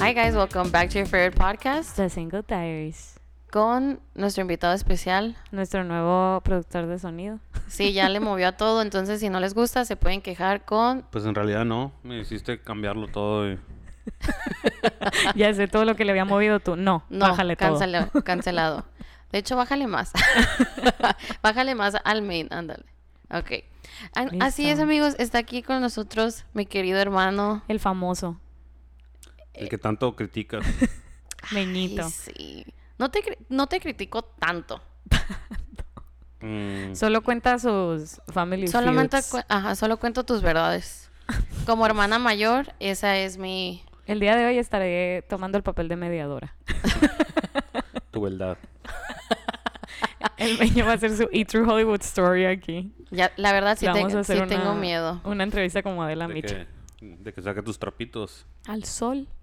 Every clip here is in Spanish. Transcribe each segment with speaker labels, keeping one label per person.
Speaker 1: Hi guys, welcome back to your favorite podcast
Speaker 2: The Single Diaries.
Speaker 1: con nuestro invitado especial.
Speaker 2: Nuestro nuevo productor de sonido.
Speaker 1: Sí, ya le movió a todo, entonces si no les gusta se pueden quejar con...
Speaker 3: Pues en realidad no, me hiciste cambiarlo todo y...
Speaker 2: ya sé todo lo que le había movido tú. No,
Speaker 1: No,
Speaker 2: bájale todo.
Speaker 1: cancela- cancelado. De hecho, bájale más. bájale más al main, ándale. Ok. An- Así es,
Speaker 2: Listo.
Speaker 1: amigos, está aquí con nosotros mi querido hermano.
Speaker 2: El famoso
Speaker 3: El que tanto criticas.
Speaker 2: Meñito.
Speaker 1: Ay, sí. No te, cri- no te critico tanto.
Speaker 3: Mm,
Speaker 2: Solo cuenta sus family
Speaker 1: Solamente
Speaker 2: feuds.
Speaker 1: cu- ajá, solo cuento tus verdades. Como hermana mayor, esa es mi...
Speaker 2: El día de hoy estaré tomando el papel de mediadora.
Speaker 3: tu beldad.
Speaker 2: El meño va a hacer su E True Hollywood Story aquí.
Speaker 1: Ya, la verdad sí,
Speaker 2: Le
Speaker 1: te-
Speaker 2: vamos a hacer
Speaker 1: sí
Speaker 2: una,
Speaker 1: tengo miedo.
Speaker 2: una entrevista como Adela
Speaker 3: De
Speaker 2: Micha.
Speaker 3: que, de que saque tus trapitos.
Speaker 2: Al sol.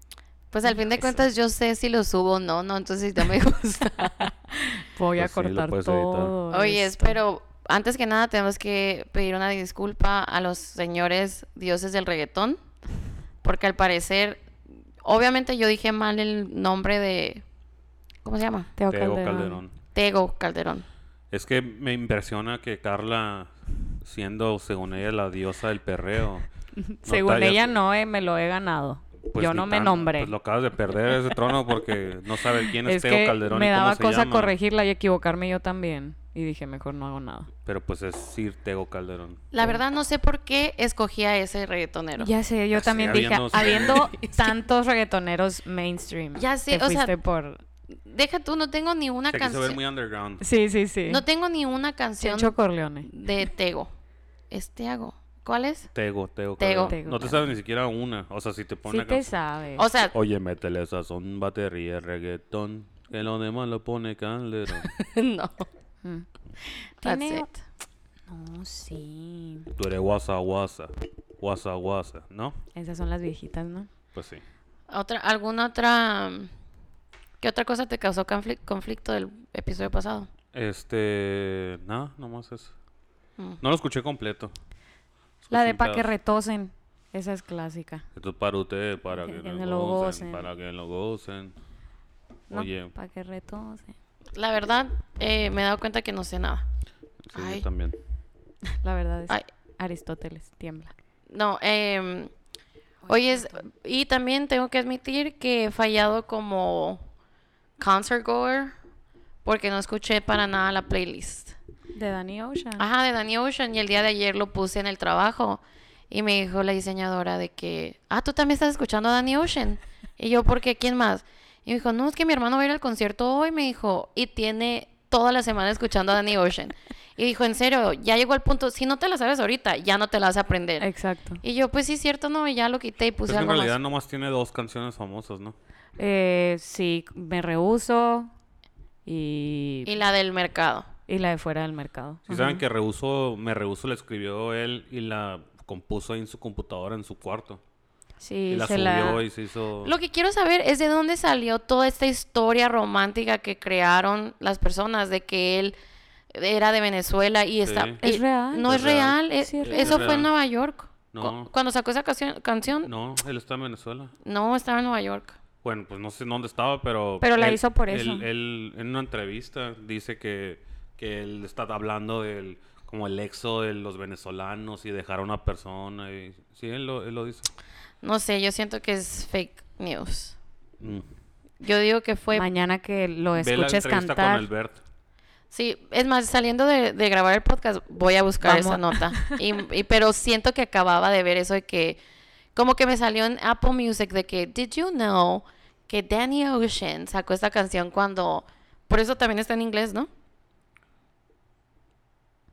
Speaker 1: Pues al fin de
Speaker 2: Eso.
Speaker 1: cuentas yo sé si lo subo o no, no, entonces no me gusta.
Speaker 2: Voy a
Speaker 3: Pues sí, lo
Speaker 2: cortar
Speaker 3: puedes editar.
Speaker 2: todo.
Speaker 1: Oye,
Speaker 2: esto.
Speaker 1: pero antes que nada tenemos que pedir una disculpa a los señores dioses del reggaetón, porque al parecer, obviamente yo dije mal el nombre de, ¿cómo se llama?
Speaker 2: Teo
Speaker 3: Teo
Speaker 2: Calderón.
Speaker 3: Calderón.
Speaker 1: Tego Calderón.
Speaker 3: Es que me impresiona que Carla, siendo según ella la diosa del perreo. no
Speaker 2: Según
Speaker 3: te hayas-
Speaker 2: ella no, eh, me lo he ganado.
Speaker 3: pues
Speaker 2: Yo
Speaker 3: ni
Speaker 2: no me
Speaker 3: tan-
Speaker 2: nombré.
Speaker 3: Pues lo acabas de perder ese trono porque no sabe quién es,
Speaker 2: es
Speaker 3: Teo
Speaker 2: que
Speaker 3: Calderón
Speaker 2: me
Speaker 3: y cómo
Speaker 2: daba
Speaker 3: se
Speaker 2: cosa
Speaker 3: llama.
Speaker 2: corregirla y equivocarme yo también. Y dije, mejor no hago nada.
Speaker 3: Pero pues es Sir Tego Calderón.
Speaker 1: La verdad no sé por qué escogí a ese reggaetonero.
Speaker 2: Ya sé, yo
Speaker 3: Ya sé,
Speaker 2: también dije,
Speaker 3: habiendo-
Speaker 2: habiendo tantos reggaetoneros mainstream.
Speaker 1: Ya sé,
Speaker 2: te
Speaker 1: o sea-
Speaker 2: fuiste por...
Speaker 1: Deja tú, no tengo ni una
Speaker 3: Se quiso ver
Speaker 1: canción.
Speaker 3: muy underground.
Speaker 2: Sí, sí, sí.
Speaker 1: No tengo ni una canción
Speaker 2: Chencho Corleone.
Speaker 1: de Tego. Es Tego. ¿Cuál es?
Speaker 3: Tego, Tego,
Speaker 1: Tego.
Speaker 3: Calderón.
Speaker 2: Tego
Speaker 3: No te
Speaker 2: Calderón.
Speaker 3: sabes ni siquiera una. O sea, si te pone
Speaker 2: Sí
Speaker 3: una
Speaker 2: te
Speaker 3: canción-
Speaker 2: sabes.
Speaker 1: O sea,
Speaker 3: Oye, métele sazón, batería, reggaetón. Que lo demás lo pone Calderón.
Speaker 1: no.
Speaker 2: Mm.
Speaker 1: That's
Speaker 2: Tiene-
Speaker 1: it.
Speaker 2: No, sí.
Speaker 3: Tú eres guasa guasa. Guasa guasa, ¿no?
Speaker 2: Esas son las viejitas, ¿no?
Speaker 3: Pues sí.
Speaker 1: Otra, ¿Alguna otra... mm, ¿Qué otra cosa te causó confli- conflicto del episodio pasado?
Speaker 3: Este. Nada, nomás eso.
Speaker 1: Mm.
Speaker 3: No lo escuché completo.
Speaker 2: La de
Speaker 3: Escuché
Speaker 2: pa'
Speaker 3: un
Speaker 2: que
Speaker 3: pedazo.
Speaker 2: retosen. Esa es clásica.
Speaker 3: Esto es para ustedes, para que,
Speaker 2: Que
Speaker 3: lo,
Speaker 2: lo
Speaker 3: gocen,
Speaker 2: gocen.
Speaker 3: Para que lo gocen.
Speaker 2: No,
Speaker 3: Oye,
Speaker 2: Pa' que retosen.
Speaker 1: La verdad, eh, me he dado cuenta que no sé nada.
Speaker 3: sí, yo
Speaker 1: ay.
Speaker 3: también.
Speaker 2: La verdad es
Speaker 1: Ay,
Speaker 2: Aristóteles, tiembla.
Speaker 1: no, eh, oye, es- y también tengo que admitir que he fallado como concert goer porque no escuché para nada la playlist.
Speaker 2: De Danny Ocean.
Speaker 1: Ajá, de Danny Ocean. Y el día de ayer lo puse en el trabajo. Y me dijo la diseñadora de que, ah, tú también estás escuchando a Danny Ocean. Y yo, ¿por qué? ¿Quién más? Y me dijo, no, es que mi hermano va a ir al concierto hoy, me dijo. Y tiene toda la semana escuchando a Danny Ocean. Y dijo, en serio, ya llegó al punto, si no te la sabes ahorita, ya no te la vas a aprender.
Speaker 2: Exacto.
Speaker 1: Y yo, pues sí, cierto, no, y ya lo quité y
Speaker 3: Pues
Speaker 1: puse
Speaker 3: en
Speaker 1: algo
Speaker 3: realidad
Speaker 1: más.
Speaker 3: nomás tiene dos canciones famosas, ¿no?
Speaker 2: Eh, sí, me rehuso y,
Speaker 1: Y la del mercado.
Speaker 2: y la de fuera del mercado.
Speaker 3: Si saben que Rehuso, me Rehuso la escribió él y la compuso ahí en su computadora, en su cuarto.
Speaker 2: Sí,
Speaker 3: y la
Speaker 2: se
Speaker 3: subió
Speaker 2: la...
Speaker 3: y se hizo.
Speaker 1: Lo que quiero saber es de dónde salió toda esta historia romántica que crearon las personas de que él era de Venezuela y está...
Speaker 3: Sí.
Speaker 2: Es
Speaker 1: y-
Speaker 2: real.
Speaker 1: No es,
Speaker 3: Es real.
Speaker 1: real. e-
Speaker 2: Sí, es
Speaker 3: real.
Speaker 1: Eso
Speaker 3: Es
Speaker 1: fue en
Speaker 3: real.
Speaker 1: Nueva York.
Speaker 3: No.
Speaker 1: Cu- Cuando sacó esa cancio- canción, no.
Speaker 3: No, él está en Venezuela.
Speaker 1: estaba en Nueva York.
Speaker 3: Bueno, pues no sé en dónde estaba, pero...
Speaker 2: Pero la
Speaker 3: él-
Speaker 2: hizo por
Speaker 3: él-
Speaker 2: eso.
Speaker 3: Él, en una entrevista dice que, que él está hablando del... Como el exo de los venezolanos y dejar a una persona. Y, sí, él lo, él lo dice.
Speaker 1: No sé, yo siento que es fake news.
Speaker 3: Mm.
Speaker 1: Yo digo que fue...
Speaker 2: Mañana que lo
Speaker 3: Ve la
Speaker 2: escuches
Speaker 3: entrevista
Speaker 2: cantar.
Speaker 3: con Albert.
Speaker 1: Sí, es más, saliendo de, de grabar el podcast, voy a buscar esa
Speaker 2: Vamos.
Speaker 1: nota. Y, y- pero siento que acababa de ver eso de que... Como que me salió en Apple Music de que... Did you know que Danny Ocean sacó esta canción cuando... Por eso también está en inglés, ¿no?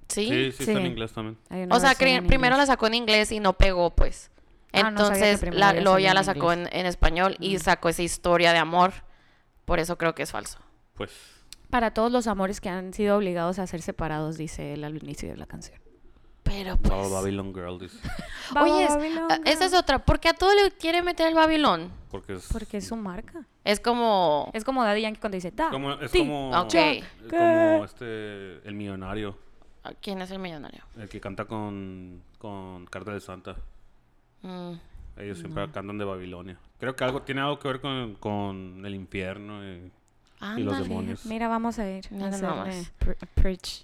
Speaker 3: Sí, sí, está en
Speaker 2: Sí.
Speaker 3: inglés también.
Speaker 2: Hay una
Speaker 1: O sea,
Speaker 2: versión
Speaker 1: cre-
Speaker 2: en
Speaker 1: primero la
Speaker 2: inglés.
Speaker 1: sacó en inglés y no pegó, pues.
Speaker 2: Ah, no sabía que
Speaker 1: Entonces,
Speaker 2: primero
Speaker 1: la-
Speaker 2: había
Speaker 1: luego
Speaker 2: salido
Speaker 1: ya la
Speaker 2: en
Speaker 1: sacó en,
Speaker 2: inglés. Mm.
Speaker 1: en español y sacó esa historia de amor. Por eso creo que es falso.
Speaker 3: Pues...
Speaker 2: Para todos los amores que han sido obligados a ser separados, dice él al inicio de la canción.
Speaker 1: Pero pues...
Speaker 3: Oh, Babylon Girl dice.
Speaker 1: Oye, es- ah, esa es otra. Porque a todo le quiere meter el Babilón.
Speaker 3: Porque es...
Speaker 2: Porque es su marca.
Speaker 1: Es como...
Speaker 2: Es como Daddy Yankee cuando dice, da,
Speaker 3: como, es
Speaker 2: ti".
Speaker 3: como...
Speaker 1: Ok.
Speaker 3: es como este... El millonario.
Speaker 1: ah, ¿Quién es el millonario?
Speaker 3: El que canta con... Con Carta de Santa.
Speaker 1: Mm,
Speaker 3: Ellos siempre cantan de Babilonia. Creo que algo tiene algo que ver con, con el infierno Eh, y, y los
Speaker 1: Ándale.
Speaker 3: demonios.
Speaker 2: Mira, vamos a ir.
Speaker 1: Mira
Speaker 2: a hacerle
Speaker 1: nomás.
Speaker 2: pre- preach.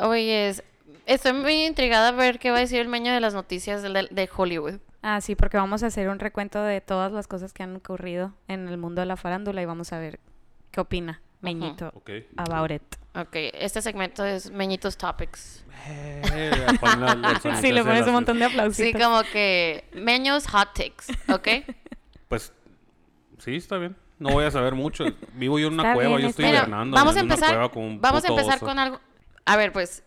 Speaker 1: Oye, es- estoy muy intrigada a ver qué va a decir el meño de las noticias del- del- de, Hollywood.
Speaker 2: Ah, sí, porque vamos a hacer un recuento de todas las cosas que han ocurrido en el mundo de la farándula y vamos a ver qué opina Meñito
Speaker 3: Ok.
Speaker 1: Eh.
Speaker 2: about it.
Speaker 1: Ok, este segmento es Meñitos Topics.
Speaker 3: Eh, pon la- la- la-
Speaker 2: Sí, le
Speaker 3: la-
Speaker 2: pones
Speaker 3: la-
Speaker 2: un montón de aplausos.
Speaker 1: Sí, como que Meños Hot Takes, ¿ok?
Speaker 3: Pues sí, está bien. No voy a saber mucho. Vivo yo en una
Speaker 2: Está
Speaker 3: cueva,
Speaker 2: bien,
Speaker 3: yo estoy
Speaker 2: está bien.
Speaker 3: hibernando.
Speaker 1: vamos a
Speaker 3: en una
Speaker 1: empezar,
Speaker 3: cueva con un
Speaker 1: vamos a
Speaker 3: puto
Speaker 1: empezar
Speaker 3: oso.
Speaker 1: con algo. A ver, pues,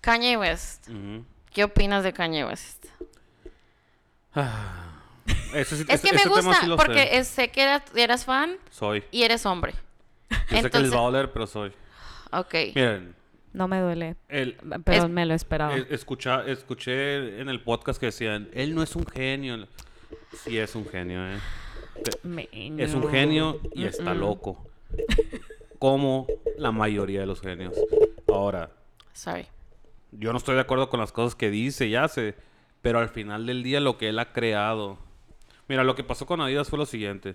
Speaker 1: Kanye West.
Speaker 3: Ujú.
Speaker 1: ¿Qué opinas de Kanye West?
Speaker 3: Ah. Ese sí-
Speaker 1: Es que me
Speaker 3: ese- ese este tema
Speaker 1: gusta
Speaker 3: sí lo
Speaker 1: porque
Speaker 3: sé.
Speaker 1: es- sé que eras, eras fan
Speaker 3: Soy.
Speaker 1: y eres hombre.
Speaker 3: Yo sé que les
Speaker 1: Entonces-
Speaker 3: va a doler, pero soy.
Speaker 1: Ok.
Speaker 3: Miren,
Speaker 2: No me duele,
Speaker 3: el,
Speaker 2: pero
Speaker 1: Es-
Speaker 2: me lo esperaba.
Speaker 3: Eh, escucha- escuché en el podcast que decían, él no es un genio. Sí es un genio, ¿eh?
Speaker 2: Meño.
Speaker 3: Es un genio y
Speaker 2: Mm,
Speaker 3: está loco. Como la mayoría de los genios. Ahora,
Speaker 1: Sorry.
Speaker 3: yo no estoy de acuerdo con las cosas que dice y hace, pero al final del día lo que él ha creado... Mira, lo que pasó con Adidas fue lo siguiente.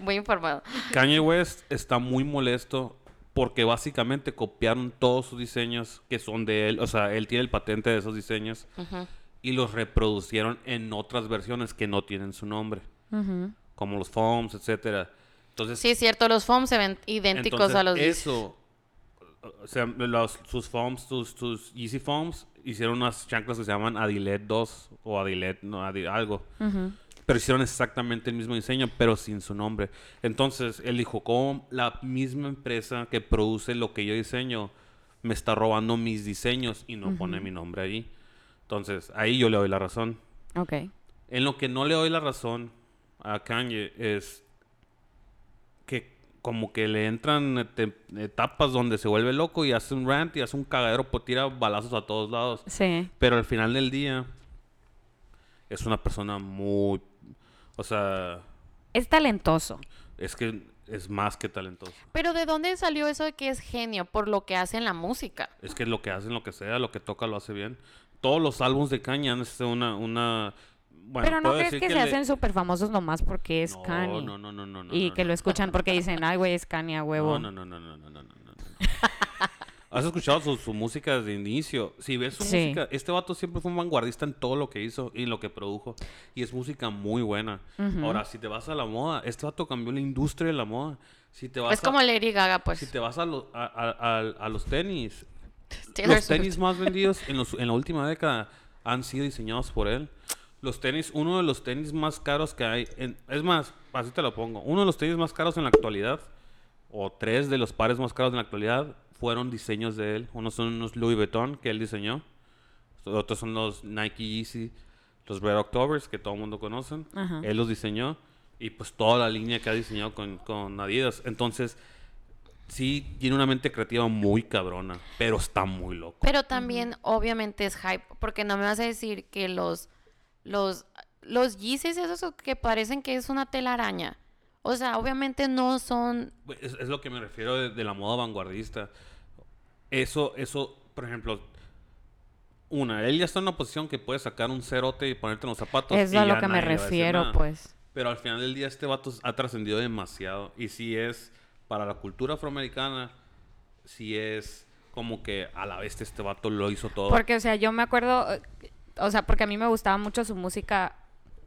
Speaker 1: Muy informado.
Speaker 3: Kanye West está muy molesto porque básicamente copiaron todos sus diseños que son de él. O sea, él tiene el patente de esos diseños
Speaker 1: Ujú.
Speaker 3: y los reproducieron en otras versiones que no tienen su nombre,
Speaker 2: Ujú.
Speaker 3: como los foams, etcétera. Entonces,
Speaker 1: Sí, es cierto, los foams se ven idénticos
Speaker 3: entonces
Speaker 1: a los Yeezys.
Speaker 3: eso, o sea, los- sus foams, sus, sus Yeezy foams, hicieron unas chanclas que se llaman Adilet 2 o Adilet, no, Adi- algo.
Speaker 2: Ujú.
Speaker 3: Pero hicieron exactamente el mismo diseño, pero sin su nombre. Entonces, él dijo, como la misma empresa que produce lo que yo diseño me está robando mis diseños y no pone mi nombre ahí. Entonces, ahí yo le doy la razón.
Speaker 2: Ok.
Speaker 3: En lo que no le doy la razón a Kanye es que como que le entran ete- etapas donde se vuelve loco y hace un rant y hace un cagadero, pues tira balazos a todos lados.
Speaker 2: Sí.
Speaker 3: Pero al final del día es una persona muy... O sea,
Speaker 2: Es talentoso.
Speaker 3: es que es más que talentoso.
Speaker 1: Pero ¿de dónde salió eso de que es genio por lo que hace en la música?
Speaker 3: Es que lo que hacen, lo que sea, lo que toca, lo hace bien. Todos los álbumes de Kanye han sido una... una bueno,
Speaker 2: pero no
Speaker 3: puedo
Speaker 2: crees que,
Speaker 3: decir
Speaker 2: se
Speaker 3: le-
Speaker 2: hacen súper famosos nomás porque es
Speaker 3: No,
Speaker 2: Kanye.
Speaker 3: no, no, no, no, no,
Speaker 2: y
Speaker 3: no,
Speaker 2: que
Speaker 3: no.
Speaker 2: lo escuchan porque dicen, ay, güey, es Kanye a huevo.
Speaker 3: No, no, no, no, no, no, no, no, no, no. ¿Has escuchado su, su música desde el inicio? Si ves su
Speaker 2: Sí.
Speaker 3: música, este vato siempre fue un vanguardista en todo lo que hizo y en lo que produjo. Y es música muy buena. Ahora, si te vas a la moda, este vato cambió la industria de la moda. Si te vas
Speaker 1: Es
Speaker 3: a,
Speaker 1: como Lady Gaga, pues.
Speaker 3: si te vas a, lo- a- a- a- a los tenis,
Speaker 1: Taylor
Speaker 3: los
Speaker 1: Swift.
Speaker 3: tenis más vendidos en, los- en la última década han sido diseñados por él. Los tenis, uno de los tenis más caros que hay, en- es más, así te lo pongo, uno de los tenis más caros en la actualidad, o tres de los pares más caros en la actualidad, fueron diseños de él. Unos son unos Louis Vuitton que él diseñó, otros son los Nike Yeezy, los Red Octobers que todo el mundo conoce,
Speaker 2: Ajá.
Speaker 3: él los diseñó y pues toda la línea que ha diseñado con, con Adidas. Entonces, sí tiene una mente creativa muy cabrona, pero está muy loco.
Speaker 1: Pero también, obviamente, es hype. Porque no me vas a decir que los. Los. Los Yeezys, esos o que parecen que es una telaraña. O sea, obviamente no son.
Speaker 3: Güey, Es, es lo que me refiero de, de la moda vanguardista. Eso, eso, por ejemplo, una, él ya está en una posición que puede sacar un cerote y ponerte en los zapatos.
Speaker 2: Es
Speaker 3: y
Speaker 2: a lo
Speaker 3: ya
Speaker 2: que me
Speaker 3: nadie le va a decir
Speaker 2: refiero,
Speaker 3: nada.
Speaker 2: pues.
Speaker 3: Pero al final del día este vato ha trascendido demasiado. Y si es para la cultura afroamericana, si es como que a la vez este vato lo hizo todo.
Speaker 2: Porque, o sea, yo me acuerdo, eh, o sea, porque a mí me gustaba mucho su música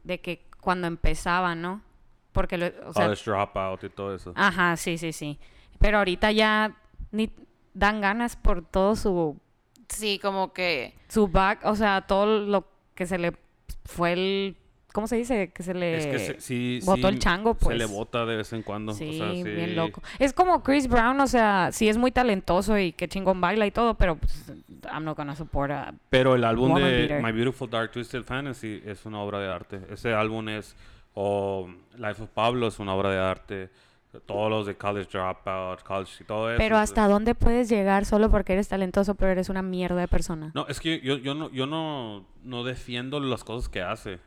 Speaker 2: de que cuando empezaba, ¿no? Porque, lo- o sea, Ah,
Speaker 3: College Dropout y todo eso.
Speaker 2: ajá, sí, sí, sí. Pero ahorita ya ni dan ganas por todo su,
Speaker 1: Sí, como que.
Speaker 2: su back, o sea, todo lo que se le fue el, ¿cómo se dice? Que se le
Speaker 3: es que se- sí,
Speaker 2: eh, botó
Speaker 3: sí,
Speaker 2: el chango, pues.
Speaker 3: Se le bota de vez en cuando. o
Speaker 2: Sí,
Speaker 3: sea, sí.
Speaker 2: bien loco. Es como Chris Brown, o sea, sí es muy talentoso y que chingón baila y todo, pero pues, I'm not gonna support a...
Speaker 3: Pero el álbum
Speaker 2: Woman
Speaker 3: de
Speaker 2: Beater.
Speaker 3: My Beautiful Dark Twisted Fantasy es una obra de arte. Ese álbum es, o Life of Pablo es una obra de arte. Todos los de College Dropout, College y todo eso.
Speaker 2: Pero
Speaker 3: pues.
Speaker 2: hasta dónde puedes llegar solo porque eres talentoso, pero eres una mierda de persona.
Speaker 3: No, es que yo, yo no, yo no, no defiendo las cosas que hace.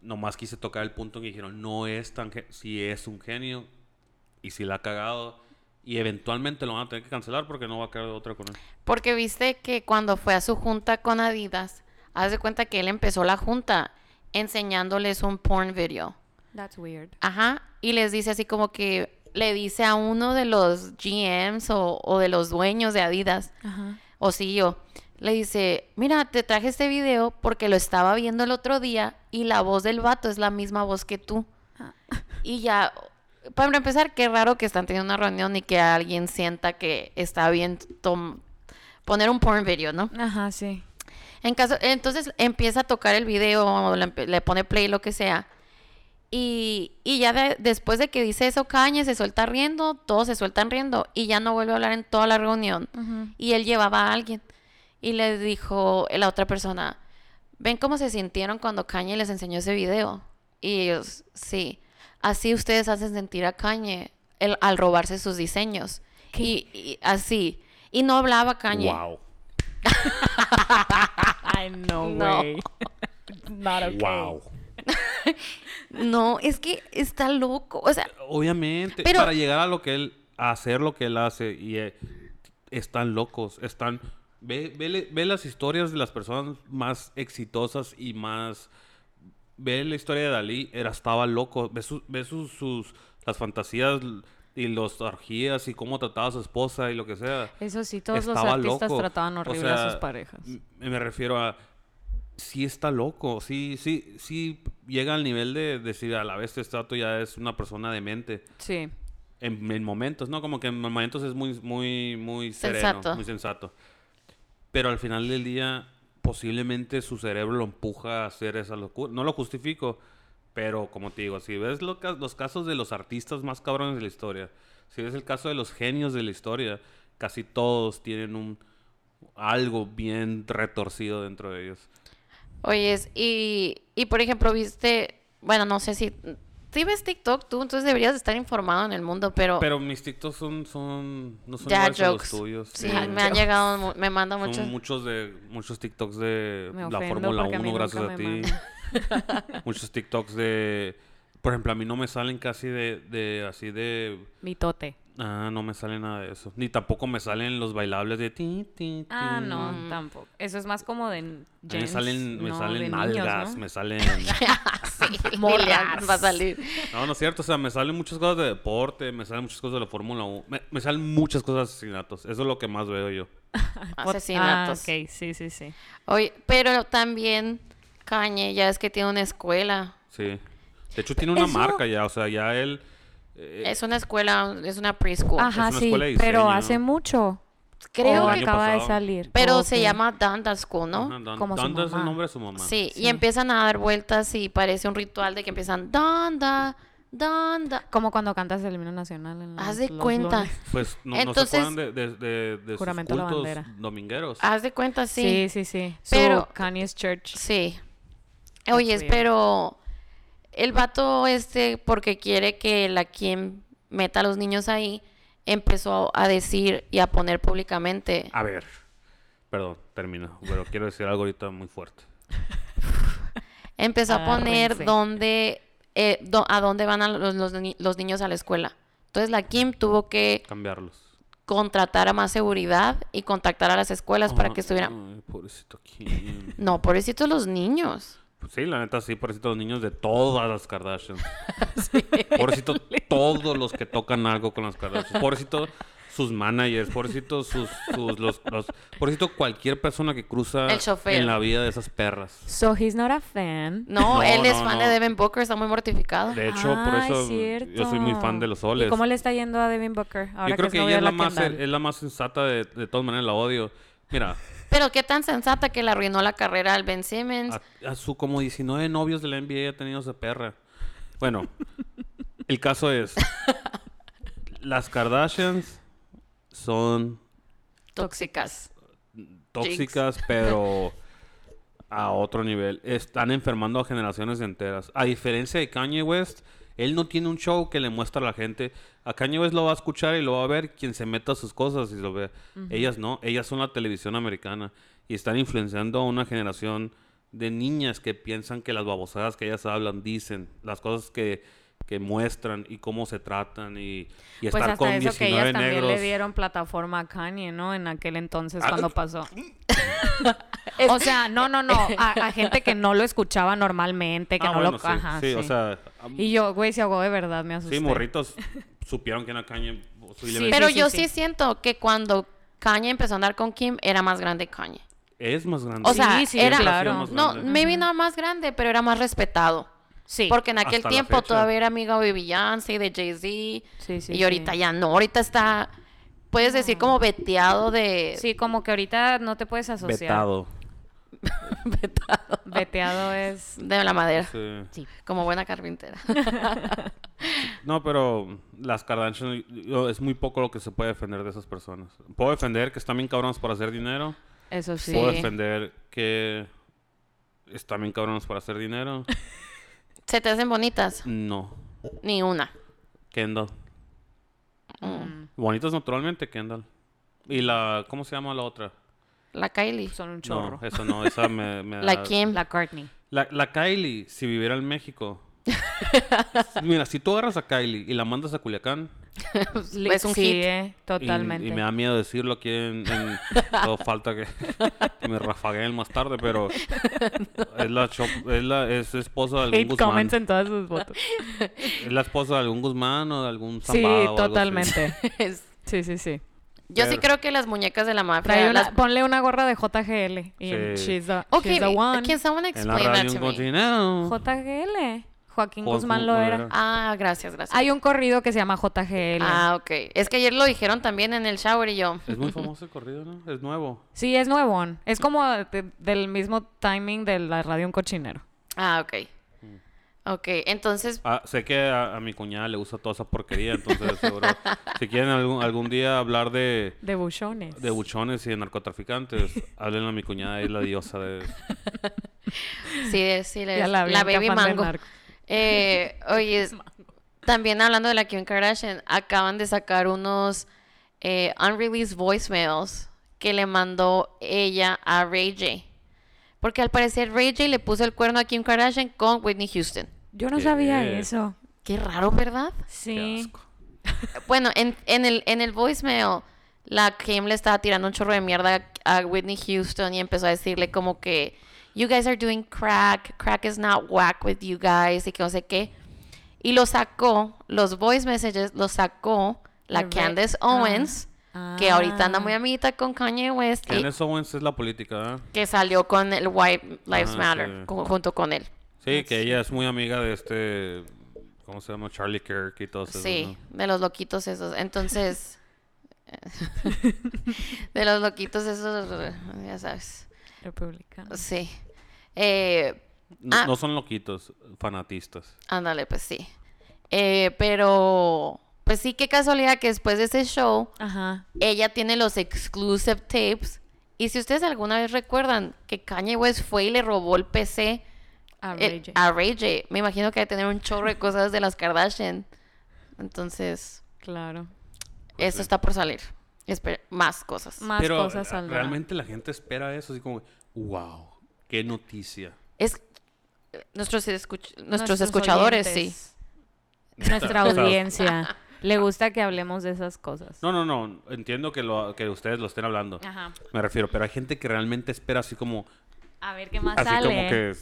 Speaker 3: Nomás quise tocar el punto en que dijeron, no es tan... gen- Si es un genio y si la ha cagado. Y eventualmente lo van a tener que cancelar porque no va a quedar otra con él.
Speaker 1: Porque viste que cuando fue a su junta con Adidas, haz de cuenta que él empezó la junta enseñándoles un porn video.
Speaker 2: That's weird.
Speaker 1: Ajá. Y les dice así como que le dice a uno de los GMs o, o de los dueños de Adidas
Speaker 2: Ajá.
Speaker 1: o CEO, le dice, mira, te traje este video porque lo estaba viendo el otro día y la voz del vato es la misma voz que tú.
Speaker 2: Ah.
Speaker 1: Y ya, para empezar, qué raro que están teniendo una reunión y que alguien sienta que está bien tom- poner un porn video, ¿no?
Speaker 2: Ajá, sí.
Speaker 1: En caso, entonces empieza a tocar el video, o le, empe- le pone play, lo que sea. Y, y ya de- después de que dice eso, Caña se suelta riendo, todos se sueltan riendo y ya no vuelve a hablar en toda la reunión. Y él llevaba a alguien y le dijo la otra persona, ¿ven cómo se sintieron cuando Kanye les enseñó ese video? Y ellos, sí, así ustedes hacen sentir a Kanye el- al robarse sus diseños. Y, y así. Y no hablaba Kanye.
Speaker 3: Wow.
Speaker 2: Ay, no,
Speaker 1: No.
Speaker 2: güey. Not okay.
Speaker 3: Wow.
Speaker 1: No, es que está loco. O sea,
Speaker 3: Obviamente,
Speaker 1: Pero-
Speaker 3: para llegar a lo que él, a hacer lo que él hace, y eh, están locos, están... Ve, vele- ve las historias de las personas más exitosas y más... Ve la historia de Dalí, era, estaba loco, ve, su- ve sus, sus- las fantasías y los orgías y cómo trataba a su esposa y lo que sea.
Speaker 2: Eso sí, todos los
Speaker 3: Estaba
Speaker 2: artistas
Speaker 3: loco.
Speaker 2: trataban
Speaker 3: O
Speaker 2: horrible a
Speaker 3: sea,
Speaker 2: sus parejas.
Speaker 3: m- Me refiero a. Sí está loco. Sí, sí, sí llega al nivel de decir a la vez este trato ya es una persona demente.
Speaker 2: Sí.
Speaker 3: En, en momentos, ¿no? Como que en momentos es muy, muy, muy sereno,
Speaker 1: Sensato.
Speaker 3: muy sensato. Pero al final del día, posiblemente su cerebro lo empuja a hacer esa locura. No lo justifico, pero como te digo, si ves lo ca- los casos de los artistas más cabrones de la historia, si ves el caso de los genios de la historia, casi todos tienen un algo bien retorcido dentro de ellos.
Speaker 1: oyes, y, y por ejemplo, viste, bueno, no sé si, si ves TikTok tú, entonces deberías estar informado en el mundo, pero,
Speaker 3: Pero mis TikToks son, son, no son
Speaker 1: Oh. ya
Speaker 3: iguales a los
Speaker 1: jokes.
Speaker 3: tuyos.
Speaker 1: Sí,
Speaker 3: Mm.
Speaker 1: me han llegado, mu- me mandan
Speaker 3: Son
Speaker 1: muchos.
Speaker 3: muchos de muchos TikToks de
Speaker 2: Me
Speaker 3: la
Speaker 2: ofendo
Speaker 3: Fórmula
Speaker 2: porque a mí
Speaker 3: 1
Speaker 2: nunca
Speaker 3: gracias
Speaker 2: me
Speaker 3: a ti.
Speaker 2: mandan.
Speaker 3: muchos TikToks de por ejemplo, a mí no me salen casi de, de así de
Speaker 2: Mitote.
Speaker 3: ah, no me sale nada de eso, ni tampoco me salen los bailables de ti ti. ti.
Speaker 2: Ah, no,
Speaker 1: Mm.
Speaker 2: tampoco. Eso es más como de n-
Speaker 3: A mí me
Speaker 2: gents,
Speaker 3: salen me
Speaker 2: no, de
Speaker 3: salen
Speaker 2: niños,
Speaker 3: nalgas,
Speaker 2: ¿no?
Speaker 3: me salen
Speaker 1: sí,
Speaker 2: Morras.
Speaker 1: Lilian va a salir.
Speaker 3: No, no es cierto, o sea, me salen muchas cosas de deporte, me salen muchas cosas de la Fórmula 1, me, me salen muchas cosas de asesinatos, eso es lo que más veo yo.
Speaker 1: Asesinatos.
Speaker 2: Ah, ok, sí, sí, sí.
Speaker 1: Oye, pero también Kanye ya es que tiene una escuela.
Speaker 3: Sí. De hecho tiene una
Speaker 1: Eso-
Speaker 3: marca ya, o sea, ya él eh,
Speaker 1: Es una escuela, es una preschool.
Speaker 2: Ajá,
Speaker 3: una
Speaker 2: sí,
Speaker 3: escuela de
Speaker 2: pero
Speaker 3: diseño.
Speaker 2: hace mucho.
Speaker 1: Creo
Speaker 2: O
Speaker 3: Oh,
Speaker 1: que,
Speaker 3: el año
Speaker 2: acaba de
Speaker 3: pasado.
Speaker 2: salir. Oh,
Speaker 1: pero
Speaker 2: Ok.
Speaker 1: se llama Danda School, ¿no?
Speaker 3: Ajá, Dan-
Speaker 2: Como su
Speaker 3: Danda es el
Speaker 2: mamá.
Speaker 3: nombre de su mamá.
Speaker 1: Sí, y
Speaker 2: Sí.
Speaker 1: empiezan a dar vueltas y parece un ritual de que empiezan danda, danda.
Speaker 2: Como cuando cantas el himno nacional. En
Speaker 1: Haz
Speaker 2: los-
Speaker 1: de
Speaker 2: Ah, los
Speaker 1: cuenta,
Speaker 2: lunes.
Speaker 3: Pues no,
Speaker 1: Entonces-
Speaker 3: no se acuerdan de, de, de, de sus
Speaker 2: Juramento a la
Speaker 3: cultos
Speaker 2: bandera.
Speaker 3: domingueros.
Speaker 1: haz de cuenta,
Speaker 2: Sí,
Speaker 1: sí.
Speaker 2: sí, sí.
Speaker 1: Pero-
Speaker 2: Pero Kanye's Church.
Speaker 1: Sí.
Speaker 2: That's
Speaker 1: Oyes,
Speaker 2: weird.
Speaker 1: pero el vato este, porque quiere que la quien meta a los niños ahí, empezó a decir y a poner públicamente.
Speaker 3: A ver. Perdón, termino. Pero quiero decir algo ahorita muy fuerte.
Speaker 1: Empezó a
Speaker 3: ah,
Speaker 1: poner
Speaker 2: Agárrense.
Speaker 1: dónde, eh, dó- a dónde van a los, los ni- los niños a la escuela. Entonces la Kim tuvo que
Speaker 3: Cambiarlos.
Speaker 1: contratar a más seguridad y contactar a las escuelas
Speaker 3: Oh,
Speaker 1: para que estuvieran
Speaker 3: Ay, pobrecito Kim.
Speaker 1: No, pobrecitos los niños.
Speaker 3: Pues sí, la neta, sí, pobrecito los niños de todas las Kardashians. Pobrecito todos los que tocan algo con las Kardashians. Pobrecito sus managers, pobrecito sus, sus los, los- pobrecito cualquier persona que cruza
Speaker 1: El chofer.
Speaker 3: en la vida de esas perras.
Speaker 2: So he's not a fan.
Speaker 1: No,
Speaker 3: No,
Speaker 1: él es
Speaker 3: no,
Speaker 1: fan
Speaker 3: no.
Speaker 1: de Devin Booker, está muy mortificado.
Speaker 3: De hecho, por
Speaker 2: Ah,
Speaker 3: eso
Speaker 2: es cierto.
Speaker 3: yo soy muy fan de los soles.
Speaker 2: ¿Y cómo le está yendo a Devin Booker? Ahora
Speaker 3: yo creo que
Speaker 2: es novio
Speaker 3: ella
Speaker 2: de
Speaker 3: es la, más,
Speaker 2: Kendall?
Speaker 3: es la más sensata de, de todas maneras, la odio. Mira,
Speaker 1: Pero qué tan sensata que le arruinó la carrera al Ben Simmons.
Speaker 3: a, a su como 19 novios de la NBA ha tenido esa perra. Bueno, el caso es, las Kardashians son
Speaker 1: Tóxicas.
Speaker 3: tóxicas, pero a otro nivel. Están enfermando a generaciones enteras. A diferencia de Kanye West, él no tiene un show que le muestra a la gente. A Kanye West lo va a escuchar y lo va a ver quien se meta a sus cosas y lo ve. Ellas no, ellas son la televisión americana y están influenciando a una generación de niñas que piensan que las babosadas que ellas hablan, dicen, las cosas que, que muestran y cómo se tratan y, y
Speaker 2: Pues
Speaker 3: estar
Speaker 2: hasta
Speaker 3: con
Speaker 2: eso que
Speaker 3: 19
Speaker 2: ellas también
Speaker 3: negros.
Speaker 2: le dieron plataforma a Kanye, ¿no? En aquel entonces
Speaker 3: Ah,
Speaker 2: cuando pasó. o sea, no, no, no. A, a gente que no lo escuchaba normalmente, que
Speaker 3: Ah,
Speaker 2: no
Speaker 3: bueno,
Speaker 2: lo...
Speaker 3: sí,
Speaker 2: ajá,
Speaker 3: sí, o
Speaker 2: sí.
Speaker 3: sea,
Speaker 2: Y yo, güey, se ahogó de verdad, me asusté.
Speaker 3: sí, morritos supieron que era Kanye. pues, y le
Speaker 2: Sí,
Speaker 3: ven-
Speaker 1: Pero
Speaker 2: sí,
Speaker 1: yo
Speaker 2: sí.
Speaker 1: sí. siento que cuando Kanye empezó a andar con Kim, era más grande Kanye.
Speaker 3: Es más grande.
Speaker 1: O sea,
Speaker 2: sí,
Speaker 1: era...
Speaker 2: siempre ha sido
Speaker 3: más
Speaker 1: No,
Speaker 3: grande.
Speaker 1: maybe no más grande, pero era más respetado.
Speaker 2: Sí.
Speaker 1: Porque en aquel
Speaker 3: Hasta la
Speaker 1: tiempo
Speaker 3: fecha.
Speaker 1: todavía era amiga de Beyoncé, de Jay-Z.
Speaker 2: Sí, sí,
Speaker 1: y ahorita
Speaker 2: sí.
Speaker 1: ya no, ahorita está, puedes decir como veteado de...
Speaker 2: Sí, como que ahorita no te puedes asociar.
Speaker 3: vetado.
Speaker 1: veteado.
Speaker 2: Veteado es...
Speaker 1: De la madera,
Speaker 3: Sí.
Speaker 1: como buena carpintera.
Speaker 3: No, pero las Kardashian yo- es muy poco lo que se puede defender de esas personas. Puedo defender que están bien cabrones por hacer dinero.
Speaker 2: Eso sí.
Speaker 3: Puedo defender que están bien cabrones por hacer dinero.
Speaker 1: ¿Se te hacen bonitas?
Speaker 3: No.
Speaker 1: Ni una.
Speaker 3: Kendall.
Speaker 1: Mm.
Speaker 3: Bonitas naturalmente, Kendall. Y la... ¿Cómo se llama la otra?
Speaker 1: La Kylie.
Speaker 2: Son un chorro.
Speaker 3: No, esa no. Esa me... me
Speaker 1: La
Speaker 3: da-
Speaker 1: Kim.
Speaker 2: Pues, La Courtney.
Speaker 3: La, la Kylie, si viviera en México. Mira, si tú agarras a Kylie y la mandas a Culiacán,
Speaker 2: Pues,
Speaker 1: es un
Speaker 2: sí,
Speaker 1: hit.
Speaker 2: eh,
Speaker 3: Y-
Speaker 2: totalmente.
Speaker 3: Y, me da miedo decirlo aquí en... en- todo falta que, que me rafagueen más tarde, pero... Es la, cho- es la es esposa de algún
Speaker 2: Hate
Speaker 3: Guzmán.
Speaker 2: comments en todas sus fotos.
Speaker 3: Es la esposa de algún Guzmán o de algún
Speaker 2: sí,
Speaker 3: zambado o algo así.
Speaker 2: totalmente.
Speaker 1: Es-
Speaker 2: Sí, sí, sí.
Speaker 1: Yo sí
Speaker 3: Pero-
Speaker 1: creo que las muñecas de la
Speaker 2: Trae
Speaker 1: mafia.
Speaker 2: una-
Speaker 1: las-
Speaker 2: ponle una gorra de JGL. Y
Speaker 3: Sí.
Speaker 2: she's the,
Speaker 1: Okay,
Speaker 2: she's the one.
Speaker 1: can someone
Speaker 3: En la
Speaker 1: explain that
Speaker 3: radio un
Speaker 1: to me?
Speaker 3: cochinero.
Speaker 2: JGL. Joaquín
Speaker 3: Mm. Joaquín
Speaker 2: Guzmán lo era.
Speaker 3: Loera.
Speaker 1: Ah, gracias, gracias.
Speaker 2: Hay un corrido que se llama JGL.
Speaker 1: Ah, ok. Es que ayer lo dijeron también en el shower y yo.
Speaker 3: Es muy famoso el corrido, ¿no? Es nuevo.
Speaker 2: Sí, es nuevón. Es como de- del mismo timing de la radio Un Cochinero.
Speaker 1: Ah, ok.
Speaker 2: Mm.
Speaker 1: Ok, entonces,
Speaker 3: Ah, sé que a, a mi cuñada le gusta toda esa porquería, entonces seguro... si quieren algún, algún día hablar de...
Speaker 2: De buchones.
Speaker 3: De buchones y de narcotraficantes. Háblenle a mi cuñada, es la diosa de...
Speaker 1: sí, sí, les-
Speaker 2: Ya
Speaker 1: la,
Speaker 2: Bianca
Speaker 1: baby
Speaker 2: fan del
Speaker 1: mango.
Speaker 2: narco.
Speaker 1: Eh, oye, también hablando de la Kim Kardashian, acaban de sacar unos eh, unreleased voicemails que le mandó ella a Ray J. Porque al parecer Ray J le puso el cuerno a Kim Kardashian con Whitney Houston.
Speaker 2: Yo no
Speaker 3: ¿Qué?
Speaker 2: sabía eso.
Speaker 1: Qué raro, ¿verdad?
Speaker 3: Qué
Speaker 2: Sí.
Speaker 3: asco.
Speaker 1: Bueno, en, en el, en el voicemail, la Kim le estaba tirando un chorro de mierda a Whitney Houston y empezó a decirle como que, you guys are doing crack, crack is not whack with you guys, y que no sé qué. Y lo sacó, los voice messages, los sacó la
Speaker 2: Re-
Speaker 1: Candace
Speaker 2: ah.
Speaker 1: Owens, que ahorita anda muy
Speaker 2: Ah.
Speaker 1: amiguita con Kanye West, y
Speaker 3: Candace Owens es la política, ¿eh?
Speaker 1: que salió con el White Lives
Speaker 3: Ah,
Speaker 1: Matter,
Speaker 3: sí.
Speaker 1: co- junto con él.
Speaker 3: Sí, que ella es muy amiga de este... ¿Cómo se llama? Charlie Kirk y todo eso.
Speaker 1: Sí, de los loquitos esos. Entonces, de los loquitos esos, ya sabes.
Speaker 2: Republicano.
Speaker 1: Sí. Eh,
Speaker 3: No,
Speaker 1: Ah.
Speaker 3: no son loquitos, fanatistas.
Speaker 1: ándale, pues sí. Eh, pero, pues sí, qué casualidad que después de ese show,
Speaker 2: Ajá.
Speaker 1: ella tiene los exclusive tapes. Y si ustedes alguna vez recuerdan que Kanye West fue y le robó el PC
Speaker 2: A
Speaker 1: el-
Speaker 2: Ray J.
Speaker 1: Eh, a Ray J, me imagino que va a tener un chorro de cosas de las Kardashian. Entonces,
Speaker 2: Claro.
Speaker 3: Pues
Speaker 1: eso
Speaker 3: sí.
Speaker 1: está por salir. Espe- más cosas.
Speaker 2: Más
Speaker 3: Pero ah,
Speaker 2: cosas saldrán.
Speaker 3: realmente la gente espera eso, así como, wow, qué noticia.
Speaker 1: Es eh, nuestros escuch- nuestros escuchadores, sí.
Speaker 2: Nuestra
Speaker 3: O sea,
Speaker 2: audiencia. Le gusta que hablemos de esas cosas.
Speaker 3: No, no, no, entiendo que, lo, que ustedes lo estén hablando.
Speaker 2: Ajá.
Speaker 3: Me refiero, pero hay gente que realmente espera así como,
Speaker 2: A ver qué más
Speaker 3: así
Speaker 2: sale. ¿eh?
Speaker 3: como que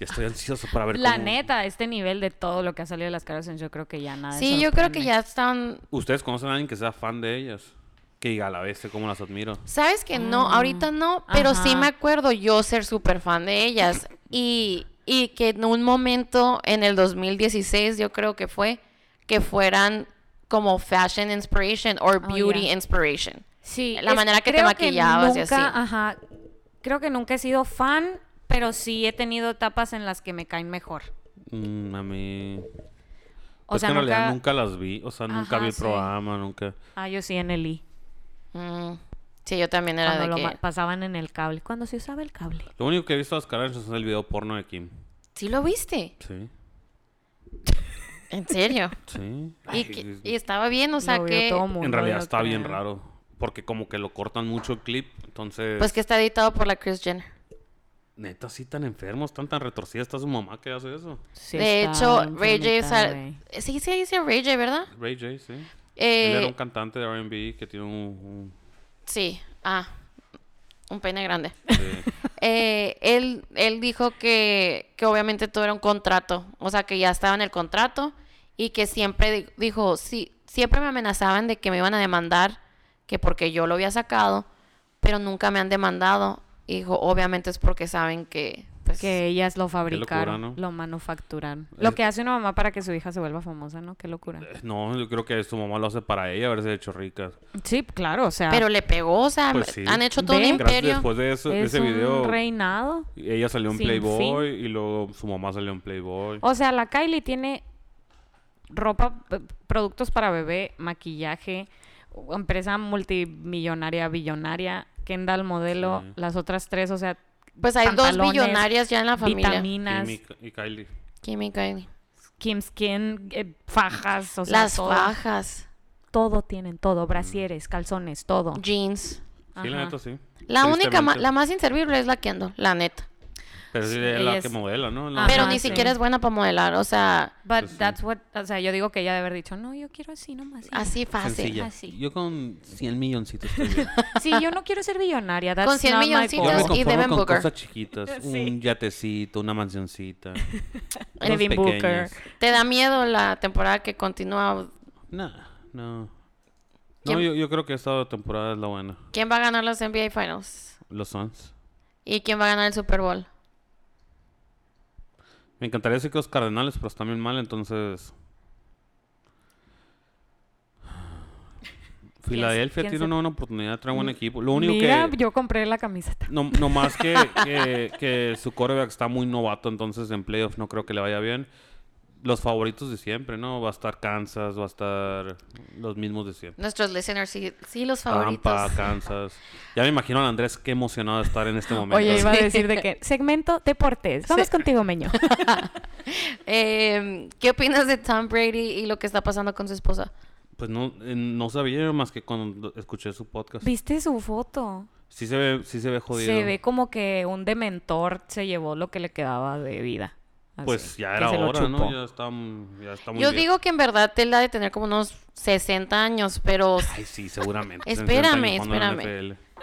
Speaker 3: ya estoy ansioso para ver
Speaker 2: la
Speaker 3: cómo-
Speaker 2: neta, este nivel de todo lo que ha salido de las caras, yo creo que ya nada.
Speaker 1: Sí, yo creo que ya están.
Speaker 3: ¿Ustedes conocen a alguien que sea fan de ellas? Que diga a la vez, cómo las admiro.
Speaker 1: Sabes que no, ahorita no, pero sí
Speaker 2: Mm. Ajá.
Speaker 1: me acuerdo yo ser súper fan de ellas. Y, y que en un momento, en el 2016, yo creo que fue, que fueran como fashion inspiration or
Speaker 2: Oh,
Speaker 1: beauty
Speaker 2: yeah.
Speaker 1: inspiration.
Speaker 2: Sí,
Speaker 1: La manera que te
Speaker 2: creo
Speaker 1: maquillabas y
Speaker 2: nunca,
Speaker 1: así.
Speaker 2: Ajá. Creo que nunca he sido fan, pero sí he tenido etapas en las que me caen mejor.
Speaker 3: Mm, a mí...
Speaker 2: O
Speaker 3: O
Speaker 2: sea,
Speaker 3: que en
Speaker 2: nunca...
Speaker 3: realidad nunca las vi. O sea, nunca
Speaker 2: Ajá,
Speaker 3: vi el
Speaker 2: sí.
Speaker 3: programa, nunca...
Speaker 2: Ah, yo sí en el I.
Speaker 1: Mm, Sí, yo también era
Speaker 2: Cuando
Speaker 1: de
Speaker 2: lo
Speaker 1: que.
Speaker 2: ma- pasaban en el cable. Cuando se usaba el cable.
Speaker 3: Lo único que he visto de las Kardashians es el video porno de Kim.
Speaker 1: ¿Sí lo viste?
Speaker 3: Sí,
Speaker 1: ¿En serio?
Speaker 3: sí.
Speaker 1: y,
Speaker 3: Ay,
Speaker 1: que-
Speaker 3: es-
Speaker 1: y estaba bien, o sea
Speaker 2: Lo vio
Speaker 1: que.
Speaker 2: todo mundo,
Speaker 3: En realidad
Speaker 2: yo
Speaker 3: está bien
Speaker 2: creo.
Speaker 3: raro. Porque como que lo cortan mucho el clip, entonces...
Speaker 1: Pues que está editado por la Chris Jenner.
Speaker 3: Neta, sí, tan enfermos, están tan retorcidas. Está su mamá que hace eso.
Speaker 2: Sí
Speaker 1: de
Speaker 2: está
Speaker 1: hecho,
Speaker 2: enfermita,
Speaker 1: Ray J. sal-
Speaker 2: güey.
Speaker 1: Sí, sí, dice Ray J, ¿verdad?
Speaker 3: Ray J, sí. Él era
Speaker 1: Eh,
Speaker 3: un cantante de RB que tiene un.
Speaker 1: Sí, ah, un pene grande.
Speaker 3: un- sí.
Speaker 1: Eh, él, él dijo que, que obviamente todo era un contrato, o sea, que ya estaba en el contrato y que siempre di- dijo, sí, siempre me amenazaban de que me iban a demandar, que porque yo lo había sacado, pero nunca me han demandado. Y dijo, obviamente es porque saben que, pues,
Speaker 2: Que ellas lo fabricaron,
Speaker 3: ¿no?
Speaker 2: lo manufacturaron.
Speaker 3: Es- Eh.
Speaker 2: Lo que hace una mamá para que su hija se vuelva famosa, ¿no? Qué locura.
Speaker 3: No, yo creo que su mamá lo hace para ella haberse hecho rica.
Speaker 2: Sí, claro, o sea,
Speaker 1: pero le pegó, o sea,
Speaker 3: Pues sí.
Speaker 1: han hecho todo un
Speaker 2: Ve.
Speaker 3: Gracias,
Speaker 1: imperio.
Speaker 3: después de, eso- de
Speaker 2: es
Speaker 3: ese
Speaker 2: un
Speaker 3: video,
Speaker 2: reinado.
Speaker 3: ella salió en
Speaker 2: sin
Speaker 3: Playboy y luego su mamá salió en Playboy.
Speaker 2: O sea, la Kylie tiene ropa, p- productos para bebé, maquillaje, empresa multimillonaria, billonaria, Kendall modelo,
Speaker 3: Sí.
Speaker 2: las otras tres, o sea,
Speaker 1: Pues hay dos
Speaker 2: pantalones,
Speaker 1: millonarias ya en la familia.
Speaker 2: vitaminas,
Speaker 3: Kim y, Ka- y Kylie.
Speaker 1: Kim y Kylie.
Speaker 2: Kim Skin, eh, fajas, o sea,
Speaker 1: Las
Speaker 2: todo,
Speaker 1: fajas,
Speaker 2: todo tienen,
Speaker 3: Mm.
Speaker 2: todo, brasieres, calzones, todo.
Speaker 1: jeans.
Speaker 3: Sí, la
Speaker 2: Ajá.
Speaker 3: neta, sí.
Speaker 1: La única, ma-
Speaker 3: Tristemente.
Speaker 1: la más inservible es la Kendall, la neta.
Speaker 3: Pero sí,
Speaker 2: Sí,
Speaker 3: es
Speaker 2: ella
Speaker 3: la que
Speaker 2: es-
Speaker 3: modela, Ah, ¿no? La-
Speaker 2: Ajá,
Speaker 1: Pero ni
Speaker 2: sí.
Speaker 1: siquiera es buena para modelar, o sea,
Speaker 2: But
Speaker 3: Pues sí.
Speaker 2: that's what, o sea, yo digo que ella debe haber dicho, no, yo quiero así nomás.
Speaker 1: así fácil.
Speaker 3: Sencilla.
Speaker 2: Así.
Speaker 3: Yo con 100 milloncitos estoy bien.
Speaker 2: Sí, yo no quiero ser billonaria. That's
Speaker 1: Con 100
Speaker 2: not my
Speaker 1: milloncitos
Speaker 3: Yo me
Speaker 1: Entonces,
Speaker 2: goal.
Speaker 1: y
Speaker 3: conformo
Speaker 1: Devin
Speaker 3: con
Speaker 1: Booker.
Speaker 3: cosas chiquitas. Un yatecito, una mansioncita. cosas
Speaker 2: Devin Booker.
Speaker 3: pequeñas.
Speaker 1: ¿Te da miedo la temporada que continúa?
Speaker 3: No, no. No,
Speaker 1: ¿Quién-
Speaker 3: yo, yo creo que esta temporada es la buena.
Speaker 1: ¿Quién va a ganar los NBA Finals?
Speaker 3: Los Suns.
Speaker 1: ¿Y quién va a ganar el Super Bowl?
Speaker 3: Me encantaría decir que los Cardenales, pero están bien mal, entonces... Filadelfia
Speaker 2: quién
Speaker 3: tiene
Speaker 2: se-
Speaker 3: una buena oportunidad, trae un buen equipo. Lo único
Speaker 2: Mira,
Speaker 3: que...
Speaker 2: yo compré la camiseta.
Speaker 3: No, no más que, que, que su coreback está muy novato, entonces en playoff no creo que le vaya bien. Los favoritos de siempre, ¿no? Va a estar Kansas, va a estar los mismos de siempre.
Speaker 1: Nuestros listeners, sí, sí, los
Speaker 3: Tampa,
Speaker 1: favoritos.
Speaker 3: Kansas. Ya me imagino a Andrés qué emocionado de estar en este momento.
Speaker 2: Oye, iba a decir de que segmento deportes. Vamos contigo, Meño.
Speaker 3: Pues
Speaker 1: Eh, ¿Qué opinas de Tom Brady y lo que está pasando con su esposa?
Speaker 3: Pues no, eh, no sabía más que cuando escuché su podcast.
Speaker 2: ¿Viste su foto?
Speaker 3: Sí se ve, sí se ve jodido.
Speaker 2: Se ve como que un dementor se llevó lo que le quedaba de vida. Así,
Speaker 3: pues ya
Speaker 2: que
Speaker 3: era
Speaker 2: se lo
Speaker 3: hora,
Speaker 2: chupó.
Speaker 3: ¿no? Ya está, mm, ya está muy
Speaker 1: Yo
Speaker 3: bien.
Speaker 1: digo que en verdad él la de tener como unos 60 años, pero
Speaker 3: Ay, sí, seguramente.
Speaker 1: Espérame,
Speaker 3: 60 años jugando en la
Speaker 1: espérame.
Speaker 3: NFL.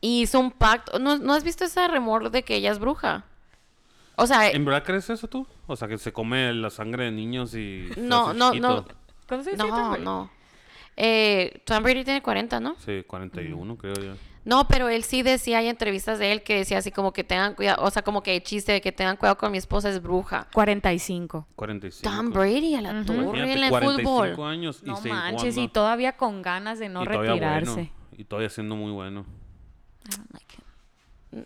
Speaker 1: hizo un pacto. ¿No, no has visto ese rumor de que ella es bruja? O sea,
Speaker 3: ¿En verdad crees eso tú? O sea, que se come la sangre de niños y... se
Speaker 1: No,
Speaker 3: hace
Speaker 1: no,
Speaker 3: chiquito.
Speaker 1: no.
Speaker 2: ¿Cuántos años tiene,
Speaker 1: no,
Speaker 2: güey?
Speaker 1: no. Eh, Tom Brady tiene 40, ¿no?
Speaker 3: Sí, 41
Speaker 1: Mm.
Speaker 3: creo yo.
Speaker 1: No, pero él sí decía, hay entrevistas de él que decía así como que tengan cuidado, o sea, como que el chiste de que tengan cuidado con mi esposa es bruja.
Speaker 2: 45.
Speaker 3: 45.
Speaker 1: Tom Brady a la
Speaker 2: Ujú.
Speaker 1: torre en
Speaker 3: Imagínate,
Speaker 1: el
Speaker 3: 45
Speaker 1: fútbol.
Speaker 3: años y
Speaker 2: No
Speaker 3: seguir
Speaker 2: manches, y
Speaker 3: jugando.
Speaker 2: todavía con ganas de no
Speaker 3: Y todavía
Speaker 2: retirarse.
Speaker 3: bueno, y todavía siendo muy bueno.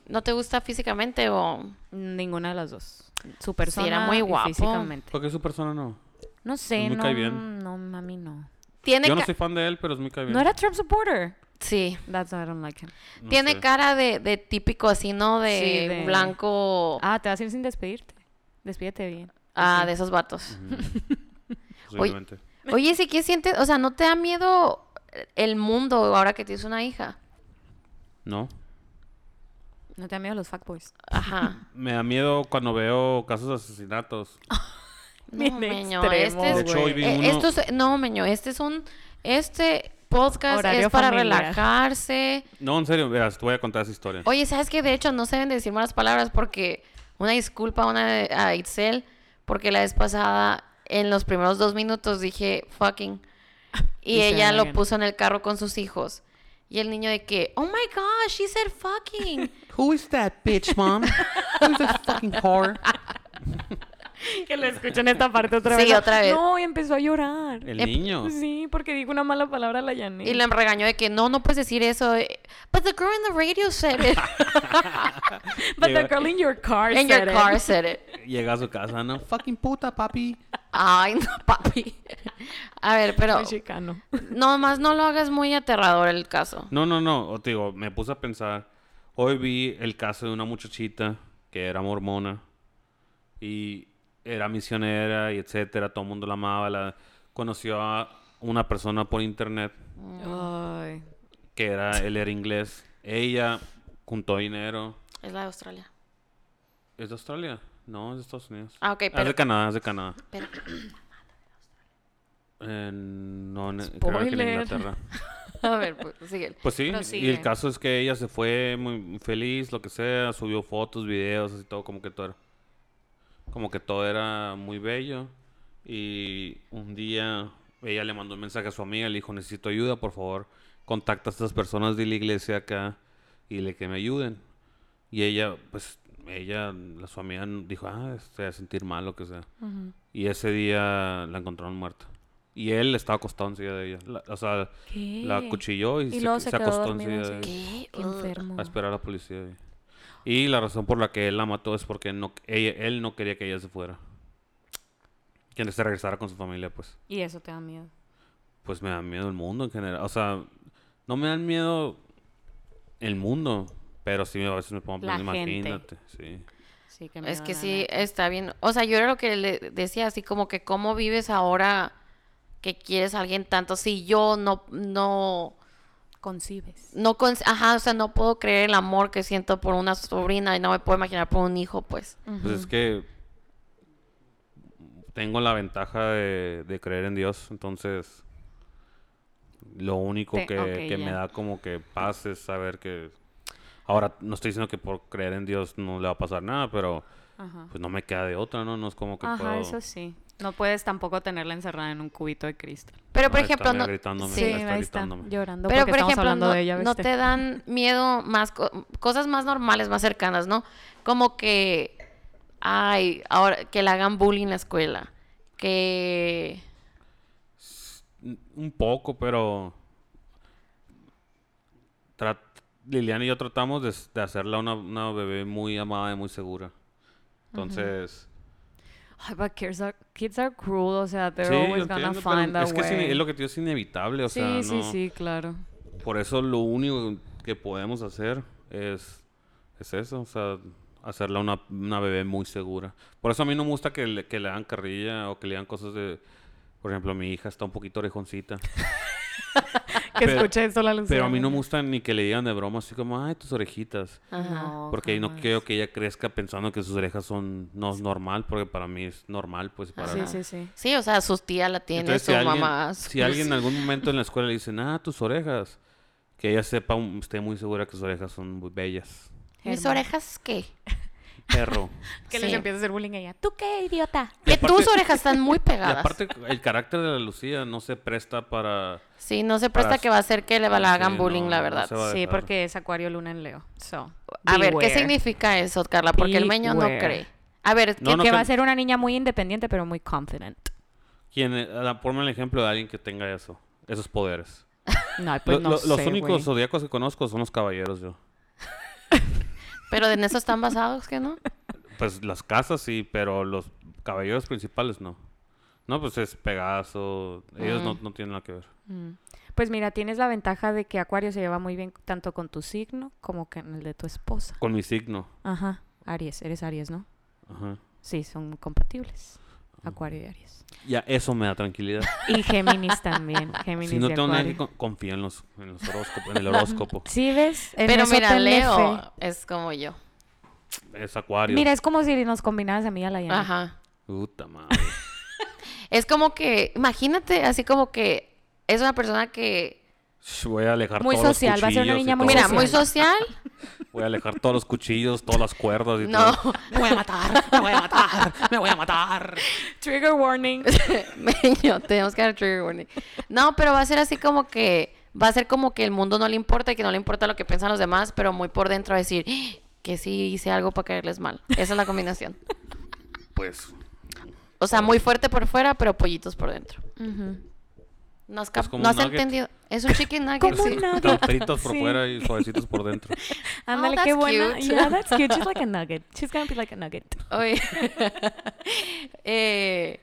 Speaker 1: ¿No te gusta físicamente o...?
Speaker 2: Ninguna de las dos. Su persona
Speaker 1: era muy
Speaker 2: y
Speaker 1: guapo.
Speaker 2: físicamente.
Speaker 3: ¿Por qué su persona no?
Speaker 2: No sé,
Speaker 3: Pues Me
Speaker 2: no,
Speaker 3: cae bien.
Speaker 2: no, mami, no.
Speaker 1: Tiene
Speaker 3: Yo no
Speaker 1: ca-
Speaker 3: soy fan de él, pero es muy cabrón.
Speaker 2: No era Trump supporter.
Speaker 1: Sí.
Speaker 2: That's why I don't like him.
Speaker 3: No
Speaker 1: Tiene
Speaker 3: sé.
Speaker 1: cara de, de típico así, ¿no? De,
Speaker 2: Sí, de-
Speaker 1: blanco... Ah,
Speaker 2: Ah, te vas a ir sin despedirte. Despídete bien.
Speaker 1: de esos vatos.
Speaker 3: Posiblemente.
Speaker 1: Oye, sí, ¿qué sientes? O sea, ¿no te da miedo el mundo ahora que tienes una hija?
Speaker 3: No.
Speaker 2: No te da miedo los fuckboys.
Speaker 1: Ajá.
Speaker 3: Me da miedo cuando veo casos de asesinatos.
Speaker 1: No,
Speaker 2: Bien
Speaker 1: meño,
Speaker 2: extremos,
Speaker 1: este
Speaker 3: De
Speaker 1: es,
Speaker 3: hecho, hoy vi
Speaker 1: eh,
Speaker 3: uno-
Speaker 1: esto es- no, meño, este es un, este podcast
Speaker 2: Horario
Speaker 1: es para
Speaker 2: familiar.
Speaker 1: relajarse.
Speaker 3: No, en serio, verás, te voy a contar esa historia.
Speaker 1: Oye, ¿sabes qué? De hecho, no se deben de decir malas palabras porque una disculpa una de- a Itzel, porque la vez pasada, en los primeros dos minutos dije fucking. Y,
Speaker 2: Y se
Speaker 1: ella lo
Speaker 2: hagan.
Speaker 1: puso en el carro con sus hijos. Y el niño de que, oh my gosh, she said fucking.
Speaker 3: Who is that bitch, mom? Who is that fucking whore?
Speaker 2: Que lo escuchen esta parte otra
Speaker 1: Sí,
Speaker 2: vez.
Speaker 1: otra vez.
Speaker 2: No, y empezó a llorar.
Speaker 3: El
Speaker 1: Eh,
Speaker 3: niño.
Speaker 2: Sí, porque dijo una mala palabra a la Yané.
Speaker 1: y le regañó de que no, no puedes decir eso. eh, But the girl in the radio said it.
Speaker 2: But the girl in your car said
Speaker 1: in your
Speaker 2: it.
Speaker 1: car said it.
Speaker 3: Llega a su casa, ¿no? Fucking puta, papi.
Speaker 1: Ay, no, papi. A ver, pero
Speaker 2: Muy chicano.
Speaker 1: nomás no lo hagas muy aterrador el caso.
Speaker 3: No, no, no. O te digo, me puse a pensar. Hoy vi el caso de una muchachita que era mormona y era misionera y etcétera. Todo el mundo la amaba. La conoció a una persona por internet
Speaker 2: Ay.
Speaker 3: que era, él era inglés. Ella juntó dinero.
Speaker 1: Es la de Australia.
Speaker 3: ¿Es de Australia? No, es de Estados Unidos.
Speaker 1: Ah, ok,
Speaker 3: Ah, es
Speaker 1: pero-
Speaker 3: de Canadá, es de Canadá.
Speaker 1: Pero-
Speaker 3: Eh, no, ne- creo que en
Speaker 2: Spoiler.
Speaker 3: Inglaterra.
Speaker 1: a ver, pues sigue.
Speaker 3: Pues sí, y
Speaker 2: Prosigue.
Speaker 3: el caso es que ella se fue muy feliz, lo que sea, subió fotos, videos, así todo, como que todo era, como que todo era muy bello. Y un día ella le mandó un mensaje a su amiga, le dijo, necesito ayuda, por favor, contacta a estas personas de la iglesia acá y le que me ayuden. Y ella, pues, ella, la, su amiga dijo, ah, se va a sentir mal, lo que sea.
Speaker 2: Ujú.
Speaker 3: Y ese día la encontraron muerta. Y él estaba acostado encima de ella. La- o sea,
Speaker 2: ¿Qué?
Speaker 3: la cuchilló y,
Speaker 2: Y
Speaker 3: se,
Speaker 2: luego
Speaker 3: se
Speaker 2: se quedó
Speaker 3: acostó
Speaker 2: dormido
Speaker 3: encima de
Speaker 2: así.
Speaker 1: ¿Qué?
Speaker 3: ella
Speaker 2: Qué
Speaker 1: Ugh.
Speaker 2: enfermo.
Speaker 3: a esperar a la policía. güey. Y la razón por la que él la mató es porque no, ella- él no quería que ella se fuera. Que se regresara con su familia, pues.
Speaker 2: Y eso te da miedo.
Speaker 3: Pues me da miedo el mundo en general. O sea, no me dan miedo el mundo, pero sí a veces me pongo a
Speaker 2: La
Speaker 3: pensar,
Speaker 2: gente.
Speaker 3: imagínate. Sí.
Speaker 2: Sí, qué
Speaker 1: Es
Speaker 2: miedo,
Speaker 1: que
Speaker 2: la
Speaker 1: sí,
Speaker 2: neta.
Speaker 1: está bien. O sea, yo era lo que le decía, así como que cómo vives ahora que quieres a alguien tanto si yo no, no,
Speaker 2: Concibes.
Speaker 1: no, con- ajá, o sea, no puedo creer el amor que siento por una sobrina y no me puedo imaginar por un hijo, pues.
Speaker 3: Pues es que tengo la ventaja de, de creer en Dios, entonces lo único
Speaker 2: Te-
Speaker 3: que,
Speaker 2: ok,
Speaker 3: que me
Speaker 2: ya.
Speaker 3: da como que paz es saber que... Ahora, no estoy diciendo que por creer en Dios no le va a pasar nada, pero
Speaker 2: Ajá.
Speaker 3: pues no me queda de otra, ¿no? No es como que
Speaker 2: Ajá,
Speaker 3: puedo...
Speaker 2: eso sí. No puedes tampoco tenerla encerrada en un cubito de cristal.
Speaker 1: Pero por
Speaker 3: Ahí está,
Speaker 1: ejemplo,
Speaker 3: mira,
Speaker 1: no,
Speaker 3: gritándome,
Speaker 1: sí,
Speaker 3: ahí está
Speaker 2: ahí está,
Speaker 3: gritándome.
Speaker 2: llorando
Speaker 1: pero
Speaker 2: porque
Speaker 1: por
Speaker 2: estamos
Speaker 1: ejemplo,
Speaker 2: hablando
Speaker 1: no,
Speaker 2: de ella,
Speaker 1: no
Speaker 2: ¿viste?
Speaker 1: te dan miedo más co- cosas más normales, más cercanas, ¿no? Como que, ay, ahora que le hagan bullying en la escuela, que
Speaker 3: Un poco, pero... trat- Liliana y yo tratamos de, de hacerla una, una bebé muy amada y muy segura. Entonces...
Speaker 2: Ay, but kids are, kids are cruel, o sea, they're
Speaker 3: Sí, yo
Speaker 2: always gonna
Speaker 3: entiendo, pero
Speaker 2: find a
Speaker 3: es que es, ine-
Speaker 2: way.
Speaker 3: es lo que te digo, es inevitable, o
Speaker 2: sí,
Speaker 3: sea,
Speaker 2: sí,
Speaker 3: no-
Speaker 2: sí, claro.
Speaker 3: por eso lo único que podemos hacer es, es eso, o sea, hacerla una, una bebé muy segura. Por eso a mí no me gusta que le, que le hagan carrilla o que le hagan cosas de, por ejemplo, mi hija está un poquito orejoncita,
Speaker 2: Que
Speaker 3: Pero-
Speaker 2: escuché eso la luz.
Speaker 3: pero a mí no me gusta ni que le digan de broma así como, ay, tus orejitas,
Speaker 1: ajá.
Speaker 3: porque no quiero que ella crezca pensando que sus orejas son, no es normal, porque para mí es normal, pues, para...
Speaker 2: Sí, sí, sí.
Speaker 1: Sí, o sea, sus tías la tienen,
Speaker 3: Entonces,
Speaker 1: sus mamás.
Speaker 3: si alguien en algún momento en la escuela le dicen, ah, tus orejas, que ella sepa, un- esté muy segura que sus orejas son muy bellas.
Speaker 1: ¿Mis
Speaker 2: Germán.
Speaker 1: orejas qué?
Speaker 3: Perro.
Speaker 2: Que
Speaker 1: Sí.
Speaker 2: les empiece a hacer bullying a ella. ¿Tú qué, idiota?
Speaker 1: Que tus
Speaker 3: aparte-
Speaker 1: orejas están muy
Speaker 3: Y
Speaker 1: pegadas.
Speaker 3: aparte, el carácter de la Lucía no se presta para...
Speaker 1: sí, no se presta
Speaker 3: para-
Speaker 1: que va a hacer que le va- la
Speaker 3: Sí,
Speaker 1: hagan bullying,
Speaker 3: no,
Speaker 1: la
Speaker 3: no
Speaker 1: verdad.
Speaker 3: se va a
Speaker 2: Sí,
Speaker 3: dejar.
Speaker 2: porque es acuario, luna en Leo. So,
Speaker 1: A ver, ¿qué
Speaker 2: beware.
Speaker 1: significa eso, Carla? Porque el meño no
Speaker 2: Beware.
Speaker 1: cree. A ver,
Speaker 3: No,
Speaker 2: que,
Speaker 3: no
Speaker 2: que va
Speaker 3: creo-
Speaker 2: a ser una niña muy independiente, pero muy confident.
Speaker 3: Quien, eh, la- ponme el ejemplo de alguien que tenga eso, esos poderes.
Speaker 2: No, pues
Speaker 3: Lo-
Speaker 2: no
Speaker 3: lo-
Speaker 2: sé,
Speaker 3: los
Speaker 2: güey.
Speaker 3: únicos zodiacos que conozco son los caballeros, yo.
Speaker 1: pero en eso están basados, ¿qué no?
Speaker 3: Pues las casas sí, pero los caballeros principales no. No, pues es Pegaso, ellos
Speaker 2: Ah.
Speaker 3: no, no tienen nada que ver.
Speaker 2: Mm. Pues mira, tienes la ventaja de que acuario se lleva muy bien tanto con tu signo como con el de tu esposa.
Speaker 3: Con mi signo.
Speaker 2: Ajá, Aries, eres Aries, ¿no?
Speaker 3: Ajá.
Speaker 2: Sí, son compatibles. Acuario y Aries.
Speaker 3: Ya eso me da tranquilidad.
Speaker 2: Y Géminis también. Géminis
Speaker 3: Si no
Speaker 2: y
Speaker 3: tengo nada que
Speaker 2: Acuario.
Speaker 3: con- confío en los, en los horóscopos, en el horóscopo.
Speaker 2: Sí, ves. En
Speaker 1: Pero
Speaker 2: eso
Speaker 1: mira,
Speaker 2: tenle fe.
Speaker 1: Leo es como yo.
Speaker 3: Es acuario.
Speaker 2: Mira, es como si nos combinaras a mí y a la Diana.
Speaker 1: Ajá.
Speaker 3: Puta madre.
Speaker 1: Es como que, imagínate, así como que es una persona que,
Speaker 3: Sh, Voy a alejar
Speaker 2: Muy
Speaker 3: todos los
Speaker 2: social, va a ser una
Speaker 3: cuchillos y
Speaker 2: niña muy
Speaker 3: todo.
Speaker 1: mira, muy social.
Speaker 3: Voy a alejar todos los cuchillos, todas las cuerdas y
Speaker 1: No,
Speaker 3: todo.
Speaker 4: Me voy a matar, me voy a matar, me voy a matar.
Speaker 2: Trigger warning.
Speaker 1: Meño, tenemos que dar trigger warning. No, pero va a ser así como que va a ser como que el mundo no le importa y que no le importa lo que piensan los demás, pero muy por dentro va a decir "Ah, que sí hice algo para caerles mal. Esa es la combinación.
Speaker 3: Pues
Speaker 1: O sea, muy fuerte por fuera, pero pollitos por dentro. No has, cap-
Speaker 3: Es como
Speaker 1: no
Speaker 3: un
Speaker 1: has
Speaker 3: nugget.
Speaker 1: entendido. Es un chicken nugget.
Speaker 2: Como
Speaker 1: sí.
Speaker 2: un nugget.
Speaker 3: están fritos por
Speaker 2: Sí.
Speaker 3: fuera y suavecitos por dentro.
Speaker 2: Ándale,
Speaker 1: Oh,
Speaker 2: qué
Speaker 1: that's
Speaker 2: buena.
Speaker 1: cute.
Speaker 2: Yeah, that's cute. She's like a nugget. She's gonna be like a nugget.
Speaker 1: Oye. Eh,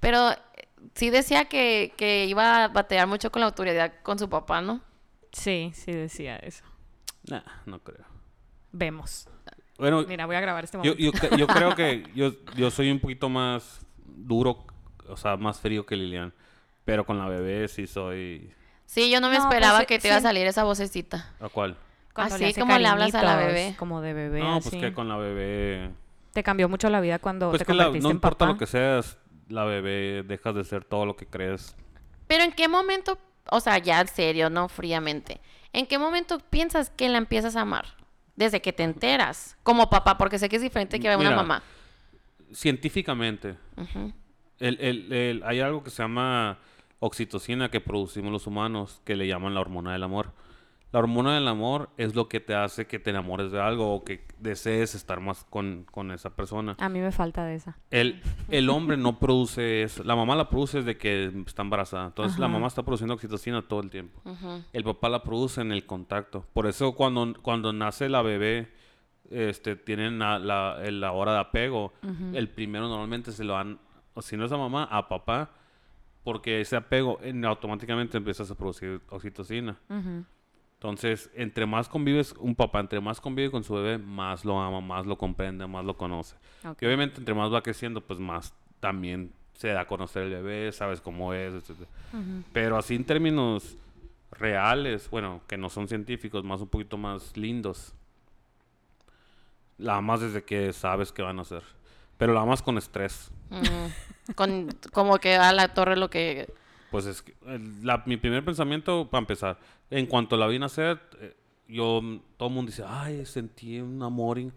Speaker 1: pero sí decía que, que iba a batear mucho con la autoridad con su papá, ¿no?
Speaker 2: Sí, sí decía eso.
Speaker 3: Nah, no creo.
Speaker 2: Vemos.
Speaker 3: Bueno,
Speaker 2: Mira, voy a grabar este
Speaker 3: yo,
Speaker 2: momento.
Speaker 3: yo, cre- yo creo que yo, yo soy un poquito más duro, o sea, más frío que Lilian. Pero con la bebé sí soy...
Speaker 1: Sí, yo no me
Speaker 2: No, pues,
Speaker 1: esperaba
Speaker 2: sí-
Speaker 1: que te iba a
Speaker 2: sí.
Speaker 1: salir esa vocecita.
Speaker 3: ¿A cuál?
Speaker 2: Cuando
Speaker 1: Así
Speaker 2: hace
Speaker 1: como le hablas a la
Speaker 2: cariñitos,
Speaker 1: bebé.
Speaker 2: Como de bebé,
Speaker 3: No,
Speaker 2: así.
Speaker 3: pues que con la bebé
Speaker 2: Te cambió mucho la vida cuando
Speaker 3: Pues
Speaker 2: te
Speaker 3: que la-
Speaker 2: convertiste
Speaker 3: no
Speaker 2: en
Speaker 3: importa
Speaker 2: papá.
Speaker 3: lo que seas, la bebé dejas de ser todo lo que crees.
Speaker 1: Pero en qué momento, o sea, ya en serio, no fríamente, ¿en qué momento piensas que la empiezas a amar? Desde que te enteras, como papá, porque sé que es diferente que una
Speaker 3: Mira.
Speaker 1: mamá.
Speaker 3: Científicamente,
Speaker 1: Ujú.
Speaker 3: el- el- el- hay algo que se llama oxitocina que producimos los humanos, que le llaman la hormona del amor. La hormona del amor es lo que te hace que te enamores de algo o que desees estar más con, con esa persona.
Speaker 2: A mí me falta de esa.
Speaker 3: El, el hombre no produce eso. La mamá la produce desde que está embarazada. Entonces la mamá está produciendo oxitocina todo el tiempo. El papá la produce en el contacto. Por eso cuando, cuando nace la bebé, este, tienen la, la- el- la hora de apego. El primero normalmente se lo dan, o si no es a mamá, a papá. Porque ese apego en- automáticamente empiezas a producir oxitocina.
Speaker 2: Ujú.
Speaker 3: Entonces, entre más convives, un papá, entre más convive con su bebé, más lo ama, más lo comprende, más lo conoce.
Speaker 2: Ok.
Speaker 3: Y obviamente entre más va creciendo, pues más también se da a conocer el bebé, sabes cómo es, etc. Pero así en términos reales, bueno, que no son científicos, más un poquito más lindos. La amas desde que sabes que van a hacer. Pero la amas con estrés.
Speaker 1: Mm, Con, como que a la torre lo que...
Speaker 3: Pues es que el- la- mi primer pensamiento, para empezar, en cuanto la vi nacer, eh, yo, mm, todo el mundo dice, ay, sentí un amor. in-".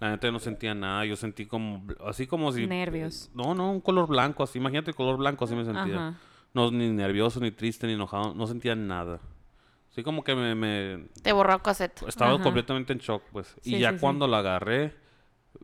Speaker 3: La neta yo no sentía nada, yo sentí como, bl- así como si... eh,
Speaker 2: Nervios.
Speaker 3: No, no, un color blanco, así, imagínate el color blanco, así me sentía.
Speaker 2: Ajá.
Speaker 3: No, ni nervioso, ni triste, ni enojado, no sentía nada. Así como que me, me-
Speaker 1: Te borró cassette.
Speaker 3: estaba
Speaker 2: Ajá.
Speaker 3: completamente en shock, pues.
Speaker 2: Sí,
Speaker 3: y ya
Speaker 2: sí, sí.
Speaker 3: cuando la agarré,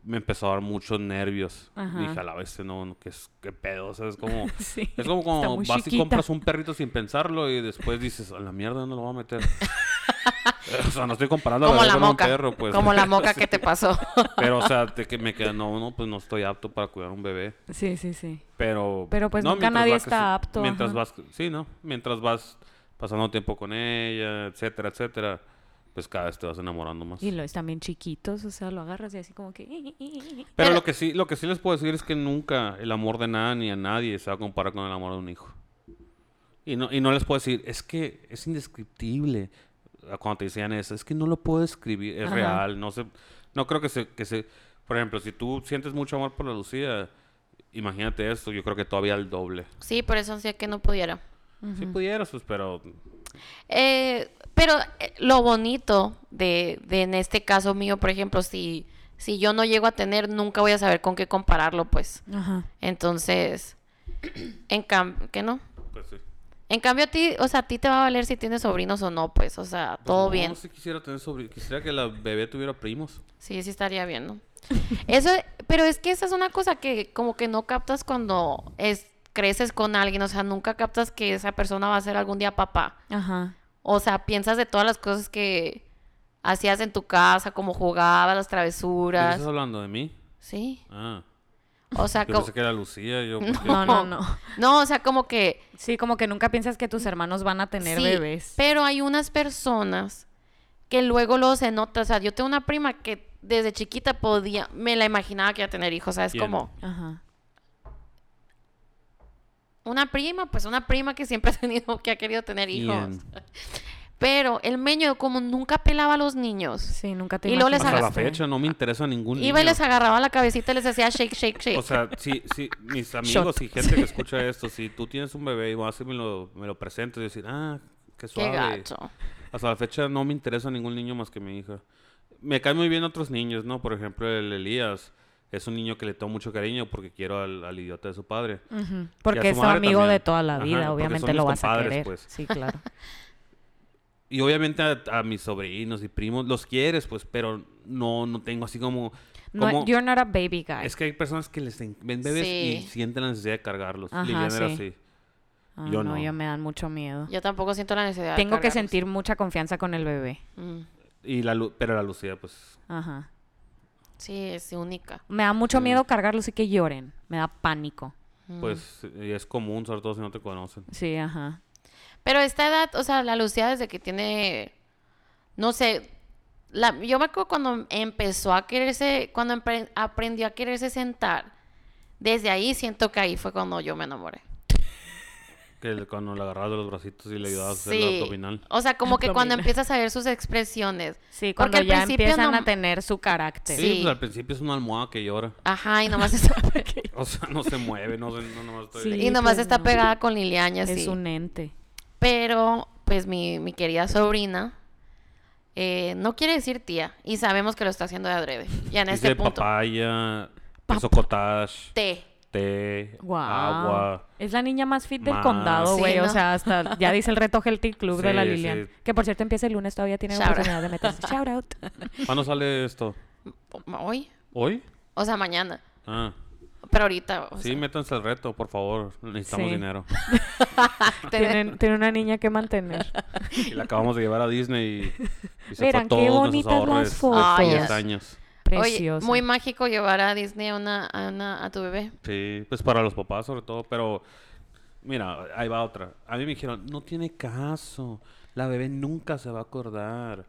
Speaker 3: me empezó a dar muchos nervios.
Speaker 2: Ajá.
Speaker 3: Dije, a la vez, no, no, qué, es- qué pedo, o sea, es como...
Speaker 2: Sí.
Speaker 3: Es como
Speaker 2: Está
Speaker 3: cuando
Speaker 2: muy
Speaker 3: vas y
Speaker 2: chiquita.
Speaker 3: compras un perrito sin pensarlo y después dices, a la mierda, ¿dónde lo voy a meter? o sea, no estoy comparando a
Speaker 1: Como
Speaker 3: bebé
Speaker 1: la
Speaker 3: con un
Speaker 1: moca.
Speaker 3: perro, pues.
Speaker 1: Como la moca que te pasó.
Speaker 3: Pero, o sea, de que me queda, no, no, pues no estoy apto para cuidar un bebé.
Speaker 2: Sí, sí, sí.
Speaker 3: Pero...
Speaker 2: Pero, pues, nunca
Speaker 3: mientras
Speaker 2: nadie
Speaker 3: va
Speaker 2: está
Speaker 3: creci-
Speaker 2: apto,
Speaker 3: Mientras
Speaker 2: ajá.
Speaker 3: vas... Sí, ¿no? Mientras vas pasando tiempo con ella, etcétera, etcétera, pues cada vez te vas enamorando más.
Speaker 2: Y los también chiquitos, o sea, lo agarras y así como que...
Speaker 3: Pero
Speaker 1: Pero-
Speaker 3: lo que sí, lo que sí les puedo decir es que nunca el amor de nada ni a nadie se va a comparar con el amor de un hijo. Y no, y no les puedo decir, es que es indescriptible. Ah, Cuando te decían eso, es que no lo puedo describir, es
Speaker 2: Ajá.
Speaker 3: real, no sé, no creo que se, que se, por ejemplo, si tú sientes mucho amor por la Lucía, imagínate esto, yo creo que todavía el doble.
Speaker 1: Sí, por eso hacía que no pudiera.
Speaker 3: Si pudieras, pues, pero
Speaker 1: Eh, pero eh, lo bonito de, de en este caso mío, por ejemplo, si, si yo no llego a tener, nunca voy a saber con qué compararlo, pues.
Speaker 2: Ajá.
Speaker 1: Entonces, en cambio, ¿qué no?
Speaker 3: pues sí.
Speaker 1: En cambio a ti, o sea, a ti te va a valer si tienes sobrinos o no, pues, o sea, todo
Speaker 3: No,
Speaker 1: bien.
Speaker 3: si quisiera tener sobre, quisiera que la bebé tuviera primos.
Speaker 1: Sí, sí estaría bien, ¿no? Eso, pero es que esa es una cosa que como que no captas cuando es, creces con alguien, o sea, nunca captas que esa persona va a ser algún día papá.
Speaker 2: Ajá.
Speaker 1: O sea, piensas de todas las cosas que hacías en tu casa, como jugabas, las
Speaker 3: ¿Pero
Speaker 1: travesuras.
Speaker 3: ¿Estás hablando de mí?
Speaker 1: Sí.
Speaker 3: Ah,
Speaker 1: O sea,
Speaker 3: yo
Speaker 1: como...
Speaker 3: pensé que era Lucía, yo. ¿por qué?
Speaker 2: No, no, no.
Speaker 1: No, o sea, como que...
Speaker 2: Sí, como que nunca piensas que tus hermanos van a tener
Speaker 1: sí,
Speaker 2: bebés.
Speaker 1: Pero hay unas personas que luego lo se nota. O sea, yo tengo una prima que desde chiquita podía... Me la imaginaba que iba a tener hijos. O sea, es
Speaker 3: ¿Quién?
Speaker 1: como...
Speaker 2: Ajá.
Speaker 1: Una prima, pues una prima que siempre ha tenido... Que ha querido tener hijos.
Speaker 3: Ian.
Speaker 1: Pero el meño como nunca pelaba a los niños.
Speaker 2: Sí, nunca te
Speaker 1: Y luego les
Speaker 2: imaginaste.
Speaker 3: Hasta la
Speaker 1: sacaste.
Speaker 3: fecha no me interesa ningún niño.
Speaker 1: Iba y les agarraba la cabecita y les hacía shake, shake, shake.
Speaker 3: O sea, si, si mis amigos
Speaker 2: Shot.
Speaker 3: y gente que escucha esto, si tú tienes un bebé y vas y me lo, me lo presentes y decir, ah,
Speaker 1: Qué
Speaker 3: qué suave.
Speaker 1: gacho.
Speaker 3: Hasta la fecha no me interesa ningún niño más que mi hija. Me caen muy bien otros niños, ¿no? Por ejemplo, el Elías es un niño que le tomo mucho cariño porque quiero al, al idiota de su padre.
Speaker 2: Ujú.
Speaker 3: Y
Speaker 2: Porque
Speaker 3: a
Speaker 2: es
Speaker 3: su
Speaker 2: tu
Speaker 3: madre
Speaker 2: amigo
Speaker 3: también.
Speaker 2: de toda la
Speaker 3: Ajá,
Speaker 2: vida,
Speaker 3: porque son
Speaker 2: obviamente
Speaker 3: mis
Speaker 2: lo vas a
Speaker 3: compadres,
Speaker 2: querer.
Speaker 3: pues.
Speaker 2: Sí, claro.
Speaker 3: Y obviamente a, a mis sobrinos y primos los quieres, pues, pero no, no tengo así como...
Speaker 2: No,
Speaker 3: como-
Speaker 2: you're not a baby guy.
Speaker 3: Es que hay personas que les en- ven bebés y
Speaker 1: Sí.
Speaker 3: sienten la necesidad de cargarlos.
Speaker 2: Ajá,
Speaker 3: Liliana era
Speaker 2: sí.
Speaker 3: así.
Speaker 2: Ah,
Speaker 3: yo
Speaker 2: no,
Speaker 3: no.
Speaker 2: yo me dan mucho miedo.
Speaker 1: Yo tampoco siento la necesidad. de
Speaker 2: Tengo que
Speaker 1: cargarlos.
Speaker 2: sentir mucha confianza con el bebé.
Speaker 1: Mm,
Speaker 3: Y la Lu- pero la Lucía, pues,
Speaker 2: Ajá.
Speaker 1: sí, es única.
Speaker 2: Me da mucho
Speaker 3: Sí.
Speaker 2: miedo cargarlos y que lloren. Me da pánico.
Speaker 1: Mm.
Speaker 3: pues y es común, sobre todo si no te conocen.
Speaker 2: Sí, ajá.
Speaker 1: Pero esta edad, o sea, la Lucía desde que tiene, no sé, la, yo me acuerdo cuando empezó a quererse, cuando empre- aprendió a quererse sentar, desde ahí siento que ahí fue cuando yo me enamoré.
Speaker 3: Que le- cuando le agarrabas de los bracitos y le ayudabas a hacer
Speaker 1: Sí.
Speaker 3: la Ah, abdominal.
Speaker 1: O sea, como que cuando
Speaker 2: Abdominal.
Speaker 1: empiezas a ver sus expresiones.
Speaker 2: Sí,
Speaker 1: Porque
Speaker 2: cuando
Speaker 1: al
Speaker 2: ya
Speaker 1: principio
Speaker 2: empiezan
Speaker 1: no-
Speaker 2: a tener su carácter.
Speaker 3: Sí,
Speaker 1: Sí.
Speaker 3: pues al principio es una almohada que llora.
Speaker 1: Ajá, y nomás está,
Speaker 3: O sea, no se mueve, no se... No, nomás estoy-
Speaker 2: Sí.
Speaker 1: y nomás
Speaker 2: pues
Speaker 1: está
Speaker 2: no.
Speaker 1: pegada con Liliana,
Speaker 2: es
Speaker 1: sí.
Speaker 2: un ente.
Speaker 1: Pero, pues, mi, mi querida sobrina eh, no quiere decir tía. Y sabemos que lo está haciendo de adrede. Ya en
Speaker 3: Dice
Speaker 1: este punto.
Speaker 3: papaya, queso cottage,
Speaker 1: Té.
Speaker 3: té,
Speaker 2: Wow.
Speaker 3: agua.
Speaker 2: Es la niña más fit del
Speaker 3: Más.
Speaker 2: condado,
Speaker 1: Sí,
Speaker 2: güey. O
Speaker 1: ¿no?
Speaker 2: sea, hasta ya dice el reto Healthy Club de
Speaker 3: Sí,
Speaker 2: la
Speaker 3: sí.
Speaker 2: Lilian. Que por cierto empieza el lunes, todavía tiene
Speaker 1: Shout out.
Speaker 2: oportunidad de meterse. Shout out.
Speaker 3: ¿Cuándo sale esto?
Speaker 1: Hoy.
Speaker 3: ¿Hoy?
Speaker 1: O sea, mañana.
Speaker 3: Ah,
Speaker 1: Pero ahorita. o
Speaker 3: sí,
Speaker 1: sea,
Speaker 3: métanse al reto, por favor. Necesitamos
Speaker 2: Sí.
Speaker 3: dinero.
Speaker 1: tener-
Speaker 2: Tienen- tiene una niña que mantener.
Speaker 3: Y la acabamos de llevar a Disney y, y se
Speaker 2: Miran,
Speaker 3: fue
Speaker 2: qué
Speaker 3: todos nuestros
Speaker 2: bonitas las
Speaker 3: ahorros
Speaker 2: fotos.
Speaker 3: de
Speaker 1: Ay,
Speaker 3: 10
Speaker 1: yes.
Speaker 3: años.
Speaker 1: Oye,
Speaker 2: Preciosa.
Speaker 1: muy mágico llevar a Disney a, una, a, una- a tu bebé.
Speaker 3: Sí, pues para los papás sobre todo, pero mira, ahí va otra. A mí me dijeron, no tiene caso, la bebé nunca se va a acordar,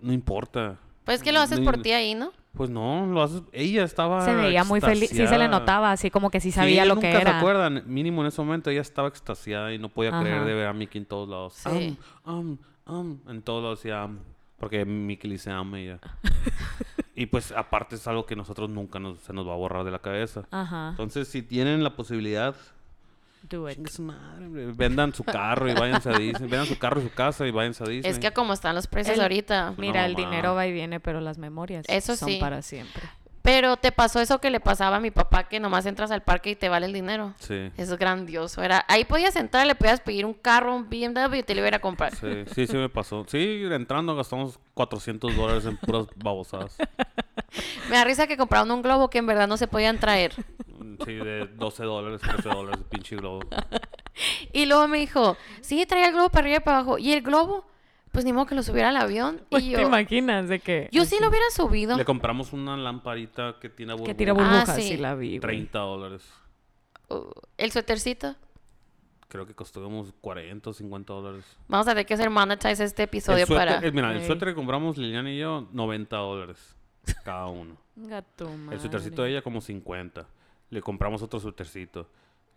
Speaker 3: no importa.
Speaker 1: Pues que lo haces
Speaker 3: Ni-
Speaker 1: por ti ahí, ¿no?
Speaker 3: Pues no, lo haces, ella estaba
Speaker 2: se veía muy feliz. Sí se le
Speaker 3: Ah, extasiada.
Speaker 2: notaba, así como que sí
Speaker 3: Sí,
Speaker 2: sabía
Speaker 3: ella
Speaker 2: lo que
Speaker 3: nunca se
Speaker 2: era.
Speaker 3: acuerdan, mínimo en ese momento ella estaba extasiada y no podía creer
Speaker 2: Ajá.
Speaker 3: de ver a Mickey en todos lados.
Speaker 1: Sí.
Speaker 3: Am, am, am. En todos lados decía am, porque Mickey le dice am a ella. y pues aparte es algo que nosotros nunca nos- se nos va a borrar de la cabeza.
Speaker 2: Ajá.
Speaker 3: Entonces, si tienen la posibilidad,
Speaker 2: Do it.
Speaker 3: chingue su madre, hombre, vendan su carro y váyanse a Disney. Vendan su carro y su casa y váyanse a Disney.
Speaker 1: Es que como están los precios
Speaker 2: El-
Speaker 1: ahorita.
Speaker 3: Una
Speaker 2: Mira, el
Speaker 3: mamá.
Speaker 2: dinero va y viene, pero las memorias
Speaker 1: Eso
Speaker 2: son
Speaker 1: sí.
Speaker 2: para siempre.
Speaker 1: Pero te pasó eso que le pasaba a mi papá, que nomás entras al parque y te vale el dinero.
Speaker 3: Sí,
Speaker 1: Eso es grandioso. Era, ahí podías entrar, le podías pedir un carro, un BMW y te lo iba a ir a comprar.
Speaker 3: sí, sí, sí me pasó. Sí, entrando gastamos 400 dólares en puras babosadas.
Speaker 1: Me da risa que compraron un globo que en verdad no se podían traer.
Speaker 3: Sí, de 12 dólares, 13 dólares, pinche globo.
Speaker 1: Y luego me dijo, sí, traía el globo para arriba y para abajo. ¿Y el globo? Pues ni modo que lo subiera al avión.
Speaker 2: Pues,
Speaker 1: y
Speaker 2: ¿Te
Speaker 1: yo,
Speaker 2: imaginas de que
Speaker 1: yo sí lo hubiera subido.
Speaker 3: Le compramos una lamparita que tiene burbuja.
Speaker 2: que tira
Speaker 1: burbuja.
Speaker 2: burbujas?
Speaker 1: Ah, sí.
Speaker 2: sí. la vi. güey.
Speaker 3: 30 dólares.
Speaker 1: Uh, El suétercito.
Speaker 3: Creo que costó como 40 o 50 dólares.
Speaker 1: Vamos a tener que hacer monetize este
Speaker 3: El
Speaker 1: episodio
Speaker 3: suéter-
Speaker 1: para...
Speaker 3: eh, mira, el
Speaker 2: Ey.
Speaker 3: suéter que compramos Liliana y yo, 90 dólares cada uno.
Speaker 2: Gato,
Speaker 3: El suétercito de ella como 50. Le compramos otro suétercito.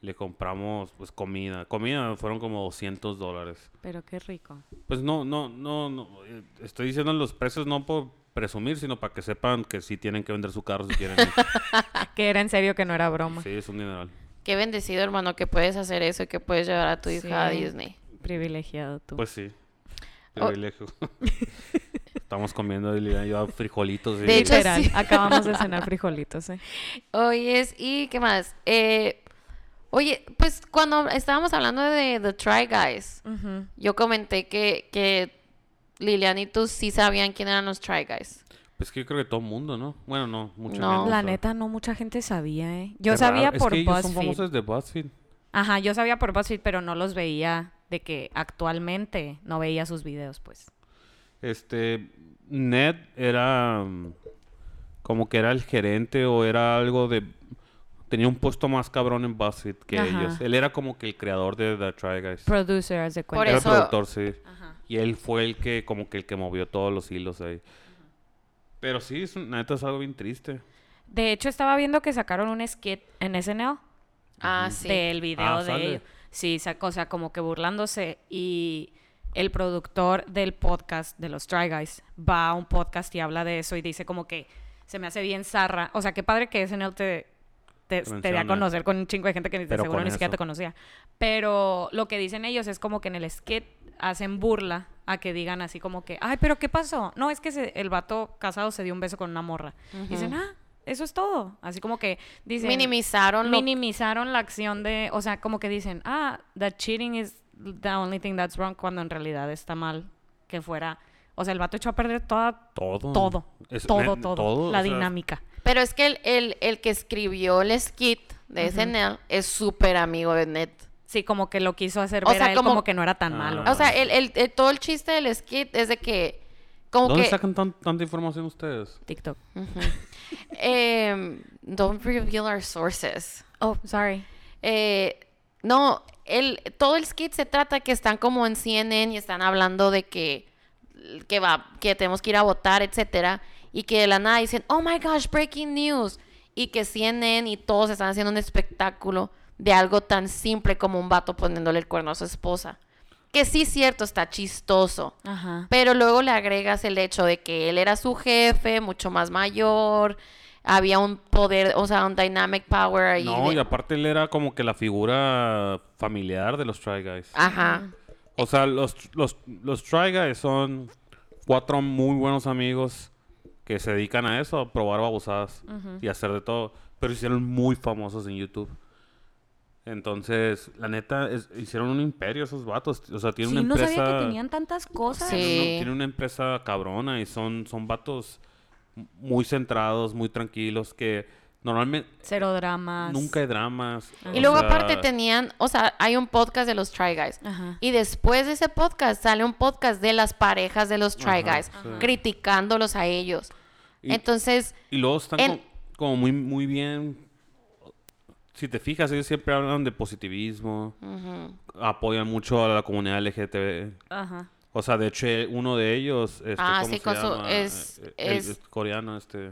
Speaker 3: Le compramos pues comida. Comida fueron como 200 dólares.
Speaker 2: Pero qué rico.
Speaker 3: Pues no, no, no, no. eh, Estoy diciendo los precios no por presumir, sino para que sepan que sí tienen que vender su carro si quieren.
Speaker 2: Ah, Que era en serio, que no era broma.
Speaker 3: sí, es un dineral.
Speaker 1: Qué bendecido, hermano, que puedes hacer eso y que puedes llevar a tu hija a
Speaker 2: Sí.
Speaker 1: Disney.
Speaker 2: Privilegiado tú.
Speaker 3: Pues sí.
Speaker 1: Oh.
Speaker 3: Privilegio. Estamos comiendo Liliana y yo frijolitos. y-
Speaker 1: De hecho,
Speaker 2: Literal,
Speaker 1: sí.
Speaker 2: acabamos de cenar frijolitos, ¿eh?
Speaker 1: Oyes, ¿y qué más? Eh, oye, pues cuando estábamos hablando de The Try Guys,
Speaker 2: Ujú.
Speaker 1: yo comenté que, que Lilian y tú sí sabían quién eran los Try Guys.
Speaker 3: Pues que yo creo que todo el mundo, ¿no? Bueno, no, mucha
Speaker 1: No.
Speaker 3: gente
Speaker 2: La
Speaker 3: sabe.
Speaker 2: neta, no mucha gente sabía, ¿eh? Yo
Speaker 3: Qué
Speaker 2: sabía
Speaker 3: raro.
Speaker 2: por
Speaker 3: es que ellos son
Speaker 2: BuzzFeed.
Speaker 3: famosos de BuzzFeed.
Speaker 2: Ajá, yo sabía por BuzzFeed, pero no los veía de que actualmente no veía sus videos, pues.
Speaker 3: Este, Ned era mm, como que era el gerente o era algo de... Tenía un puesto más cabrón en BuzzFeed que
Speaker 2: Ajá.
Speaker 3: ellos. Él era como que el creador de The Try Guys.
Speaker 2: Producer, haz de
Speaker 1: Por
Speaker 2: cuenta.
Speaker 3: era
Speaker 1: eso-
Speaker 3: el productor, sí.
Speaker 2: Ajá.
Speaker 3: Y él fue el que como que el que movió todos los hilos ahí. Pero sí, es, un- la neta es algo bien triste.
Speaker 2: De hecho, estaba viendo que sacaron un skit en SNL
Speaker 1: Ah, sí.
Speaker 2: del video
Speaker 3: Ah,
Speaker 2: de
Speaker 3: sale.
Speaker 2: ellos. Sí, sacó, o sea, como que burlándose. Y el productor del podcast de los Try Guys va a un podcast y habla de eso y dice como que se me hace bien zarra. O sea, qué padre que SNL te, te,
Speaker 3: Te
Speaker 2: te dé a
Speaker 3: menciona.
Speaker 2: conocer con un chingo de gente que ni,
Speaker 3: Pero
Speaker 2: seguro
Speaker 3: con
Speaker 2: ni siquiera te
Speaker 3: eso.
Speaker 2: conocía. Pero lo que dicen ellos es como que en el skit hacen burla a que digan así como que, ay, pero ¿qué pasó? No, es que se- el vato casado se dio un beso con una morra. Dicen, ah, eso es todo. Así como que dicen...
Speaker 1: Minimizaron lo-
Speaker 2: Minimizaron la acción de, o sea, como que dicen, ah, that cheating is the only thing that's wrong, cuando en realidad está mal que fuera, o sea, el vato echó a perder toda,
Speaker 3: Todo.
Speaker 2: todo,
Speaker 3: Mm. Es-
Speaker 2: todo,
Speaker 3: ne-
Speaker 2: todo,
Speaker 3: todo,
Speaker 2: la
Speaker 3: o sea,
Speaker 2: dinámica.
Speaker 1: Pero es que el, el, el que escribió el skit de SNL es súper amigo de Ned.
Speaker 2: Sí, como que lo quiso hacer
Speaker 1: O
Speaker 2: ver
Speaker 1: sea,
Speaker 2: a él
Speaker 1: como-
Speaker 2: como... que no era tan
Speaker 3: Ah.
Speaker 2: malo.
Speaker 1: O sea, el, el- el- todo el chiste del skit es de que... Como
Speaker 3: ¿Dónde
Speaker 1: que...
Speaker 3: sacan tan- tanta información ustedes?
Speaker 2: TikTok.
Speaker 1: Ujú. Em, don't reveal our sources.
Speaker 2: Oh, sorry.
Speaker 1: Eh, no, el, todo el skit se trata que están como en CNN y están hablando de que, que, va, que tenemos que ir a votar, etcétera, y que de la nada dicen, oh my gosh, breaking news, y que CNN y todos están haciendo un espectáculo de algo tan simple como un vato poniéndole el cuerno a su esposa. Que sí, cierto, está chistoso.
Speaker 2: Ajá.
Speaker 1: Pero luego le agregas el hecho de que él era su jefe, mucho más mayor, había un poder, o sea, un dynamic power ahí.
Speaker 3: No,
Speaker 1: de-
Speaker 3: y aparte él era como que la figura familiar de los Try Guys.
Speaker 1: Ajá.
Speaker 3: O sea, los, los, los Try Guys son cuatro muy buenos amigos que se dedican a eso, a probar babosadas y hacer de todo. Pero se hicieron muy famosos en YouTube. Entonces, la neta, es- hicieron un imperio esos vatos. O sea, tienen
Speaker 2: Sí,
Speaker 3: una
Speaker 2: no
Speaker 3: empresa...
Speaker 2: sabía que tenían tantas cosas.
Speaker 1: Sí.
Speaker 3: Tienen, un- tienen una empresa cabrona y son, son vatos muy centrados, muy tranquilos, que normalmente
Speaker 2: Cero dramas.
Speaker 3: nunca hay dramas.
Speaker 1: Y
Speaker 3: o
Speaker 1: luego
Speaker 3: sea,
Speaker 1: aparte tenían, o sea, hay un podcast de los Try Guys.
Speaker 2: Ajá.
Speaker 1: Y después de ese podcast sale un podcast de las parejas de los Try
Speaker 3: Ajá,
Speaker 1: Guys,
Speaker 3: sí.
Speaker 1: criticándolos a ellos.
Speaker 3: Y-
Speaker 1: Entonces,
Speaker 3: Y luego están
Speaker 1: en-
Speaker 3: co- como muy, muy bien. Si te fijas, ellos siempre hablan de positivismo, apoyan mucho a la comunidad LGTB.
Speaker 2: Ajá.
Speaker 3: O sea, de hecho, eh, uno de ellos este,
Speaker 1: Ah,
Speaker 3: ¿cómo
Speaker 1: sí,
Speaker 3: se
Speaker 1: con su-
Speaker 3: llama?
Speaker 1: es-
Speaker 3: Eh, el-
Speaker 1: es-
Speaker 3: el coreano, este.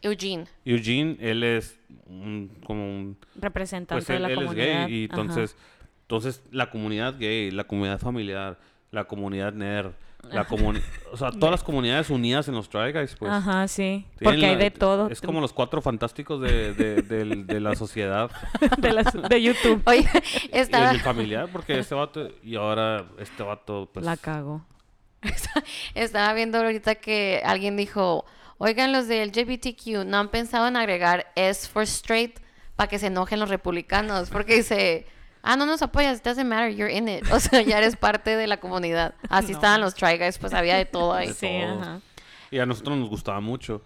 Speaker 1: Eugene.
Speaker 3: Eugene, él es un- como un
Speaker 2: Representante
Speaker 3: pues él,
Speaker 2: de la
Speaker 3: él es
Speaker 2: comunidad.
Speaker 3: gay y
Speaker 2: Ajá.
Speaker 3: entonces entonces la comunidad gay la comunidad familiar la comunidad nerd la comuni- o sea todas las comunidades unidas en los Try Guys pues
Speaker 2: Ajá, sí.
Speaker 3: Tienen
Speaker 2: Porque hay
Speaker 3: la-
Speaker 2: de todo.
Speaker 3: es como los cuatro fantásticos de, de- del- de la sociedad
Speaker 2: de, las- de YouTube.
Speaker 1: Oye,
Speaker 3: y
Speaker 1: estaba...
Speaker 3: el familiar porque este vato y ahora este vato pues
Speaker 2: La cago.
Speaker 1: Estaba viendo ahorita que alguien dijo, oigan, los de LGBTQ no han pensado en agregar S for straight para que se enojen los republicanos, porque dice, ah, no nos apoyas, it doesn't matter, you're in it. O sea, ya eres parte de la comunidad. Así estaban los Try Guys, pues había de todo ahí.
Speaker 2: Sí,
Speaker 3: todo.
Speaker 2: ajá.
Speaker 3: y a nosotros nos gustaba mucho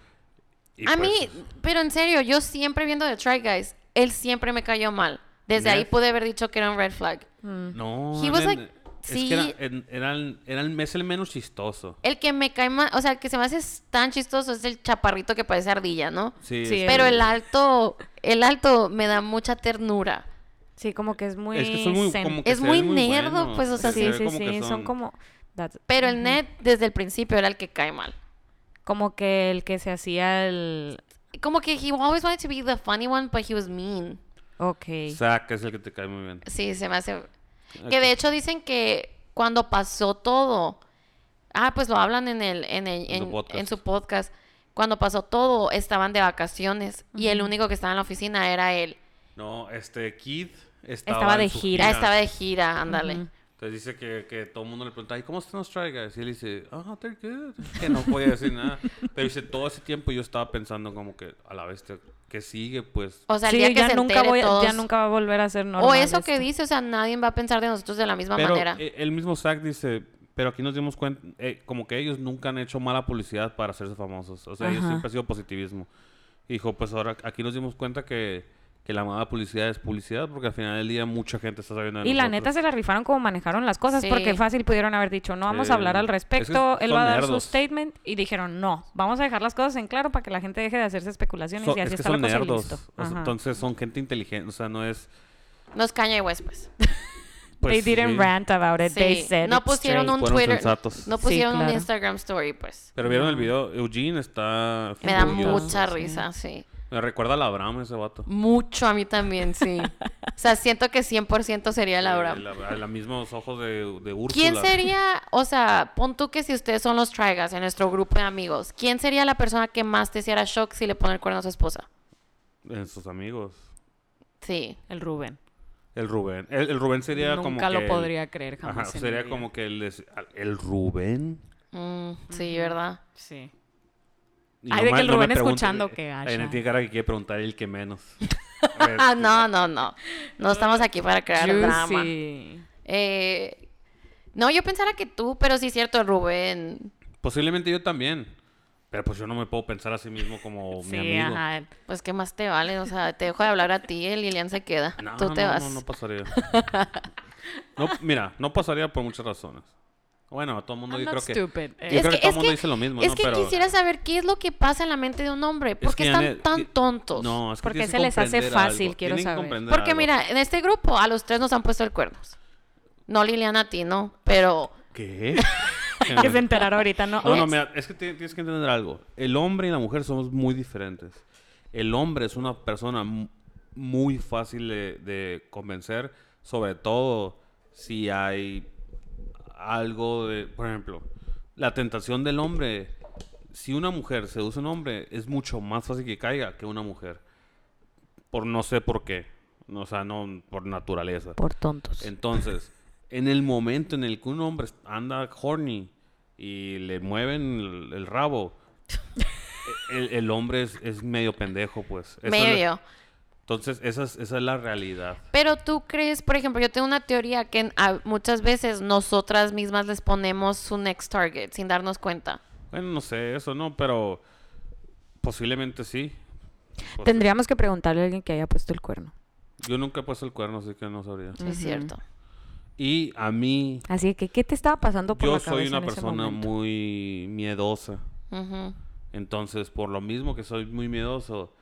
Speaker 3: Y,
Speaker 1: A
Speaker 3: pues,
Speaker 1: mí, pero en serio, yo siempre viendo The Try Guys, él siempre me cayó mal. Desde ahí
Speaker 3: Nef.
Speaker 1: pude haber dicho que era un red flag.
Speaker 3: Mm. no
Speaker 1: He was
Speaker 3: nen,
Speaker 1: like-
Speaker 3: es
Speaker 1: sí.
Speaker 3: que era, en- era el- era el mes el menos chistoso
Speaker 1: El que me cae mal, o sea, el que se me hace tan chistoso es el chaparrito que parece ardilla, ¿no?
Speaker 3: sí,
Speaker 2: Sí,
Speaker 3: es-
Speaker 1: Pero el alto, el alto me da mucha ternura.
Speaker 2: Sí, como que es muy.
Speaker 3: es que son muy,
Speaker 2: zen.
Speaker 3: como que
Speaker 1: Es
Speaker 3: se
Speaker 1: muy
Speaker 3: ven
Speaker 1: nerdo,
Speaker 3: buenos,
Speaker 1: pues, o sea,
Speaker 3: se
Speaker 2: sí,
Speaker 3: ve
Speaker 2: sí,
Speaker 3: como que
Speaker 2: sí. Son, como. that's-
Speaker 1: Pero el net desde el principio era el que cae mal.
Speaker 2: Como que el que se hacía el.
Speaker 1: Como que he always wanted to be the funny one, but he was mean.
Speaker 2: Ok.
Speaker 3: Zack es el que te cae muy bien.
Speaker 1: Sí, se me hace.
Speaker 3: Ok.
Speaker 1: Que de hecho dicen que cuando pasó todo. Ah, pues lo hablan en el, en el-
Speaker 3: En su
Speaker 1: en-
Speaker 3: podcast.
Speaker 1: en su podcast. Cuando pasó todo, estaban de vacaciones. Y el único que estaba en la oficina era él.
Speaker 3: No, este Kid estaba,
Speaker 2: Estaba de
Speaker 3: en su
Speaker 2: gira.
Speaker 1: Ya estaba de gira, ándale.
Speaker 3: Entonces dice que, que todo el mundo le pregunta, ¿y cómo están los Try Guys? Y él dice, ah, they're good. Que no podía decir nada. Pero dice, todo ese tiempo yo estaba pensando como que, a la bestia, ¿qué sigue? Pues,
Speaker 1: O sea, el
Speaker 2: Sí,
Speaker 1: día que
Speaker 2: ya,
Speaker 1: se
Speaker 2: nunca
Speaker 1: entere
Speaker 2: voy, a- ya
Speaker 1: todos-
Speaker 2: nunca va a volver a ser normal.
Speaker 1: O eso que
Speaker 2: esto.
Speaker 1: dice, o sea, nadie va a pensar de nosotros de la misma
Speaker 3: pero
Speaker 1: manera.
Speaker 3: eh, el mismo Zack dice, pero aquí nos dimos cuenta, eh, como que ellos nunca han hecho mala publicidad para hacerse famosos. O sea, ellos
Speaker 2: Ajá.
Speaker 3: siempre ha sido positivismo. Y dijo, pues ahora aquí nos dimos cuenta que, que la mala publicidad es publicidad, porque al final del día mucha gente está sabiendo de
Speaker 2: Y la
Speaker 3: nosotros.
Speaker 2: neta se la rifaron como manejaron las cosas,
Speaker 1: Sí.
Speaker 2: porque fácil pudieron haber dicho, no vamos
Speaker 3: Sí.
Speaker 2: a hablar al
Speaker 3: Es que
Speaker 2: respecto, él
Speaker 3: son
Speaker 2: va a dar
Speaker 3: nerdos.
Speaker 2: su statement, y dijeron, no, vamos a dejar las cosas en claro para que la gente deje de hacerse especulaciones
Speaker 3: So-
Speaker 2: y así
Speaker 3: es que
Speaker 2: está la
Speaker 3: son
Speaker 2: cosa y
Speaker 3: nerdos.
Speaker 2: listo.
Speaker 3: O sea,
Speaker 2: Ajá.
Speaker 3: entonces son gente inteligente. O sea, no es.
Speaker 1: Nos caña y West, pues.
Speaker 3: pues,
Speaker 2: they didn't
Speaker 3: sí.
Speaker 2: rant about it,
Speaker 1: Sí,
Speaker 2: they said
Speaker 1: no
Speaker 2: it
Speaker 1: pusieron
Speaker 2: straight.
Speaker 1: un
Speaker 3: Fueron
Speaker 1: Twitter,
Speaker 3: sensatos.
Speaker 1: no
Speaker 2: Sí,
Speaker 1: pusieron un
Speaker 2: claro.
Speaker 1: Instagram story, pues.
Speaker 3: Pero vieron el video. Eugene está.
Speaker 1: Me da
Speaker 3: furioso.
Speaker 1: mucha
Speaker 2: sí.
Speaker 1: risa, sí.
Speaker 3: Me recuerda a la Abraham ese vato.
Speaker 1: Mucho a mí también, sí. O sea, siento que 100% sería la
Speaker 3: Eh,
Speaker 1: Abraham.
Speaker 3: la- A los mismos ojos de, de Úrsula.
Speaker 1: ¿Quién sería, o sea, pon tú que si ustedes son los Trigas en nuestro grupo de amigos, ¿quién sería la persona que más te hiciera shock si le pone el cuerno a su esposa?
Speaker 3: En sus amigos.
Speaker 1: Sí.
Speaker 2: El Rubén. El
Speaker 3: El Rubén. El, el Rubén sería
Speaker 2: Nunca
Speaker 3: como.
Speaker 2: lo
Speaker 3: que el-
Speaker 2: podría creer jamás.
Speaker 3: Ajá,
Speaker 2: en mi
Speaker 3: sería
Speaker 2: vida.
Speaker 3: como que el, des- al- el Rubén.
Speaker 1: Mm, sí, ¿verdad?
Speaker 2: Sí.
Speaker 3: Y
Speaker 2: Ay, de
Speaker 3: me-
Speaker 2: que el
Speaker 3: me
Speaker 2: Rubén
Speaker 3: pregunte-
Speaker 2: escuchando, qué
Speaker 3: Ay,
Speaker 2: gacha.
Speaker 3: no tiene cara que quiere preguntar el que menos. A ver,
Speaker 1: Ah, no, no, no. No estamos aquí para crear drama.
Speaker 2: Juicy.
Speaker 1: Eh, no, yo pensara que tú, pero sí es cierto, Rubén.
Speaker 3: Posiblemente yo también. Pero pues yo no me puedo pensar a sí mismo como mi
Speaker 2: Sí,
Speaker 3: amigo.
Speaker 2: ajá.
Speaker 1: Pues qué más te vale, o sea, te dejo de hablar a ti, el Lilian se queda.
Speaker 3: Ah, No,
Speaker 1: tú te
Speaker 3: no,
Speaker 1: vas.
Speaker 3: No, no pasaría. No, mira, no pasaría por muchas razones. Bueno, a todo el mundo
Speaker 2: I'm
Speaker 3: yo creo
Speaker 2: not stupid.
Speaker 3: que.
Speaker 2: Eh.
Speaker 3: Yo
Speaker 1: Es
Speaker 3: creo
Speaker 1: que-
Speaker 3: que, todo
Speaker 1: es
Speaker 3: el mundo
Speaker 1: que-
Speaker 3: dice lo mismo,
Speaker 1: es
Speaker 3: ¿no?
Speaker 1: que
Speaker 3: Pero
Speaker 1: quisiera saber qué es lo que pasa en la mente de un hombre.
Speaker 3: es
Speaker 1: ¿Por qué
Speaker 3: que,
Speaker 1: están
Speaker 3: Janet,
Speaker 1: tan
Speaker 3: ti-
Speaker 1: tontos?
Speaker 3: No, es que
Speaker 2: Porque
Speaker 3: tienes
Speaker 2: se
Speaker 3: que
Speaker 2: les hace
Speaker 3: comprender
Speaker 2: fácil,
Speaker 3: algo,
Speaker 2: quiero
Speaker 3: tienen que
Speaker 2: saber.
Speaker 3: comprender
Speaker 1: Porque
Speaker 3: algo.
Speaker 1: mira, en este grupo a los tres nos han puesto el cuernos. No Lilian a ti, ¿no? Pero
Speaker 3: ¿Qué?
Speaker 2: Que se enteraron ahorita, ¿no?
Speaker 3: No, no, mira, es que ti- tienes que entender algo. El hombre y la mujer somos muy diferentes. El hombre es una persona mu- muy fácil de, de convencer, sobre todo si hay algo de, por ejemplo, la tentación del hombre. Si una mujer seduce a un hombre, es mucho más fácil que caiga que una mujer. Por no sé por qué. O sea, no por naturaleza.
Speaker 1: Por
Speaker 2: pues.
Speaker 1: tontos.
Speaker 3: Entonces, en el momento en el que un hombre anda horny y le mueven el, el rabo, e-, el, el hombre es, es medio pendejo, pues. Eso es lo-
Speaker 1: Medio.
Speaker 3: entonces, esa es, esa es la realidad.
Speaker 1: Pero tú crees, por ejemplo, yo tengo una teoría que en- a- muchas veces nosotras mismas les ponemos su next target sin darnos cuenta.
Speaker 3: Bueno, no sé eso, ¿no? Pero posiblemente sí. Pues,
Speaker 2: Tendríamos que preguntarle a alguien que haya puesto el cuerno.
Speaker 3: Yo nunca he puesto el cuerno, así que no sabría.
Speaker 1: Es cierto.
Speaker 3: Y a mí,
Speaker 2: Así que, ¿qué te estaba pasando por
Speaker 3: yo
Speaker 2: la cabeza
Speaker 3: soy una
Speaker 2: en ese
Speaker 3: persona
Speaker 2: momento?
Speaker 3: muy miedosa.
Speaker 1: Ujú.
Speaker 3: Entonces, por lo mismo que soy muy miedoso,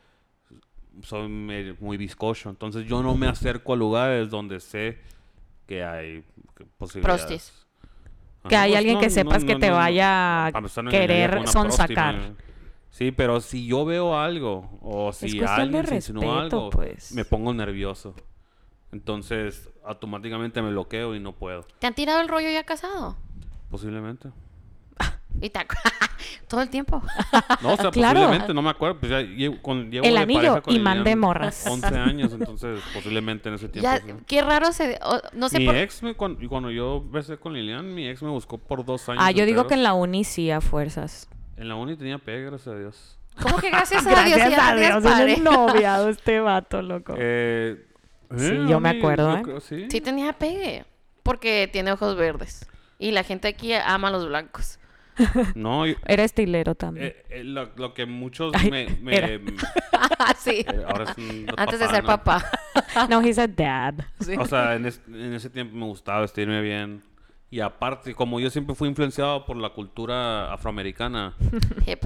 Speaker 3: soy me- muy bizcocho. Entonces, yo no me acerco a lugares donde sé que hay que- posibilidades.
Speaker 1: Prostis.
Speaker 3: Ajá.
Speaker 2: Que hay
Speaker 3: Pues,
Speaker 2: alguien
Speaker 3: no,
Speaker 2: que
Speaker 3: no,
Speaker 2: sepas
Speaker 3: no,
Speaker 2: que
Speaker 3: no,
Speaker 2: te
Speaker 3: no, no.
Speaker 2: vaya a
Speaker 3: Para empezar, no engañaría
Speaker 2: querer
Speaker 3: con una
Speaker 2: sonsacar.
Speaker 3: próstima. Sí, pero si yo veo algo o si
Speaker 2: cuestión de
Speaker 3: alguien se insinúa
Speaker 2: respeto,
Speaker 3: algo,
Speaker 2: pues.
Speaker 3: me pongo nervioso. Entonces, automáticamente me bloqueo y no puedo.
Speaker 1: ¿Te han tirado el rollo ya casado?
Speaker 3: Posiblemente.
Speaker 1: Y te acu- todo el tiempo.
Speaker 3: No, o sea,
Speaker 2: Claro.
Speaker 3: posiblemente, no me acuerdo. Pues ya llevo, con, llevo
Speaker 2: El
Speaker 3: de
Speaker 2: anillo,
Speaker 3: pareja con
Speaker 2: imán
Speaker 3: Lilian
Speaker 2: de morras.
Speaker 3: 11 años, entonces posiblemente en ese tiempo.
Speaker 1: ya,
Speaker 3: sí.
Speaker 1: qué raro se... o- no sé
Speaker 3: mi
Speaker 1: por...
Speaker 3: ex, me, cuan- cuando, yo besé con Lilian, mi ex me buscó por dos años.
Speaker 2: Ah, yo digo que en
Speaker 3: enteros.
Speaker 2: la uni sí a fuerzas.
Speaker 3: En la uni tenía pegue, gracias a Dios.
Speaker 1: ¿Cómo que gracias a Dios?
Speaker 2: Gracias
Speaker 1: ya
Speaker 2: a
Speaker 1: no tienes
Speaker 2: Dios, eres
Speaker 1: pareja?
Speaker 2: noviado este vato, loco.
Speaker 3: Eh,
Speaker 2: Sí,
Speaker 3: eh,
Speaker 2: yo me
Speaker 3: uni,
Speaker 2: acuerdo, ¿eh?
Speaker 3: creo- sí.
Speaker 1: Sí tenía pegue. Porque tiene ojos verdes. Y la gente aquí ama a los blancos.
Speaker 3: No, yo-
Speaker 2: Era estilero también.
Speaker 3: eh, eh, lo, lo que muchos
Speaker 2: Ay,
Speaker 3: me... me-
Speaker 2: era.
Speaker 3: eh,
Speaker 1: sí.
Speaker 3: ahora es un
Speaker 1: Antes de ser
Speaker 3: ¿no?
Speaker 1: papá.
Speaker 2: no, he's a dad.
Speaker 1: Sí.
Speaker 3: O sea, en, es- en ese tiempo me gustaba vestirme bien. Y aparte, como yo siempre fui influenciado por la cultura afroamericana,
Speaker 1: Hip.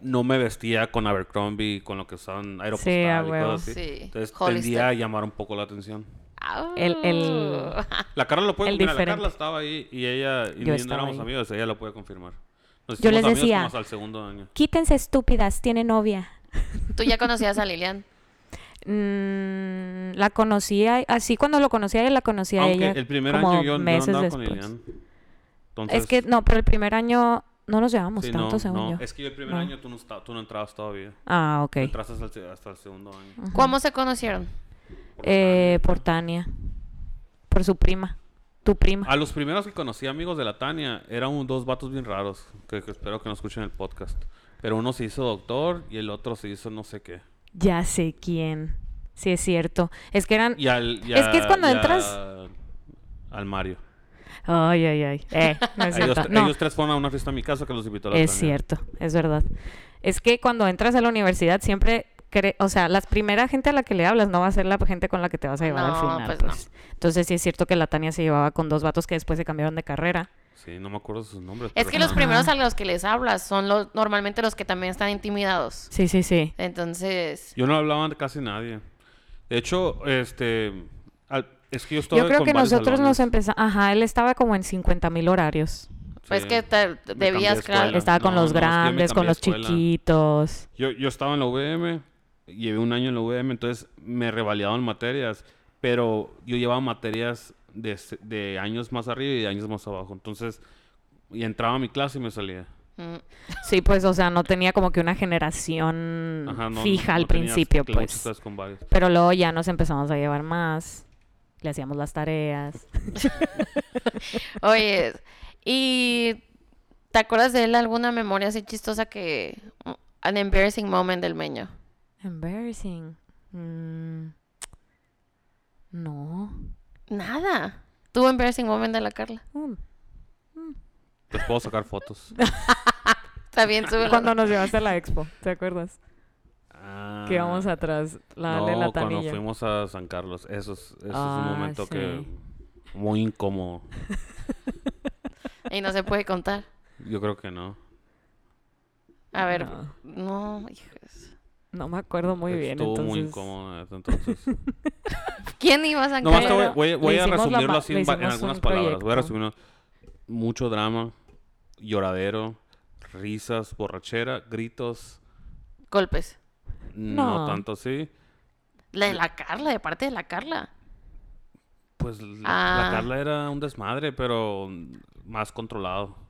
Speaker 3: no me vestía con Abercrombie, con lo que usaban Aeropostal
Speaker 2: Sí, a
Speaker 3: y
Speaker 2: huevo.
Speaker 3: cosas así.
Speaker 1: Sí.
Speaker 3: Entonces
Speaker 1: Hollister.
Speaker 3: tendía a llamar un poco la atención.
Speaker 1: Au.
Speaker 2: El- el-
Speaker 3: La Carla lo puede
Speaker 2: El
Speaker 3: confirmar. La
Speaker 2: diferente.
Speaker 3: Carla estaba ahí y ella,
Speaker 2: Yo
Speaker 3: y ni- no
Speaker 2: estaba
Speaker 3: éramos
Speaker 2: ahí.
Speaker 3: amigos, ella lo puede confirmar. Nos
Speaker 2: Yo
Speaker 3: hicimos
Speaker 2: les
Speaker 3: amigos
Speaker 2: decía-
Speaker 3: como hasta el segundo año.
Speaker 2: Quítense estúpidas, tiene novia.
Speaker 1: Tú ya conocías a Lilian.
Speaker 2: Mm, la conocía, así cuando lo conocía, la conocía a
Speaker 3: Aunque
Speaker 2: ella.
Speaker 3: el primer
Speaker 2: como
Speaker 3: año yo, yo no
Speaker 2: meses
Speaker 3: andaba
Speaker 2: después.
Speaker 3: con Lilian. Entonces,
Speaker 2: Es que no, pero el primer año no nos llevamos
Speaker 3: sí,
Speaker 2: tanto,
Speaker 3: no,
Speaker 2: según
Speaker 3: no.
Speaker 2: yo.
Speaker 3: Es que yo el primer
Speaker 2: No.
Speaker 3: año tú no, esta- tú no entrabas todavía.
Speaker 2: Ah, ok.
Speaker 3: Entraste hasta el, se- hasta el segundo año.
Speaker 1: ¿Cómo se conocieron?
Speaker 3: por
Speaker 2: Eh,
Speaker 3: Tania.
Speaker 2: por Tania. Por su prima. Tu prima.
Speaker 3: A los primeros que conocí amigos de la Tania eran un- dos vatos bien raros, que, que espero que no escuchen el podcast. Pero uno se hizo doctor y el otro se hizo no sé qué.
Speaker 2: Ya sé quién. Sí, es cierto. Es que eran.
Speaker 3: Y al, y
Speaker 2: Es que es
Speaker 3: a-
Speaker 2: cuando
Speaker 3: y
Speaker 2: entras-
Speaker 3: a- Al Mario.
Speaker 2: Ay, ay, ay. Eh, no es
Speaker 3: A ellos,
Speaker 2: cierto.
Speaker 3: tre-
Speaker 2: No,
Speaker 3: ellos tres fueron a una fiesta a mi casa que los invitó la
Speaker 2: es
Speaker 3: Tania.
Speaker 2: cierto. Es verdad. Es que cuando entras a la universidad siempre. cre- O sea, la primera gente a la que le hablas no va a ser la gente con la que te vas a llevar al
Speaker 1: No,
Speaker 2: final.
Speaker 1: pues no.
Speaker 2: pues. Entonces, sí es cierto que la Tania se llevaba con dos vatos que después se cambiaron de carrera.
Speaker 3: Sí, no me acuerdo de sus nombres.
Speaker 1: Es
Speaker 3: pero-
Speaker 1: que los
Speaker 2: Ajá.
Speaker 1: primeros a los que les hablas son los normalmente los que también están intimidados.
Speaker 2: Sí, sí, sí.
Speaker 1: Entonces,
Speaker 3: Yo no hablaba casi nadie. De hecho, este... al- es que yo estuve
Speaker 2: Yo creo
Speaker 3: con
Speaker 2: que
Speaker 3: varios
Speaker 2: nosotros nos
Speaker 3: salones.
Speaker 2: empezamos. Ajá, él estaba como en 50 mil horarios.
Speaker 1: pues
Speaker 3: Sí.
Speaker 1: que te-
Speaker 3: Me cambié
Speaker 1: debías
Speaker 3: de
Speaker 1: claro.
Speaker 3: escuela.
Speaker 2: Estaba con
Speaker 3: No,
Speaker 2: los
Speaker 3: no, es que yo me
Speaker 2: grandes, con
Speaker 3: cambié de
Speaker 2: los
Speaker 3: escuela.
Speaker 2: chiquitos.
Speaker 3: Yo, yo estaba en la UVM, llevé un año en la UVM, entonces me revalidaban materias, pero yo llevaba materias de, se- de años más arriba y de años más abajo. Entonces, y entraba a mi clase y me salía.
Speaker 1: Mm,
Speaker 2: Sí, pues, o sea, no tenía como que una generación
Speaker 3: Ajá, no-
Speaker 2: Mm. fija al
Speaker 3: no tenías
Speaker 2: principio,
Speaker 3: cl- muchas
Speaker 2: pues.
Speaker 3: clases con varios.
Speaker 2: Pero luego ya nos empezamos a llevar más. Le hacíamos las tareas.
Speaker 1: Oye, ¿y te acuerdas de él alguna memoria así chistosa que an embarrassing moment del meño?
Speaker 2: Embarrassing. Mm. No.
Speaker 1: Nada. Tuvo embarrassing moment de la Carla.
Speaker 2: Mm.
Speaker 3: Te puedo sacar fotos.
Speaker 1: También tuve
Speaker 2: Cuando nos llevaste a la expo, ¿te acuerdas?
Speaker 3: Ah,
Speaker 2: Que íbamos atrás, la
Speaker 3: no,
Speaker 2: de la
Speaker 3: cuando
Speaker 2: tanilla.
Speaker 3: fuimos a San Carlos. Eso es, eso es
Speaker 2: Ah,
Speaker 3: un momento
Speaker 2: sí.
Speaker 3: que... Muy incómodo.
Speaker 1: y no se puede contar.
Speaker 3: Yo creo que no.
Speaker 1: A ver,
Speaker 2: No.
Speaker 1: no, hijos.
Speaker 2: No me acuerdo muy bien,
Speaker 3: Estuvo
Speaker 2: entonces.
Speaker 3: muy incómodo eh, entonces.
Speaker 1: ¿Quién iba a San
Speaker 3: No, más que
Speaker 1: Carlos?
Speaker 3: voy, voy- voy
Speaker 2: Le
Speaker 3: a
Speaker 2: hicimos la
Speaker 3: resumirlo
Speaker 2: ma-
Speaker 3: así
Speaker 2: le
Speaker 3: en, va- en
Speaker 2: hicimos
Speaker 3: algunas
Speaker 2: un
Speaker 3: palabras. Voy a
Speaker 2: proyecto.
Speaker 3: resumirlo. Mucho drama, lloradero, risas, borrachera, gritos.
Speaker 1: Golpes.
Speaker 3: No,
Speaker 2: No.
Speaker 3: tanto así.
Speaker 1: La de la Carla, de parte de la Carla.
Speaker 3: Pues la, la
Speaker 1: Ah.
Speaker 3: Carla era un desmadre, pero más controlado.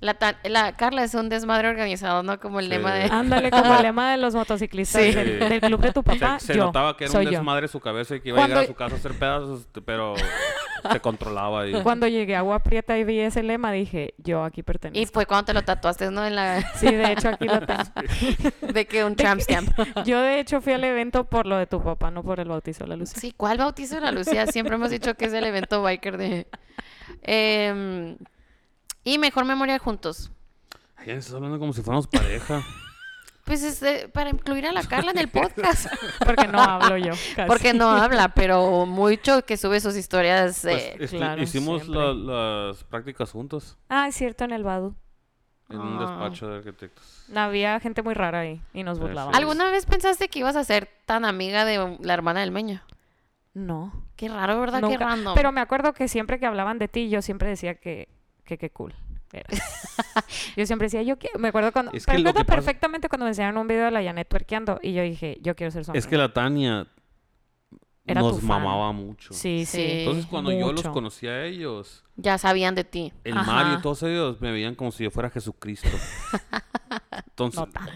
Speaker 1: La, ta- la Carla es un desmadre organizado, ¿no? Como el
Speaker 3: Sí.
Speaker 1: lema de...
Speaker 2: Ándale, como el lema de los motociclistas
Speaker 1: Sí.
Speaker 2: del, del club de tu papá.
Speaker 3: se se
Speaker 2: yo,
Speaker 3: notaba que era
Speaker 2: soy
Speaker 3: un
Speaker 2: yo.
Speaker 3: desmadre su cabeza y que iba a llegar a
Speaker 2: Cuando-
Speaker 3: su casa a hacer pedazos, este, pero se controlaba ahí.
Speaker 2: Cuando llegué a Agua Prieta y vi ese lema, dije, yo aquí
Speaker 1: Y
Speaker 2: pertenezco.
Speaker 1: fue cuando te lo tatuaste, ¿no? En la...
Speaker 2: Sí, de hecho aquí lo tengo.
Speaker 1: De que un tramp stamp.
Speaker 2: Yo de hecho fui al evento por lo de tu papá, no por el bautizo de la luz.
Speaker 1: Sí, ¿cuál bautizo de la Lucía? Siempre hemos dicho que es el evento biker de... Em, y mejor memoria juntos.
Speaker 3: Ay, ya estás hablando como si fuéramos pareja.
Speaker 1: Pues es de- para incluir a la Carla en el podcast.
Speaker 2: Porque no hablo yo. casi.
Speaker 1: Porque no habla, pero mucho que sube sus historias.
Speaker 3: Pues,
Speaker 1: eh,
Speaker 3: este,
Speaker 2: claro,
Speaker 3: hicimos
Speaker 2: siempre.
Speaker 3: la- las prácticas juntos
Speaker 2: Ah, es cierto, en el Badu.
Speaker 3: en un
Speaker 1: Ah.
Speaker 3: despacho de arquitectos.
Speaker 2: Había gente muy rara ahí y nos
Speaker 3: Eso
Speaker 2: burlábamos.
Speaker 3: es.
Speaker 1: ¿Alguna vez pensaste que ibas a ser tan amiga de la hermana del meño?
Speaker 2: No.
Speaker 1: Qué raro, ¿verdad? Qué
Speaker 2: nunca.
Speaker 1: random.
Speaker 2: Pero me acuerdo que siempre que hablaban de ti, yo siempre decía que que qué cool. eras. yo siempre decía, yo quiero. Me acuerdo cuando.
Speaker 3: Es
Speaker 2: me
Speaker 3: que lo
Speaker 2: acuerdo
Speaker 3: que pasa-
Speaker 2: perfectamente cuando me enseñaron un video de la Janet twerkeando y yo dije, yo quiero ser su
Speaker 3: Es
Speaker 2: amiga".
Speaker 3: que la Tania
Speaker 2: Era tu
Speaker 3: nos
Speaker 2: fan.
Speaker 3: mamaba mucho.
Speaker 2: Sí, sí.
Speaker 1: Sí.
Speaker 3: Entonces cuando yo los
Speaker 2: mucho.
Speaker 3: conocí a ellos,
Speaker 1: Ya sabían de ti.
Speaker 3: el
Speaker 2: Ajá.
Speaker 3: Mario y todos ellos me veían como si yo fuera Jesucristo. Entonces,
Speaker 2: No tanto.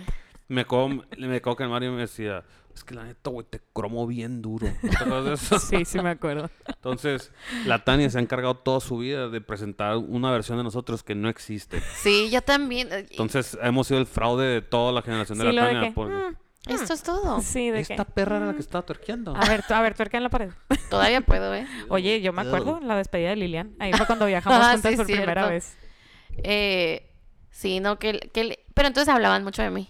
Speaker 3: me acuerdo, me acuerdo que el Mario me decía, es que la neta, güey, te cromo bien duro. ¿No te acuerdas de eso?
Speaker 2: Sí, sí me acuerdo.
Speaker 3: Entonces, la Tania se ha encargado toda su vida de presentar una versión de nosotros que no existe.
Speaker 1: Sí, yo también. eh,
Speaker 3: Entonces, hemos sido el fraude de toda la generación de
Speaker 2: Sí,
Speaker 3: la
Speaker 2: lo de
Speaker 3: Tania.
Speaker 2: que,
Speaker 3: porque
Speaker 1: Esto es todo.
Speaker 2: Sí, de Mm. Ah,
Speaker 3: Esta
Speaker 2: que.
Speaker 3: perra era la que estaba torqueando.
Speaker 2: A ver, tu- a ver, tuerca en la pared.
Speaker 1: Todavía puedo, ¿eh?
Speaker 2: Oye, yo me acuerdo la despedida de Lilian. Ahí fue cuando viajamos
Speaker 1: Ah,
Speaker 2: juntas
Speaker 1: sí,
Speaker 2: por primera
Speaker 1: cierto.
Speaker 2: vez.
Speaker 1: Eh, sí, no, que, que... el- Pero entonces hablaban mucho de mí.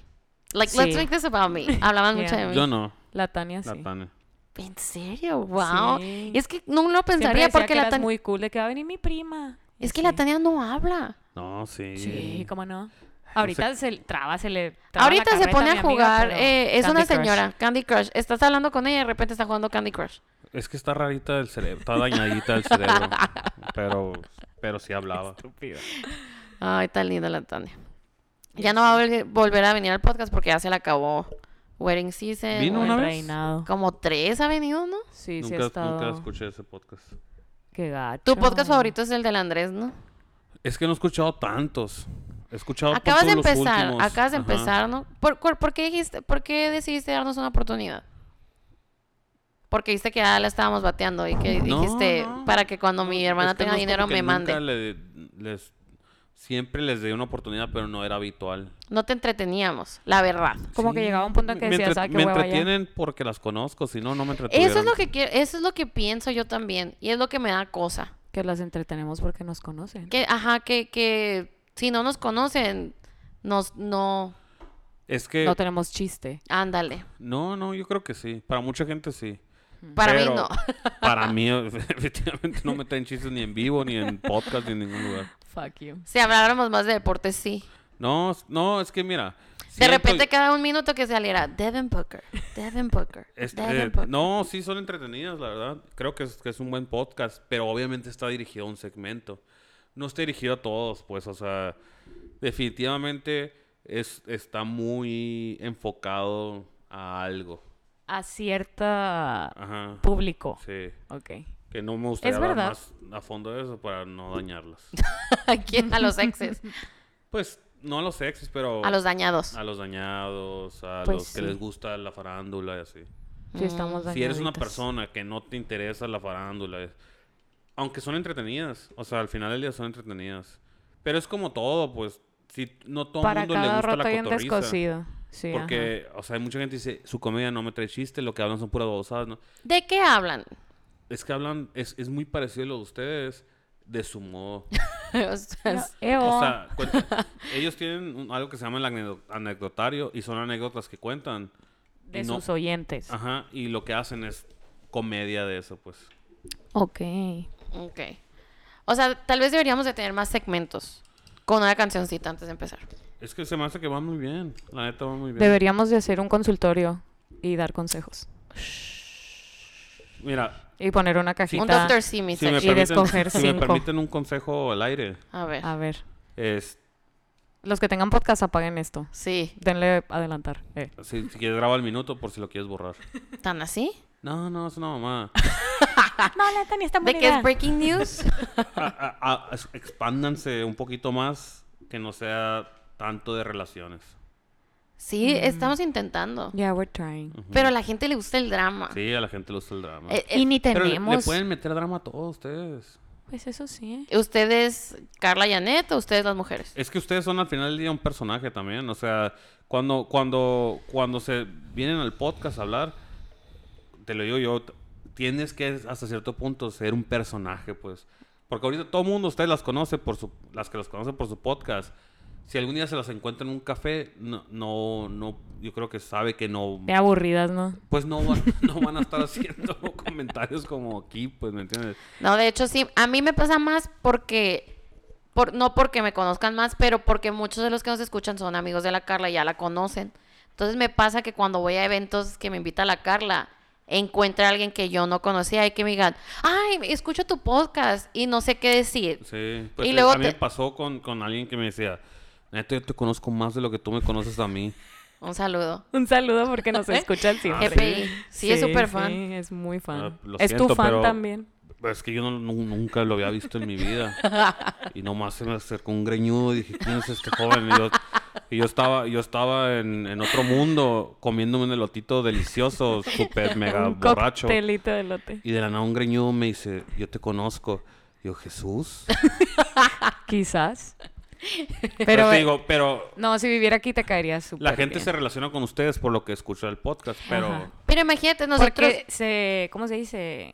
Speaker 1: Like, let's
Speaker 2: Sí.
Speaker 1: make this about me. Hablaban mucho de
Speaker 2: Yeah.
Speaker 1: mí.
Speaker 3: Yo no,
Speaker 2: La Tania sí.
Speaker 3: la Tania.
Speaker 1: ¿En serio? Wow.
Speaker 2: Sí.
Speaker 1: Y es que no lo
Speaker 2: Siempre
Speaker 1: pensaría
Speaker 2: decía
Speaker 1: porque
Speaker 2: que
Speaker 1: la
Speaker 2: eras
Speaker 1: Tania...
Speaker 2: muy cool de que va a venir mi prima. Y
Speaker 1: Es que la
Speaker 2: sí.
Speaker 1: Tania no habla.
Speaker 3: No, sí.
Speaker 2: Sí, cómo no. Ahorita se le traba, se le traba la
Speaker 1: Ahorita se
Speaker 2: carreta
Speaker 1: pone
Speaker 2: mi
Speaker 1: a
Speaker 2: amiga,
Speaker 1: jugar.
Speaker 2: pero
Speaker 1: eh, es
Speaker 2: Candy
Speaker 1: una
Speaker 2: Crush.
Speaker 1: señora, Candy Crush. Estás hablando con ella y de repente está jugando Candy Crush.
Speaker 3: Es que está rarita del cerebro, está dañadita del cerebro. pero, pero sí hablaba.
Speaker 2: Estúpida.
Speaker 1: Ay, tan linda la Tania. Ya no va a vol- volver a venir al podcast porque ya se le acabó Wedding Season.
Speaker 3: ¿Vino
Speaker 1: o-
Speaker 3: una vez?
Speaker 2: Reinado.
Speaker 1: Como tres ha venido, ¿no?
Speaker 2: Sí, sí
Speaker 3: nunca,
Speaker 2: ha
Speaker 3: nunca
Speaker 2: estado.
Speaker 3: escuché ese podcast.
Speaker 2: Qué gacho.
Speaker 1: Tu podcast favorito es el del Andrés, ¿no?
Speaker 3: Es que no he escuchado tantos. He escuchado pon
Speaker 1: Acabas
Speaker 3: tú
Speaker 1: de
Speaker 3: los
Speaker 1: empezar,
Speaker 3: últimos.
Speaker 1: acabas de
Speaker 3: Ajá.
Speaker 1: empezar, ¿no? ¿Por, cuál- por qué dijiste, por qué decidiste darnos una oportunidad? Porque viste que ya la estábamos bateando y que
Speaker 3: No,
Speaker 1: dijiste
Speaker 3: no.
Speaker 1: para que cuando mi hermana
Speaker 3: Es que
Speaker 1: tenga
Speaker 3: no es
Speaker 1: dinero
Speaker 3: como que
Speaker 1: me mande.
Speaker 3: nunca le- les- siempre les di una oportunidad, pero no era habitual.
Speaker 1: No te entreteníamos, la verdad.
Speaker 2: Como que
Speaker 3: Sí,
Speaker 2: llegaba un punto en que
Speaker 3: me
Speaker 2: decías,
Speaker 3: entre-
Speaker 2: ah, qué
Speaker 3: Me
Speaker 2: hueva ya.
Speaker 3: entretienen porque las conozco, si no, no me entretuvieron.
Speaker 1: Eso es lo que quiero, eso es lo que pienso yo también y es lo que me da cosa.
Speaker 2: Que las entretenemos porque nos conocen.
Speaker 1: Que ajá, que que si no nos conocen nos no
Speaker 3: Es que...
Speaker 2: No tenemos chiste.
Speaker 1: ándale.
Speaker 3: No, no, yo creo que sí. Para mucha gente sí.
Speaker 1: Para
Speaker 3: Pero
Speaker 1: mí no.
Speaker 3: Para mí, efectivamente, no me traen chistes ni en vivo, ni en podcast, ni en ningún lugar.
Speaker 2: Fuck you.
Speaker 1: Si habláramos más de deportes sí.
Speaker 3: No, s- no, es que mira.
Speaker 1: De
Speaker 3: siento-
Speaker 1: repente cada un minuto que saliera Devin Booker, Devin Booker,
Speaker 3: este,
Speaker 1: Devin Booker.
Speaker 3: no, sí son entretenidas, la verdad. Creo que es, que es un buen podcast, pero obviamente está dirigido a un segmento. No está dirigido a todos, pues, o sea, definitivamente es, está muy enfocado a algo.
Speaker 2: A cierta
Speaker 3: Ajá.
Speaker 2: público.
Speaker 3: Ah, Sí.
Speaker 2: Ok.
Speaker 3: Que no me gustaría
Speaker 2: Es
Speaker 3: hablar
Speaker 2: verdad.
Speaker 3: más a fondo de eso para no dañarlas.
Speaker 1: ¿A quién? A los exes,
Speaker 3: Pues no a los sexys, pero
Speaker 1: a los dañados.
Speaker 3: a los dañados, a
Speaker 2: Pues
Speaker 3: los que
Speaker 2: sí.
Speaker 3: les gusta la farándula y así.
Speaker 2: Sí, estamos
Speaker 3: Si eres una
Speaker 2: dañaditas.
Speaker 3: persona que no te interesa la farándula, es- aunque son entretenidas, o sea, al final del día son entretenidas. Pero es como todo, pues, si no todo el
Speaker 2: Para
Speaker 3: mundo le
Speaker 2: cada
Speaker 3: gusta la
Speaker 2: roto hay un
Speaker 3: cotorriza.
Speaker 2: descosido. Sí, ajá.
Speaker 3: Porque, o sea, hay mucha gente que dice, su comedia no me trae chiste, lo que hablan son puras babosadas, ¿no?
Speaker 1: ¿De qué hablan?
Speaker 3: Es que hablan, es, es muy parecido a lo de ustedes, de su modo.
Speaker 1: O sea,
Speaker 2: No,
Speaker 1: es-
Speaker 2: eo.
Speaker 3: O sea, cuenta- ellos tienen un- algo que se llama el anecdo- anecdotario y son anécdotas que cuentan.
Speaker 2: de
Speaker 3: no-
Speaker 2: sus oyentes.
Speaker 3: Ajá, y lo que hacen es comedia de eso, pues.
Speaker 2: Ok.
Speaker 1: Ok. O sea, tal vez deberíamos de tener más segmentos con una cancioncita antes de empezar.
Speaker 3: Es que se me hace que va muy bien, la neta va muy bien.
Speaker 2: Deberíamos de hacer un consultorio y dar consejos.
Speaker 3: Mira,
Speaker 2: Y poner una cajita.
Speaker 1: Un Dr. Simi
Speaker 3: si me,
Speaker 1: session.
Speaker 2: Y de
Speaker 3: permiten,
Speaker 2: escoger
Speaker 3: si me
Speaker 2: cinco.
Speaker 3: permiten un consejo al aire,
Speaker 1: A ver.
Speaker 2: A ver.
Speaker 3: es
Speaker 2: Los que tengan podcast apaguen esto.
Speaker 1: Sí.
Speaker 2: Denle adelantar. eh.
Speaker 3: Si, si quieres graba el minuto por si lo quieres borrar.
Speaker 1: ¿Tan así?
Speaker 3: No, no, es una mamá.
Speaker 2: No, la Tania está muy
Speaker 1: ¿De qué es breaking news?
Speaker 3: expándanse un poquito más que no sea tanto de relaciones.
Speaker 1: Sí, estamos intentando.
Speaker 2: Yeah, we're trying.
Speaker 3: Mm.
Speaker 1: Pero a la gente le gusta el drama.
Speaker 3: Sí, a la gente le gusta el drama.
Speaker 1: Eh, eh,
Speaker 2: Y ni
Speaker 3: Pero le- le,
Speaker 2: Ah. tenemos.
Speaker 3: pueden meter drama a todos ustedes.
Speaker 2: Pues eso sí,
Speaker 1: ¿Ustedes, Carla y Janet, o ustedes las mujeres?
Speaker 3: Es que ustedes son al final del día un personaje también. O sea, cuando, cuando, cuando se vienen al podcast a hablar, te lo digo yo, t- tienes que hasta cierto punto ser un personaje, pues. Porque ahorita todo el mundo, ustedes las conoce por su, las que las conocen por su podcast. Si algún día se las encuentra en un café, no, no, no, yo creo que sabe que no
Speaker 2: De aburridas, ¿no?
Speaker 3: pues no, va- no van a estar haciendo comentarios como aquí, pues, ¿me entiendes?
Speaker 1: No, de hecho sí. A mí me pasa más porque... Por, no porque me conozcan más, pero porque muchos de los que nos escuchan son amigos de la Carla y ya la conocen. Entonces me pasa que cuando voy a eventos que me invita la Carla, encuentra a alguien que yo no conocía y que me digan, ay, escucho tu podcast y no sé qué decir.
Speaker 3: Sí. Pues,
Speaker 1: Y
Speaker 3: eh,
Speaker 1: luego
Speaker 3: a mí
Speaker 1: te-
Speaker 3: me pasó con, con alguien que me decía, neto, yo te conozco más de lo que tú me conoces a mí.
Speaker 1: Un saludo.
Speaker 2: Un saludo porque nos escuchan siempre.
Speaker 1: GPI. Sí, es súper fan.
Speaker 2: Sí, es muy fan.
Speaker 3: Ah, lo
Speaker 2: es tu
Speaker 3: siento,
Speaker 2: fan
Speaker 3: pero-
Speaker 2: también.
Speaker 3: Pero Es que yo no- nu- nunca lo había visto en mi vida. Y nomás se me acercó un greñudo y dije, ¿quién es este joven? Y yo, y yo estaba, yo estaba en, en otro mundo comiéndome un elotito delicioso, súper mega
Speaker 2: Un
Speaker 3: borracho.
Speaker 2: coctelito de lote.
Speaker 3: Y de la nada un greñudo me dice, yo te conozco. Y yo, Jesús.
Speaker 2: Quizás.
Speaker 3: Pero
Speaker 2: Pero, eh,
Speaker 3: te digo, pero
Speaker 2: no, si viviera aquí te caería súper
Speaker 3: La gente
Speaker 2: bien.
Speaker 3: se relaciona con ustedes por lo que escucha el podcast, pero
Speaker 2: Ajá.
Speaker 1: Pero imagínate, nosotros...
Speaker 2: Porque se... ¿Cómo se dice?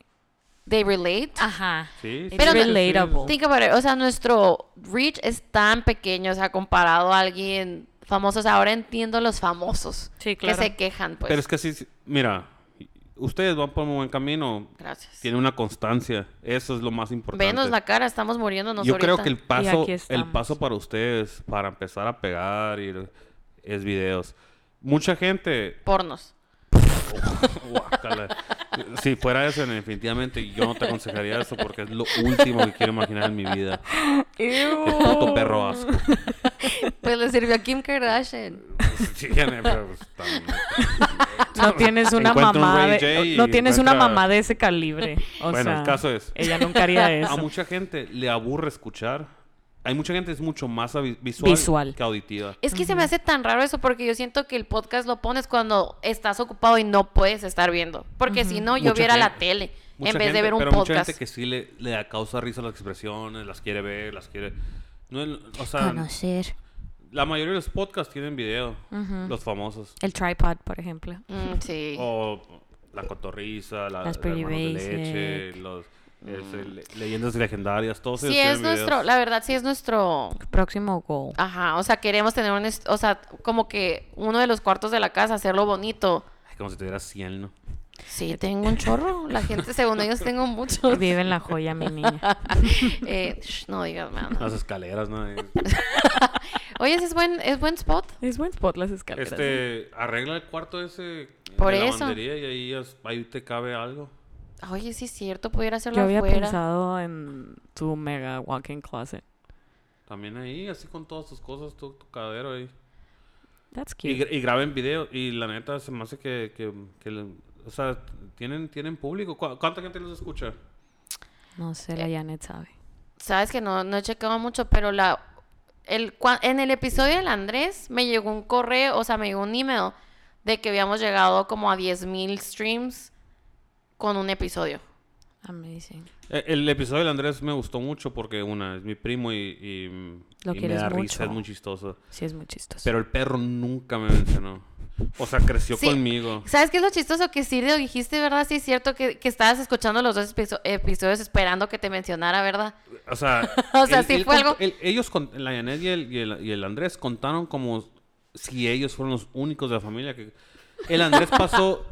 Speaker 1: They relate.
Speaker 2: Ajá.
Speaker 3: sí.
Speaker 2: It's
Speaker 1: Pero no-
Speaker 2: relatable.
Speaker 1: Ah. Think about it. O sea, nuestro reach es tan pequeño, o sea, comparado a alguien famoso. O sea, ahora entiendo los famosos
Speaker 2: Sí, claro.
Speaker 1: que se quejan, pues.
Speaker 3: Pero es que sí, sí, mira, ustedes van por un buen camino,
Speaker 1: Gracias.
Speaker 3: tienen una constancia, eso es lo más importante.
Speaker 1: Venos la cara, estamos muriéndonos
Speaker 3: Yo creo
Speaker 1: ahorita.
Speaker 3: que el paso,
Speaker 2: aquí
Speaker 3: el
Speaker 2: estamos.
Speaker 3: paso para ustedes, para empezar a pegar, y, es videos. Mucha gente,
Speaker 1: Pornos.
Speaker 3: guácala. si fuera eso, definitivamente yo no te aconsejaría eso porque es lo último que quiero imaginar en mi vida. Es
Speaker 1: Uh.
Speaker 3: puto perro asco.
Speaker 1: Pues le sirvió a Kim Kardashian.
Speaker 3: Sí, pero, pues, también.
Speaker 2: No tienes una
Speaker 3: Encuentra un
Speaker 2: mamá
Speaker 3: Ray J
Speaker 2: de,
Speaker 3: y
Speaker 2: no tienes una
Speaker 3: encuentra-
Speaker 2: mamá de ese calibre. O
Speaker 3: Bueno,
Speaker 2: sea,
Speaker 3: el caso es-
Speaker 2: Ella nunca haría
Speaker 3: A
Speaker 2: eso.
Speaker 3: mucha gente le aburre escuchar. Hay mucha gente que es mucho más avi- visual,
Speaker 2: Visual.
Speaker 3: que auditiva.
Speaker 1: Es que se me hace tan raro eso porque yo siento que el podcast lo pones cuando estás ocupado y no puedes estar viendo. Porque si no, yo
Speaker 3: Mucha
Speaker 1: viera la
Speaker 3: gente-
Speaker 1: tele
Speaker 3: Mucha
Speaker 1: en vez de
Speaker 3: gente-
Speaker 1: ver un
Speaker 3: pero mucha gente
Speaker 1: podcast.
Speaker 3: que sí le, le da causa risa las expresiones, las quiere ver, las quiere... No, el- o sea,
Speaker 2: Conocer.
Speaker 3: la mayoría de los podcasts tienen video, los famosos.
Speaker 2: El tripod, por ejemplo.
Speaker 1: Mm, sí.
Speaker 3: O la cotorriza, la,
Speaker 2: Las
Speaker 3: la
Speaker 2: Pretty
Speaker 3: Hermanos de
Speaker 2: Basic.
Speaker 3: leche, los, este, le- leyendas legendarias, todos
Speaker 1: Mm. Sí
Speaker 3: ellos
Speaker 1: es
Speaker 3: tienen videos.
Speaker 1: nuestro, la verdad sí es nuestro
Speaker 2: Próximo goal.
Speaker 1: Ajá, o sea, queremos tener un, est- o sea, como que uno de los cuartos de la casa, hacerlo bonito.
Speaker 3: Ay, Como si tuviera 100, ¿no?
Speaker 1: Sí, tengo un chorro. La gente, según ellos, tengo muchos.
Speaker 2: Vive en la joya, mi niña.
Speaker 1: Eh, shh, no digas nada.
Speaker 3: Las escaleras, ¿no? Eh,
Speaker 1: Oye, ese es buen, es buen spot.
Speaker 2: Es buen spot las escaleras. ¿eh?
Speaker 3: Este, arregla el cuarto ese
Speaker 1: Por
Speaker 3: de
Speaker 1: eso.
Speaker 3: lavandería y ahí, es- ahí te cabe algo.
Speaker 1: Oye, sí es cierto, pudiera hacerlo
Speaker 2: Yo había
Speaker 1: afuera.
Speaker 2: pensado en tu mega walk-in closet.
Speaker 3: También ahí, así con todas tus cosas, tu, tu cadero ahí.
Speaker 2: That's cute.
Speaker 3: Y, gra- y graben video. Y la neta, se me hace que... que, que le- o sea, tienen, tienen público. ¿Cu- ¿Cuánta gente los escucha?
Speaker 2: No sé, la Janet sabe.
Speaker 1: Sabes que no, no he checado mucho, pero la el cua- en el episodio del Andrés me llegó un correo, o sea, me llegó un email de que habíamos llegado como a 10.000 streams con un episodio.
Speaker 2: Amazing.
Speaker 3: Eh, El episodio del Andrés me gustó mucho porque, una, es mi primo y, y,
Speaker 2: Lo
Speaker 3: y me
Speaker 2: quieres
Speaker 3: da
Speaker 2: mucho.
Speaker 3: risa, es muy chistoso.
Speaker 2: Sí, es muy chistoso.
Speaker 3: Pero el perro nunca me mencionó. O sea, creció
Speaker 1: Sí.
Speaker 3: conmigo.
Speaker 1: ¿Sabes qué es lo chistoso que sí lo dijiste, verdad? Sí es cierto que, que estabas escuchando los dos episo- episodios esperando que te mencionara, ¿verdad?
Speaker 3: O sea,
Speaker 1: O sea, sí fue
Speaker 3: cont-
Speaker 1: algo-
Speaker 3: él- ellos, con, la Yanet y el, y, el, y el Andrés, contaron como si ellos fueron los únicos de la familia que... El Andrés pasó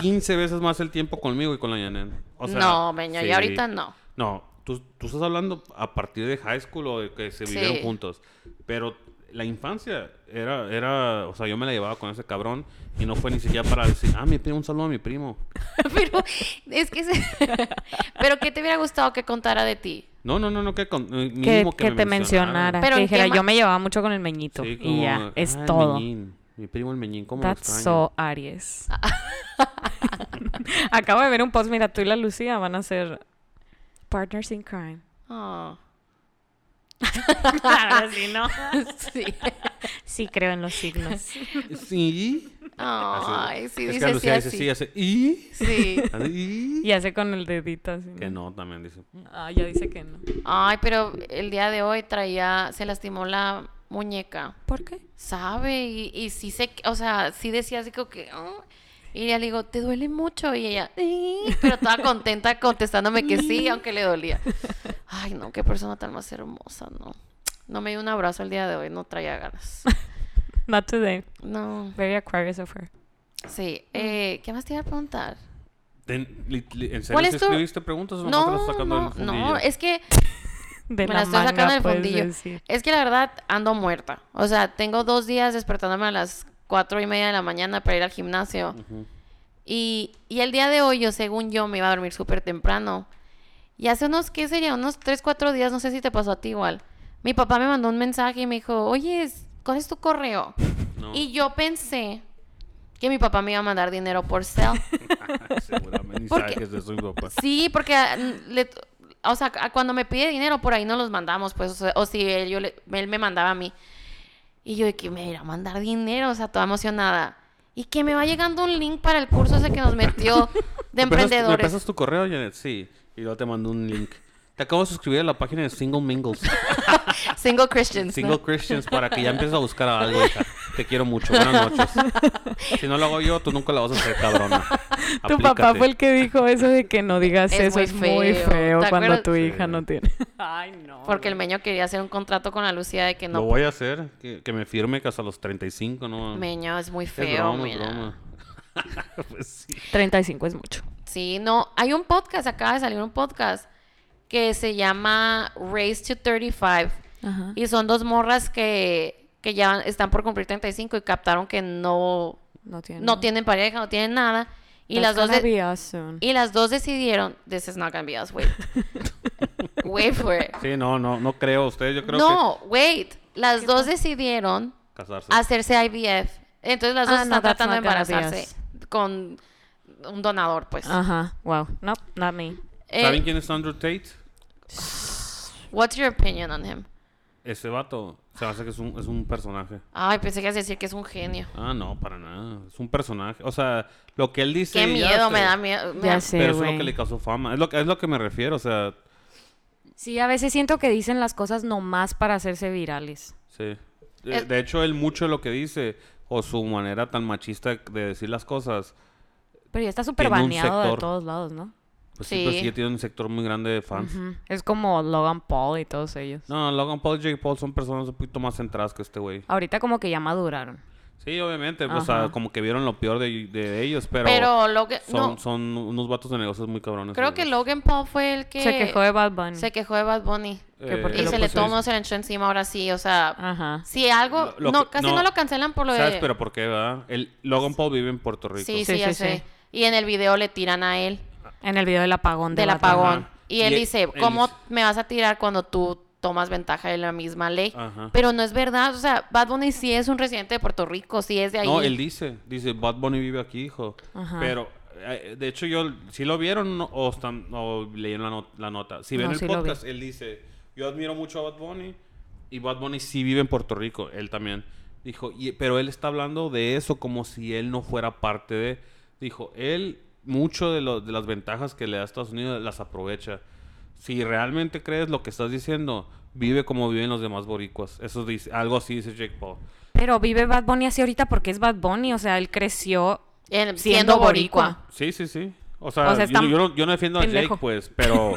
Speaker 3: 15 veces más el tiempo conmigo que con la Yanet. O sea,
Speaker 1: no, meño, y
Speaker 3: sí.
Speaker 1: ahorita no.
Speaker 3: No, tú, tú estás hablando a partir de high school o de que se
Speaker 1: Sí.
Speaker 3: vivieron juntos. Pero la infancia era, era, o sea, yo me la llevaba con ese cabrón y no fue ni siquiera para decir, ah, mi primo, un saludo a mi primo.
Speaker 1: Pero es que... se- Pero ¿qué te hubiera gustado que contara de ti?
Speaker 3: No, no, no, no, que con, eh,
Speaker 2: Que,
Speaker 3: mínimo que,
Speaker 2: que
Speaker 3: me
Speaker 2: te
Speaker 3: mencionara.
Speaker 2: mencionara.
Speaker 1: Pero
Speaker 2: que
Speaker 1: en
Speaker 2: dijera,
Speaker 1: qué ma-
Speaker 2: yo me llevaba mucho con el meñito.
Speaker 3: Sí, como,
Speaker 2: y ya, es
Speaker 3: "Ah, el
Speaker 2: todo.
Speaker 3: Meñín, Mi primo el meñín, ¿cómo lo
Speaker 2: That's
Speaker 3: extraño?"
Speaker 2: so Aries. Acabo de ver un post, mira, tú y la Lucía van a ser partners in crime.
Speaker 1: Oh,
Speaker 2: Ahora sí, ¿no?
Speaker 1: sí.
Speaker 2: Sí creo en los signos.
Speaker 3: Sí. Así.
Speaker 1: Ay, sí,
Speaker 3: es
Speaker 1: dice
Speaker 3: que
Speaker 1: así,
Speaker 3: Lucía dice
Speaker 1: así.
Speaker 3: sí, hace y.
Speaker 1: Sí.
Speaker 3: hace, "Y".
Speaker 2: Y hace con el dedito así.
Speaker 3: Que no, también dice.
Speaker 2: Ah, ya dice que no.
Speaker 1: Ay, pero el día de hoy traía, se lastimó la muñeca.
Speaker 2: ¿Por qué?
Speaker 1: sabe y, y sí se, o sea, sí decía así como que, "Ah", y ella le digo, te duele mucho y ella, "Sí", pero estaba contenta contestándome que sí, aunque le dolía. Ay, no, qué persona tan más hermosa, no. No me dio un abrazo el día de hoy, no traía ganas.
Speaker 2: Not today.
Speaker 1: No,
Speaker 2: Very Aquarius of her.
Speaker 1: sí. Eh, ¿Qué más te iba a preguntar?
Speaker 3: "Ten- li- li- ¿En
Speaker 1: ¿Cuál
Speaker 3: serio
Speaker 1: es
Speaker 3: te
Speaker 1: tu-
Speaker 3: escribiste preguntas o nomás te las
Speaker 1: No,
Speaker 3: sacando
Speaker 1: no,
Speaker 3: del
Speaker 1: no,
Speaker 3: fundillo?
Speaker 1: es que
Speaker 2: De
Speaker 1: Me
Speaker 2: la,
Speaker 1: la estoy sacando
Speaker 2: manga,
Speaker 1: del
Speaker 2: puedes
Speaker 1: fondillo.
Speaker 2: decir.
Speaker 1: Es que la verdad ando muerta. O sea, tengo dos días despertándome a las cuatro y media de la mañana para ir al gimnasio. y, y el día de hoy, yo según yo, me iba a dormir súper temprano. Y hace unos, ¿qué sería? Unos tres, cuatro días, no sé si te pasó a ti igual. Mi papá me mandó un mensaje y me dijo, oye, es- ¿cuál es tu correo?
Speaker 3: No.
Speaker 1: Y yo pensé que mi papá me iba a mandar dinero por cel.
Speaker 3: Seguramente ni
Speaker 1: ¿Por
Speaker 3: sabe
Speaker 1: qué?
Speaker 3: que es de su papá.
Speaker 1: Sí, porque ah, n- le- o sea, a- cuando me pide dinero por ahí no los mandamos, pues, o, sea, o si él, yo le- él me mandaba a mí. Y yo de que me irá a mandar dinero, o sea, toda emocionada. Y que me va llegando un link para el curso ese que nos metió de
Speaker 3: ¿Me pasas- ¿Me
Speaker 1: emprendedores.
Speaker 3: pasas tu correo, Janet? Sí. Y luego te mando un link. Te acabo de suscribir a la página de Single Mingles.
Speaker 1: Single Christians. ¿no?
Speaker 3: Single Christians para que ya empieces a buscar algo, hija. Te quiero mucho. Buenas noches. Si no lo hago yo, tú nunca lo vas a hacer, cabrona.
Speaker 2: Tu
Speaker 3: Aplícate.
Speaker 2: papá fue el que dijo eso de que no digas
Speaker 1: Es
Speaker 2: eso,
Speaker 1: muy
Speaker 2: es muy
Speaker 1: feo.
Speaker 2: feo
Speaker 1: ¿Te
Speaker 2: cuando
Speaker 1: acuerdas?
Speaker 2: tu
Speaker 3: Sí.
Speaker 2: hija no tiene. Ay, no.
Speaker 1: Porque el meño quería hacer un contrato con la Lucía de que
Speaker 3: Lo
Speaker 1: no.
Speaker 3: voy a hacer. Que, que me firme que hasta los 35, ¿no?
Speaker 1: Meño, es muy feo.
Speaker 3: es broma, es
Speaker 1: mira.
Speaker 3: broma. pues sí.
Speaker 2: 35 es mucho.
Speaker 1: Sí, no, hay un podcast, acaba de salir un podcast que se llama Race to 35
Speaker 2: Ajá.
Speaker 1: y son dos morras que, que ya están por cumplir 35 y captaron que no,
Speaker 2: No tiene.
Speaker 1: no tienen pareja, no tienen nada y
Speaker 2: That's
Speaker 1: las dos
Speaker 2: gonna
Speaker 1: de-
Speaker 2: be us soon.
Speaker 1: y las dos decidieron this is not gonna be us, wait. wait for it.
Speaker 3: Sí, no, no, no creo. Ustedes, yo creo
Speaker 1: No, wait. Las dos decidieron
Speaker 3: que casarse.
Speaker 1: hacerse IVF. Entonces las dos
Speaker 2: Ah, no, that's
Speaker 1: están tratando de
Speaker 2: not gonna be Ah.
Speaker 1: embarazarse con un donador, pues.
Speaker 2: Ajá. Wow. No, not me.
Speaker 1: Eh,
Speaker 3: ¿Saben quién es Andrew Tate?
Speaker 1: What's your opinion on him?
Speaker 3: Ese vato. Se hace que es un, es un personaje.
Speaker 1: Ay, pensé que ibas a decir que es un genio.
Speaker 3: Ah, no, para nada. Es un personaje. O sea, lo que él dice.
Speaker 1: Qué
Speaker 3: y
Speaker 1: miedo,
Speaker 3: hace,
Speaker 1: me da miedo. me
Speaker 2: Ya
Speaker 1: da-
Speaker 2: sé.
Speaker 3: Pero eso es
Speaker 2: güey.
Speaker 3: lo que le causó fama. Es lo, que- es lo que me refiero. O sea,
Speaker 2: Sí, a veces siento que dicen las cosas nomás para hacerse virales.
Speaker 3: Sí. De,
Speaker 1: Es-
Speaker 3: de hecho, él mucho de lo que dice, o su manera tan machista de decir las cosas,
Speaker 2: Pero ya está súper
Speaker 3: Tiene un
Speaker 2: baneado de
Speaker 3: sector.
Speaker 2: todos lados, ¿no?
Speaker 3: pues sí, pues
Speaker 1: Sí.
Speaker 3: sí que tiene un sector muy grande de fans.
Speaker 2: Ujú. Es como Logan Paul y todos ellos.
Speaker 3: Ah. No, Logan Paul y Jake Paul son personas un poquito más centradas que este güey.
Speaker 2: Ahorita como que ya maduraron.
Speaker 3: Sí, obviamente, o sea,
Speaker 2: Ajá.
Speaker 3: como que vieron lo peor de, de ellos, pero,
Speaker 1: Pero lo que-
Speaker 3: son,
Speaker 1: no,
Speaker 3: son unos vatos de negocios muy cabrones.
Speaker 1: creo que Logan Paul fue el que
Speaker 2: Se quejó de Bad Bunny.
Speaker 1: se quejó de Bad Bunny.
Speaker 3: Eh, Que
Speaker 2: porque
Speaker 1: y
Speaker 2: lo
Speaker 1: se le tomó, se le echó encima ahora sí. O sea,
Speaker 2: Ajá.
Speaker 1: si algo.
Speaker 3: Lo- lo
Speaker 1: no,
Speaker 3: que-
Speaker 1: casi
Speaker 3: no.
Speaker 1: no. lo cancelan por lo
Speaker 3: ¿Sabes?
Speaker 1: de.
Speaker 3: Pero ¿por qué, verdad? El, Logan Paul vive en Puerto Rico.
Speaker 1: sí, sí,
Speaker 2: Sí,
Speaker 1: ya
Speaker 2: sí,
Speaker 1: sé.
Speaker 2: sí.
Speaker 1: Y en el video le tiran a él
Speaker 2: En el video del apagón de
Speaker 1: del
Speaker 2: Bad Bunny.
Speaker 1: apagón.
Speaker 3: Ajá.
Speaker 1: Y él
Speaker 3: Y e- él-
Speaker 1: dice:
Speaker 3: él
Speaker 1: ¿Cómo
Speaker 3: dice-
Speaker 1: me vas a tirar cuando tú tomas ventaja de la misma ley?
Speaker 3: Ajá.
Speaker 1: Pero no es verdad. O sea, Bad Bunny sí es un residente de Puerto Rico, sí es de ahí.
Speaker 3: No, él dice, dice, Bad Bunny vive aquí, hijo.
Speaker 2: Ajá.
Speaker 3: Pero, eh, de hecho, yo, si lo vieron no- o, están, o leyeron la, not- la nota. Si ven
Speaker 2: No,
Speaker 3: el
Speaker 2: sí lo vi.
Speaker 3: podcast, él dice, yo admiro mucho a Bad Bunny y Bad Bunny sí vive en Puerto Rico, él también. Dijo, "Y- pero él está hablando de eso como si él no fuera parte de... Dijo, él, mucho de, lo- de las ventajas que le da a Estados Unidos las aprovecha. Si realmente crees lo que estás diciendo, vive como viven los demás boricuas. Eso dice, algo así dice Jake Paul.
Speaker 2: Pero vive Bad Bunny así ahorita porque es Bad Bunny. O sea, él creció siendo,
Speaker 1: Él- siendo
Speaker 2: boricua.
Speaker 1: boricua.
Speaker 3: Sí, sí, sí. O sea,
Speaker 2: O sea,
Speaker 3: yo-
Speaker 2: está
Speaker 3: yo, no, yo no defiendo a
Speaker 2: pendejo.
Speaker 3: Jake, pues, pero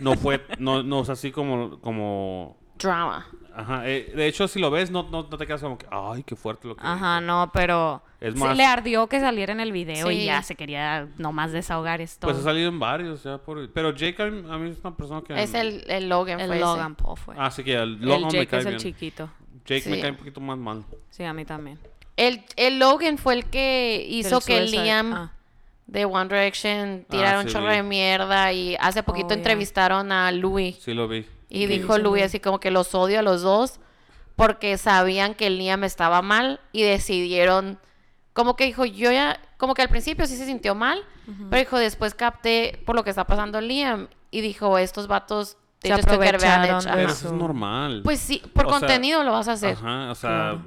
Speaker 3: no fue, no, no es así como, como,
Speaker 1: Drama.
Speaker 3: ajá. eh, de hecho, si lo ves, no, no, no te quedas como que, ay, qué fuerte lo que
Speaker 2: Ajá,
Speaker 3: dijo".
Speaker 2: no, pero
Speaker 3: Es
Speaker 2: se-
Speaker 3: más-
Speaker 2: le ardió que saliera en el video y
Speaker 1: Sí.
Speaker 2: ya se quería nomás desahogar esto.
Speaker 3: Pues ha salido en varios, ya, por- pero Jake a mí, a mí es una persona que...
Speaker 1: Es el, el Logan. fue
Speaker 2: el
Speaker 1: ese.
Speaker 2: Logan Paul fue.
Speaker 3: Ah, sí que el
Speaker 2: el
Speaker 3: Logan me
Speaker 2: Jake
Speaker 3: cae
Speaker 2: es el
Speaker 3: bien.
Speaker 2: chiquito.
Speaker 3: Jake me
Speaker 1: Sí.
Speaker 3: cae un poquito más mal.
Speaker 2: Sí, a mí también.
Speaker 1: El, el Logan fue el que hizo
Speaker 2: Del
Speaker 1: que
Speaker 2: suicide.
Speaker 1: Liam
Speaker 2: Ah.
Speaker 1: de One Direction tiraron
Speaker 3: Ah, sí
Speaker 1: chorro
Speaker 3: vi.
Speaker 1: de mierda y hace poquito
Speaker 2: yeah.
Speaker 1: entrevistaron a Louis
Speaker 3: Sí lo vi.
Speaker 1: y
Speaker 3: Sí.
Speaker 1: dijo Louis así como que los odio a los dos porque sabían que el Liam estaba mal y decidieron como que dijo yo ya como que al principio sí se sintió mal, pero dijo después capté por lo que está pasando Liam y dijo estos vatos
Speaker 2: Se
Speaker 1: de hecho, esto que habían
Speaker 2: aprovecharon
Speaker 1: hecho,
Speaker 2: de
Speaker 3: Pero
Speaker 1: ajá.
Speaker 3: eso
Speaker 2: Ajá.
Speaker 3: es normal.
Speaker 1: Pues sí, por
Speaker 3: O sea,
Speaker 1: contenido lo vas a hacer.
Speaker 3: Ajá, o sea...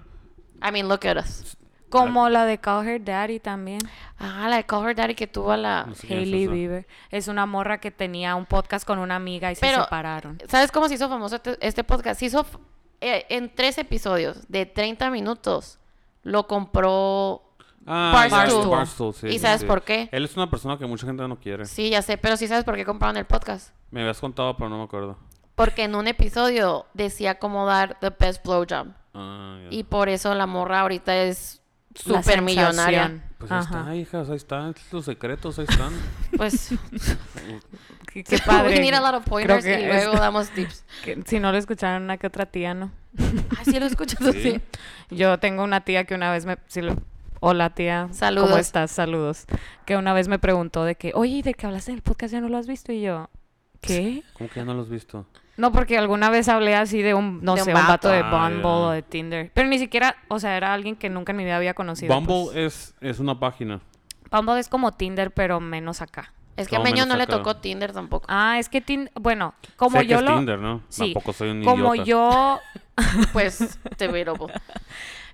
Speaker 1: I mean, look at us.
Speaker 2: Como la de Call Her Daddy también.
Speaker 1: Ah, la de Cover Daddy que tuvo a la...
Speaker 3: No sé quién es
Speaker 2: Hailey
Speaker 3: esa.
Speaker 2: Bieber. Es una morra que tenía un podcast con una amiga y se
Speaker 1: Pero-
Speaker 2: separaron.
Speaker 1: ¿Sabes cómo se hizo famoso este, este podcast? Se hizo f- eh, en tres episodios de 30 minutos. Lo compró...
Speaker 3: Ah,
Speaker 1: Barstool.
Speaker 3: ya, Barstool, sí,
Speaker 1: ¿Y
Speaker 3: sí,
Speaker 1: sabes
Speaker 3: sí.
Speaker 1: por qué?
Speaker 3: Él es una persona que mucha gente no quiere.
Speaker 1: Sí, ya sé, pero sí sabes por qué compraron el podcast.
Speaker 3: Me habías contado, pero no me acuerdo.
Speaker 1: Porque en un episodio decía cómo dar the best blowjob.
Speaker 3: Ah, ya.
Speaker 1: Y por eso la morra ahorita es
Speaker 2: La
Speaker 1: súper millonaria.
Speaker 2: sensación.
Speaker 3: Pues ahí
Speaker 2: Ajá.
Speaker 3: está, hijas, ahí están. Los secretos, ahí están.
Speaker 1: Pues,
Speaker 2: Qué, qué
Speaker 1: qué
Speaker 2: padre.
Speaker 1: We need a lot of
Speaker 2: Creo
Speaker 1: pointers
Speaker 2: que
Speaker 1: y
Speaker 2: es-
Speaker 1: luego damos tips.
Speaker 2: que- si no lo escucharon una que otra tía, ¿no?
Speaker 1: Así lo escuchas así.
Speaker 3: Sí.
Speaker 2: Yo tengo una tía que una vez me... si lo- Hola tía, ¿cómo
Speaker 1: Saludos.
Speaker 2: estás? Saludos. Que una vez me preguntó de que, oye, ¿y ¿de que hablaste del podcast ya no lo has visto? Y yo, ¿qué?
Speaker 3: ¿Cómo que ya no los has visto?
Speaker 2: No, porque alguna vez hablé así de un, no
Speaker 1: De un
Speaker 2: sé, un vato,
Speaker 1: vato.
Speaker 2: de
Speaker 3: Ah,
Speaker 2: Bumble
Speaker 3: ya.
Speaker 2: o de Tinder. Pero ni siquiera, o sea, era alguien que nunca en mi vida había conocido.
Speaker 3: Bumble
Speaker 2: pues.
Speaker 3: es, es una página.
Speaker 2: Bumble es como Tinder, pero menos acá.
Speaker 1: Es que a
Speaker 3: No,
Speaker 1: Meño
Speaker 3: menos
Speaker 1: no le
Speaker 3: acá.
Speaker 1: tocó Tinder tampoco.
Speaker 2: Ah, es que Tinder, bueno, como
Speaker 3: Sé
Speaker 2: yo
Speaker 3: que es
Speaker 2: lo...
Speaker 3: Tinder, ¿no?
Speaker 2: Sí,
Speaker 3: Tampoco soy un
Speaker 2: como
Speaker 3: idiota.
Speaker 2: yo,
Speaker 1: Pues, te veo. po.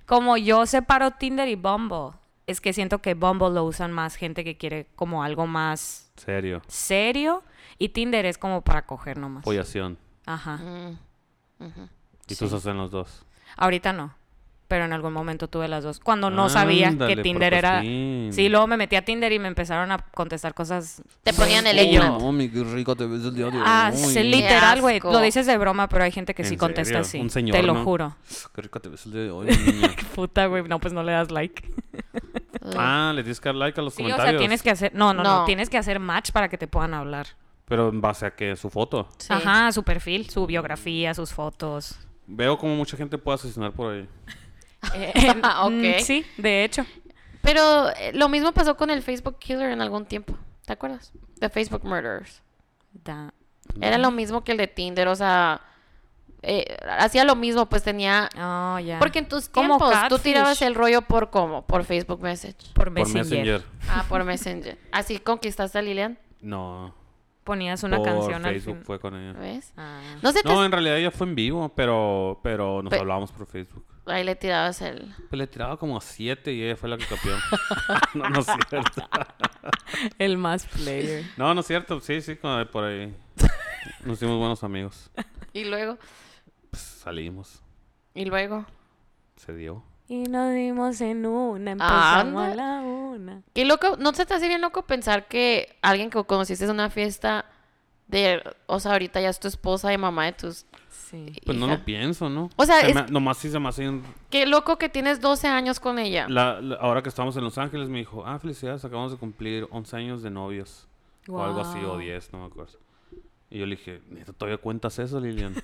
Speaker 2: como yo separo Tinder y Bumble, es que siento que Bumble lo usan más gente que quiere como algo más
Speaker 3: Serio.
Speaker 2: serio y Tinder es como para coger nomás.
Speaker 3: Follación.
Speaker 2: Ajá.
Speaker 1: Mm, ujú.
Speaker 3: Y tú hacen los dos.
Speaker 2: Ahorita no. Pero en algún momento tuve las dos. Cuando no sabía
Speaker 3: Ándale, pues,
Speaker 2: que Tinder era.
Speaker 3: porcosín.
Speaker 2: Sí, luego me metí a Tinder y me empezaron a contestar cosas.
Speaker 1: Te ponían el
Speaker 2: Ey,
Speaker 1: eggplant.
Speaker 4: mami, qué rico te ves el día de hoy.
Speaker 2: Ah, sí, literal, güey.
Speaker 1: asco.
Speaker 2: Lo dices de broma, pero hay gente que
Speaker 3: ¿En
Speaker 2: sí contesta
Speaker 3: serio?
Speaker 2: así.
Speaker 3: Un señor,
Speaker 2: Te lo
Speaker 3: ¿no?
Speaker 2: juro.
Speaker 4: Qué rico te ves el día de hoy, niña.
Speaker 2: Puta, güey. No, pues no le das like.
Speaker 3: Ah, le tienes que dar like a los
Speaker 2: Sí, o
Speaker 3: comentarios.
Speaker 2: sea, tienes que hacer. No, no, no,
Speaker 1: No.
Speaker 2: Tienes que hacer match para que te puedan hablar.
Speaker 3: Pero en base a que su foto.
Speaker 1: Sí.
Speaker 2: Ajá, su perfil, su biografía, sus fotos.
Speaker 3: Veo como mucha gente puede asesinar por ahí.
Speaker 2: Eh,
Speaker 1: Ah, Ok.
Speaker 2: mm, Sí, de hecho.
Speaker 1: Pero eh, lo mismo pasó con el Facebook Killer en algún tiempo. ¿Te acuerdas? The Facebook Murders.
Speaker 2: Da-
Speaker 1: Era lo mismo que el de Tinder, o sea, eh, hacía lo mismo, pues tenía...
Speaker 2: Oh, ya.
Speaker 1: Porque en tus
Speaker 2: Como
Speaker 1: tiempos tú
Speaker 2: Catfish.
Speaker 1: tirabas el rollo por cómo, por Facebook Message.
Speaker 2: Por
Speaker 3: Por Messenger.
Speaker 1: Ah, por Messenger. Así conquistaste a Lilian,
Speaker 3: No.
Speaker 2: Ponías una
Speaker 3: por
Speaker 2: canción al
Speaker 3: Facebook
Speaker 2: fin.
Speaker 3: fue con ella.
Speaker 1: ¿ves?
Speaker 2: Ah.
Speaker 1: No sé, te-
Speaker 3: No, en realidad ella fue en vivo, pero, pero nos
Speaker 1: Pe-
Speaker 3: hablábamos por Facebook.
Speaker 1: ahí le tirabas el...
Speaker 3: Pues le tiraba como siete y ella fue la que campeó. no, no es cierto.
Speaker 2: El más player.
Speaker 3: No, no es cierto. Sí, sí, como por ahí. Nos hicimos buenos amigos.
Speaker 1: Y luego,
Speaker 3: Pues, salimos.
Speaker 1: y luego.
Speaker 3: Se dio.
Speaker 2: Y nos dimos en una, empezamos
Speaker 1: empezamos
Speaker 2: a
Speaker 1: a
Speaker 2: la una.
Speaker 1: Qué loco, ¿no se te hace bien loco pensar que alguien que conociste en una fiesta de, o sea, ahorita ya es tu esposa y mamá de tus...
Speaker 2: Sí.
Speaker 3: Pues no
Speaker 1: hija?
Speaker 3: lo pienso, ¿no?
Speaker 1: O sea,
Speaker 3: Se
Speaker 1: es-
Speaker 3: me- nomás sí se me hace un-
Speaker 1: Qué loco que tienes 12 años con ella.
Speaker 3: la- la- ahora que estamos en Los Ángeles me dijo, ah, felicidades, acabamos de cumplir 11 años de novios. O algo así, o 10, no me acuerdo. Y yo le dije, "Neta, ¿todavía cuentas eso, Lilian?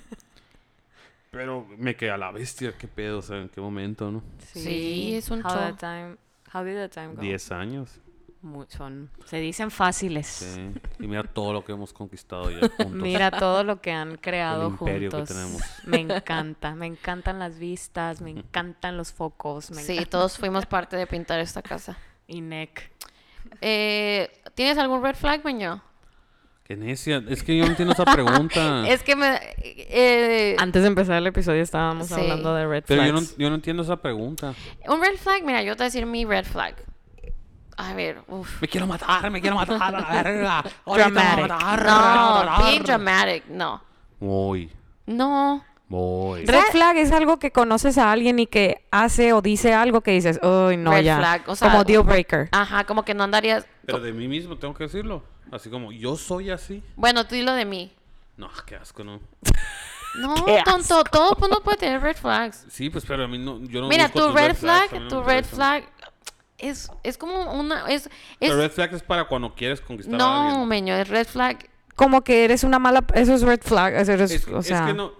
Speaker 3: Pero me quedé a la bestia, qué pedo, o sea, en qué momento, ¿no?
Speaker 1: Sí, es un
Speaker 2: how
Speaker 1: show.
Speaker 2: the time, How did the time go?
Speaker 3: 10 años.
Speaker 2: Mu- son, se dicen fáciles.
Speaker 3: Sí. Y mira todo lo que hemos conquistado ya juntos.
Speaker 2: Mira todo lo que han creado
Speaker 3: El imperio que
Speaker 2: juntos.
Speaker 3: tenemos.
Speaker 2: Me encanta, me encantan las vistas, me encantan los focos, me
Speaker 1: Sí,
Speaker 2: encanta-
Speaker 1: todos fuimos parte de pintar esta casa.
Speaker 2: y Nick.
Speaker 1: Eh, ¿Tienes algún red flag, Meño?
Speaker 3: Qué necia. Es que yo no entiendo esa pregunta.
Speaker 1: Es que me... eh,
Speaker 2: Antes de empezar el episodio estábamos
Speaker 1: Sí.
Speaker 2: hablando de red
Speaker 3: Pero yo no,
Speaker 2: flags.
Speaker 3: yo no entiendo esa pregunta.
Speaker 1: un red flag, mira, yo te voy a decir mi red flag. A ver, uf.
Speaker 4: Me quiero matar, me quiero matar a la verga. Ahorita me
Speaker 2: Dramatic.
Speaker 4: voy a
Speaker 3: Ah,
Speaker 4: matar.
Speaker 1: No, being dramatic, no.
Speaker 3: Voy,
Speaker 1: No.
Speaker 3: voy.
Speaker 2: Red flag es algo que conoces a alguien y que hace o dice algo que dices, uy, no,
Speaker 1: Red
Speaker 2: ya.
Speaker 1: flag, o sea, ah.
Speaker 2: Como deal breaker.
Speaker 1: Ajá, como que no andarías...
Speaker 3: Pero de mí mismo tengo que decirlo. Así como, yo soy así.
Speaker 1: Bueno, tú dilo de mí.
Speaker 3: No, qué asco, ¿no?
Speaker 1: No,
Speaker 2: Qué
Speaker 1: tonto, todo mundo puede tener red flags.
Speaker 3: Sí, pues, pero a mí no, yo no
Speaker 1: Mira,
Speaker 3: busco
Speaker 1: tu
Speaker 3: tus
Speaker 1: red
Speaker 3: flags,
Speaker 1: flag,
Speaker 3: a mí no
Speaker 1: tu
Speaker 3: me
Speaker 1: red
Speaker 3: interesan.
Speaker 1: flag es, es como una... Es, es,
Speaker 3: Pero red flag es para cuando quieres conquistar a
Speaker 1: no,
Speaker 3: alguien.
Speaker 1: Meño, es red flag.
Speaker 2: como que eres una mala... Eso es red flag. Eso es,
Speaker 1: pues,
Speaker 3: Es,
Speaker 2: o
Speaker 3: es
Speaker 2: sea,
Speaker 3: que no...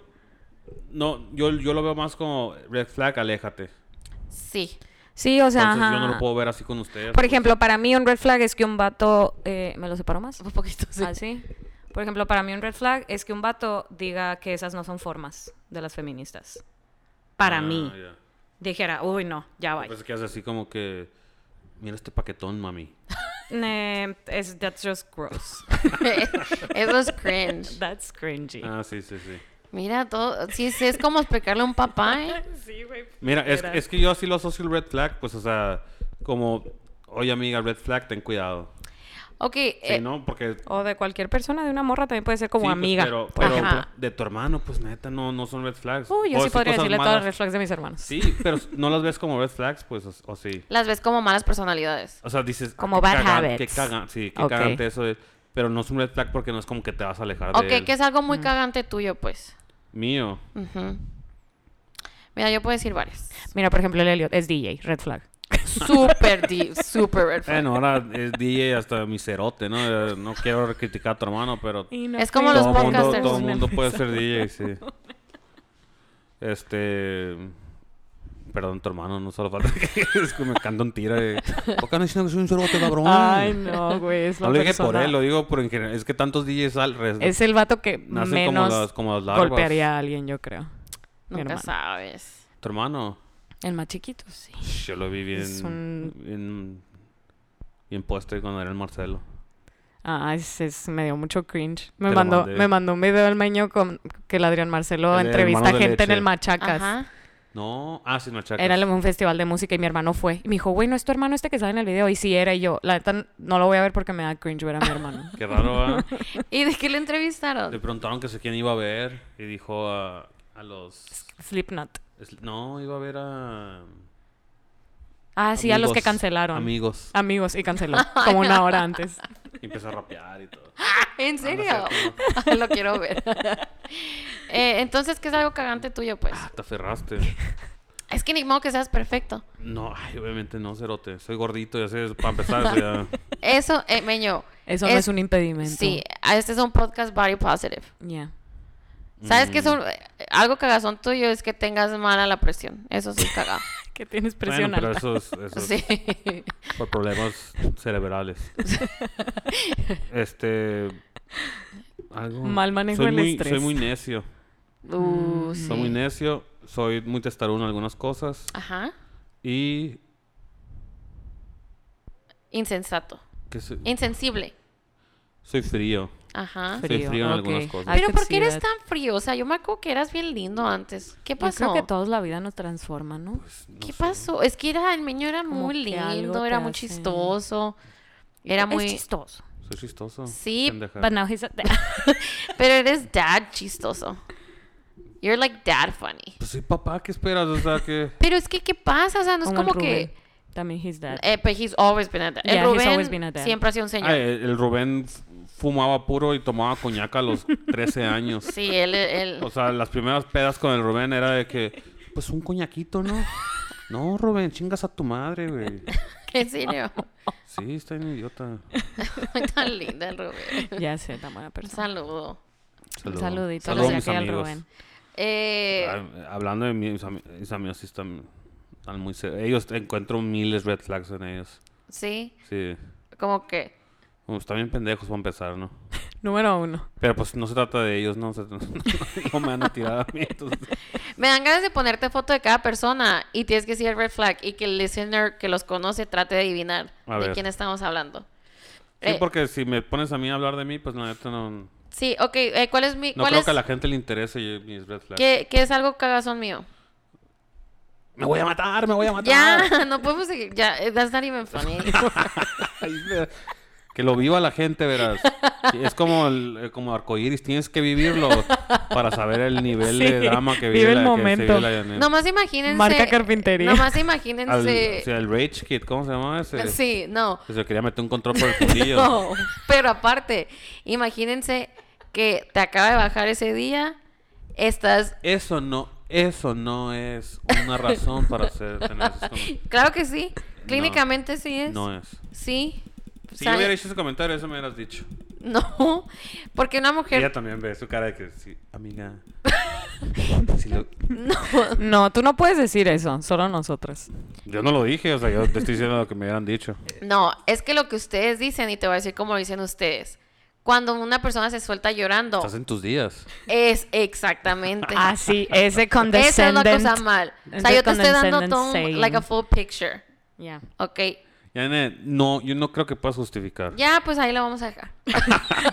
Speaker 3: No, yo, yo lo veo más como red flag, aléjate.
Speaker 1: Sí.
Speaker 2: Sí, o sea,
Speaker 3: Entonces yo
Speaker 2: ajá.
Speaker 3: no lo puedo ver así con ustedes.
Speaker 2: Por ejemplo, para mí un red flag es que un vato... eh, ¿Me lo separo más?
Speaker 1: Un poquito sí.
Speaker 2: Así. Por ejemplo, para mí un red flag es que un vato diga que esas no son formas de las feministas. Para
Speaker 3: Ah,
Speaker 2: mí.
Speaker 3: ya. pues,
Speaker 2: Dijera, uy, no, ya va.
Speaker 3: Pensé que hace así como que. Mira este paquetón, mami.
Speaker 2: Eh, es, that's just gross.
Speaker 1: Eso es cringe.
Speaker 2: That's cringy.
Speaker 3: Ah, sí, sí, sí.
Speaker 1: Mira, todo. Sí, sí, es como explicarle a un papá, ¿eh?
Speaker 2: Sí, güey.
Speaker 3: Mira, es,
Speaker 2: Era.
Speaker 3: es que yo así lo asocio el red flag, pues, o sea, como. Oye, amiga, red flag, ten cuidado.
Speaker 1: Ok.
Speaker 3: Sí,
Speaker 1: eh,
Speaker 3: ¿no? Porque.
Speaker 2: O de cualquier persona, de una morra también puede ser como
Speaker 3: sí, pues,
Speaker 2: amiga.
Speaker 3: pero
Speaker 2: por
Speaker 3: pero
Speaker 2: ejemplo.
Speaker 1: Ajá.
Speaker 3: de tu hermano, pues neta, no, no son red flags.
Speaker 2: Uy, yo
Speaker 3: O
Speaker 2: sí
Speaker 3: decir
Speaker 2: podría
Speaker 3: cosas
Speaker 2: decirle todas las
Speaker 3: malas.
Speaker 2: red flags de mis hermanos.
Speaker 3: Sí, pero no las ves como red flags, pues, o, o sí.
Speaker 1: Las ves como malas personalidades.
Speaker 3: O sea, dices.
Speaker 2: Como
Speaker 3: "Ah, qué
Speaker 2: bad
Speaker 3: cagan-
Speaker 2: habits".
Speaker 3: Qué cagan, sí, qué
Speaker 2: Ok.
Speaker 3: cagante eso de. Pero no es un red flag porque no es como que te vas a alejar de él.
Speaker 1: Ok, que es algo muy cagante tuyo, pues.
Speaker 3: Mío.
Speaker 1: Ujú. Mira, yo puedo decir varias.
Speaker 2: Mira, por ejemplo, el Elliot es DJ, red flag.
Speaker 1: Súper deep, súper red flag.
Speaker 3: Bueno, ahora es DJ hasta miserote, ¿no? Eh, No quiero criticar a tu hermano, pero
Speaker 1: Es como los
Speaker 3: todo mundo,
Speaker 1: podcasters.
Speaker 3: todo mundo puede ser DJ, sí. Este. Perdón, tu hermano, no solo falta que es que me canta un tiro. eh. ¿Por qué no diciendo que soy un cerote, cabrón?
Speaker 2: Ay, no, güey. Es
Speaker 3: no
Speaker 2: la
Speaker 3: lo dije por
Speaker 2: persona-
Speaker 3: él, lo digo por en general. Es que tantos DJs al res-
Speaker 2: Es el vato que
Speaker 3: nacen como
Speaker 2: menos
Speaker 3: las, como las larvas.
Speaker 2: golpearía a alguien, yo creo. Mi
Speaker 1: Nunca
Speaker 2: hermano.
Speaker 1: sabes.
Speaker 3: Tu hermano,
Speaker 2: El más chiquito, sí.
Speaker 3: yo lo vi bien.
Speaker 2: Es un-
Speaker 3: Bien, bien puesto cuando era el Marcelo.
Speaker 2: Ah, es, es- me dio mucho cringe. Me
Speaker 3: Te lo
Speaker 2: mandó,
Speaker 3: mandé.
Speaker 2: me mandó un video del meño con que el Adrián Marcelo
Speaker 3: El de
Speaker 2: entrevista a
Speaker 3: Hermanos de
Speaker 2: gente en el
Speaker 3: Leche.
Speaker 2: Machacas.
Speaker 1: Ajá.
Speaker 3: No, ah, sí, no, chacas.
Speaker 2: Era un festival de música y mi hermano fue. Y me dijo, güey, ¿no es tu hermano este que sale en el video? Y sí era. Y yo, la neta, no lo voy a ver porque me da cringe ver a mi hermano.
Speaker 3: Qué raro, ¿ah?
Speaker 1: ¿Y de qué le
Speaker 3: Le
Speaker 1: entrevistaron?
Speaker 3: preguntaron que sé quién iba a ver y dijo a, a los...
Speaker 2: Slipknot.
Speaker 3: es- No, iba a ver a...
Speaker 2: Ah, sí, a los que
Speaker 3: amigos,
Speaker 2: cancelaron.
Speaker 3: Amigos.
Speaker 2: Amigos, y canceló. Como una hora antes.
Speaker 3: Y empezó a rapear y todo.
Speaker 1: ¿En
Speaker 3: No, no es
Speaker 1: serio?
Speaker 3: cierto,
Speaker 1: Lo quiero ver. Eh, entonces, ¿qué es algo cagante tuyo, pues?
Speaker 3: no. "Ah, Te aferraste.
Speaker 1: Es que ni modo que seas perfecto.
Speaker 3: No, ay, obviamente no, cerote. Soy gordito, ya sé, para empezar, o sea,
Speaker 1: Eso, eh, Meño.
Speaker 2: Eso no es un impedimento.
Speaker 1: Sí, ah, este es un podcast body positive.
Speaker 2: Ya.
Speaker 1: ¿Sabes
Speaker 3: Mm.
Speaker 1: qué es un- eh, algo cagazón tuyo? Es que tengas mala la presión. Eso sí es cagado.
Speaker 2: Que tienes presión
Speaker 3: Bueno, pero
Speaker 2: alta.
Speaker 3: eso es, eso es
Speaker 1: sí.
Speaker 3: por problemas cerebrales. este... Algo...
Speaker 2: Mal manejo
Speaker 3: soy
Speaker 2: del
Speaker 3: muy-
Speaker 2: estrés.
Speaker 3: Soy muy necio.
Speaker 1: Uh,
Speaker 3: Mm, Soy muy
Speaker 1: sí.
Speaker 3: necio. Soy muy testarudo en algunas cosas.
Speaker 1: Ajá.
Speaker 3: Y...
Speaker 1: Insensato.
Speaker 3: ¿qué sé?
Speaker 1: Eh, Insensible.
Speaker 3: Soy frío.
Speaker 1: Ajá.
Speaker 3: Soy frío en algunas
Speaker 2: ok.
Speaker 3: cosas.
Speaker 2: I
Speaker 1: Pero
Speaker 2: could
Speaker 1: ¿por
Speaker 2: see
Speaker 1: qué eres
Speaker 2: that.
Speaker 1: tan frío? O sea, yo me acuerdo que eras bien lindo antes. ¿Qué
Speaker 2: Yo
Speaker 1: pasó?
Speaker 2: creo que toda la vida nos transforma, ¿no?
Speaker 3: No
Speaker 1: ¿Qué
Speaker 3: sé.
Speaker 1: pasó? Es que era, el niño era
Speaker 2: Como
Speaker 1: muy
Speaker 2: que algo
Speaker 1: lindo,
Speaker 2: te
Speaker 1: era muy
Speaker 2: hace-
Speaker 1: chistoso. Era
Speaker 2: Es
Speaker 1: muy...
Speaker 2: chistoso.
Speaker 3: Soy chistoso.
Speaker 1: Sí,
Speaker 3: pendeja.
Speaker 2: But now he's a-
Speaker 1: Pero eres dad chistoso. You're like dad funny.
Speaker 3: Pues soy papá, ¿qué esperas? O sea, que...
Speaker 1: Pero es que, ¿qué pasa? O sea, no es
Speaker 2: Como el
Speaker 1: como
Speaker 2: Rubén.
Speaker 1: que...
Speaker 2: También he's that.
Speaker 1: Eh, but he's always been a dad. El
Speaker 2: Yeah, he's
Speaker 1: Rubén
Speaker 2: always been a dad.
Speaker 1: siempre ha sido un señor.
Speaker 3: Ah, el el Rubén f- fumaba puro y tomaba coñac a los 13 años.
Speaker 1: Sí, él... él-
Speaker 3: O sea, las primeras pedas con el Rubén era de que... Pues un coñaquito, ¿no? No, Rubén, chingas a tu madre, güey.
Speaker 1: ¿En serio?
Speaker 3: Sí, está bien idiota.
Speaker 1: Ay, tan linda el Rubén.
Speaker 2: Ya sé, tan buena
Speaker 1: Un
Speaker 2: persona.
Speaker 1: saludo.
Speaker 2: Un
Speaker 3: Saludos.
Speaker 2: saludito.
Speaker 3: Saludos a
Speaker 2: desde
Speaker 3: mis
Speaker 2: aquí al
Speaker 3: amigos.
Speaker 2: Rubén.
Speaker 1: Eh,
Speaker 3: Ah, Hablando de mis, ami- mis amigos, sí están, están muy... ser- Ellos encuentro miles red flags en ellos.
Speaker 1: sí,
Speaker 3: Sí.
Speaker 1: como que...
Speaker 3: Como están bien pendejos para empezar, ¿no?
Speaker 2: Número uno.
Speaker 3: Pero pues no se trata de ellos, no, se- no me han tirado a mí. entonces-
Speaker 1: Me dan ganas de ponerte foto de cada persona y tienes que decir el red flag y que el listener que los conoce trate de adivinar
Speaker 3: A
Speaker 1: de
Speaker 3: ver.
Speaker 1: quién estamos hablando.
Speaker 3: Sí,
Speaker 1: Eh,
Speaker 3: porque si me pones a mí a hablar de mí, pues la neta no, no
Speaker 1: sí, ok. eh, ¿Cuál es mi...? cuál
Speaker 3: creo
Speaker 1: es,
Speaker 3: que a la gente le interese yo- mis red flags.
Speaker 1: ¿qué, qué es algo cagazón mío?
Speaker 3: Me voy a matar, me voy a matar.
Speaker 1: Ya, no podemos seguir. Ya, eh, that's not even funny.
Speaker 3: Ay, ver- que lo viva la gente, verás. Es como el, eh, como arcoíris, tienes que vivirlo para saber el nivel de
Speaker 2: Sí,
Speaker 3: drama que vive,
Speaker 2: vive el
Speaker 3: la,
Speaker 2: momento.
Speaker 3: Que se vive la Janet.
Speaker 1: Nomás imagínense...
Speaker 2: Marca carpintería.
Speaker 1: Nomás
Speaker 3: Al-
Speaker 1: imagínense...
Speaker 3: o sea, el Rage Kid, ¿cómo se llama ese?
Speaker 1: sí, no.
Speaker 3: Que se quería meter un control por el cuchillo.
Speaker 1: No, pero aparte, imagínense que te acaba de bajar ese día, estás...
Speaker 3: Eso no, eso no es una razón para hacer tener esos comentarios.
Speaker 1: Claro que sí, clínicamente sí es.
Speaker 3: No es.
Speaker 1: Sí.
Speaker 3: Si
Speaker 1: Sale-
Speaker 3: yo hubiera hecho ese comentario, eso me hubieras dicho.
Speaker 1: No, porque una mujer...
Speaker 3: Ella también ve su cara de que sí, amiga. Si lo-
Speaker 2: No, tú no puedes decir eso, solo nosotras.
Speaker 3: Yo no lo dije, o sea, yo te estoy diciendo lo que me hubieran dicho.
Speaker 1: No, es que lo que ustedes dicen, y te voy a decir como lo dicen ustedes, cuando una persona se suelta llorando,
Speaker 3: Estás en tus días.
Speaker 1: es exactamente.
Speaker 2: Así, ese
Speaker 1: Esa es la
Speaker 2: condescendent.
Speaker 1: cosa mal. O sea, yo te estoy dando
Speaker 2: condescendent
Speaker 1: todo un-
Speaker 2: saying.
Speaker 1: like a full picture,
Speaker 2: Ya.
Speaker 1: ¿ok?
Speaker 3: Yane, no, yo no creo que puedas justificar.
Speaker 1: Ya, pues ahí lo vamos a dejar.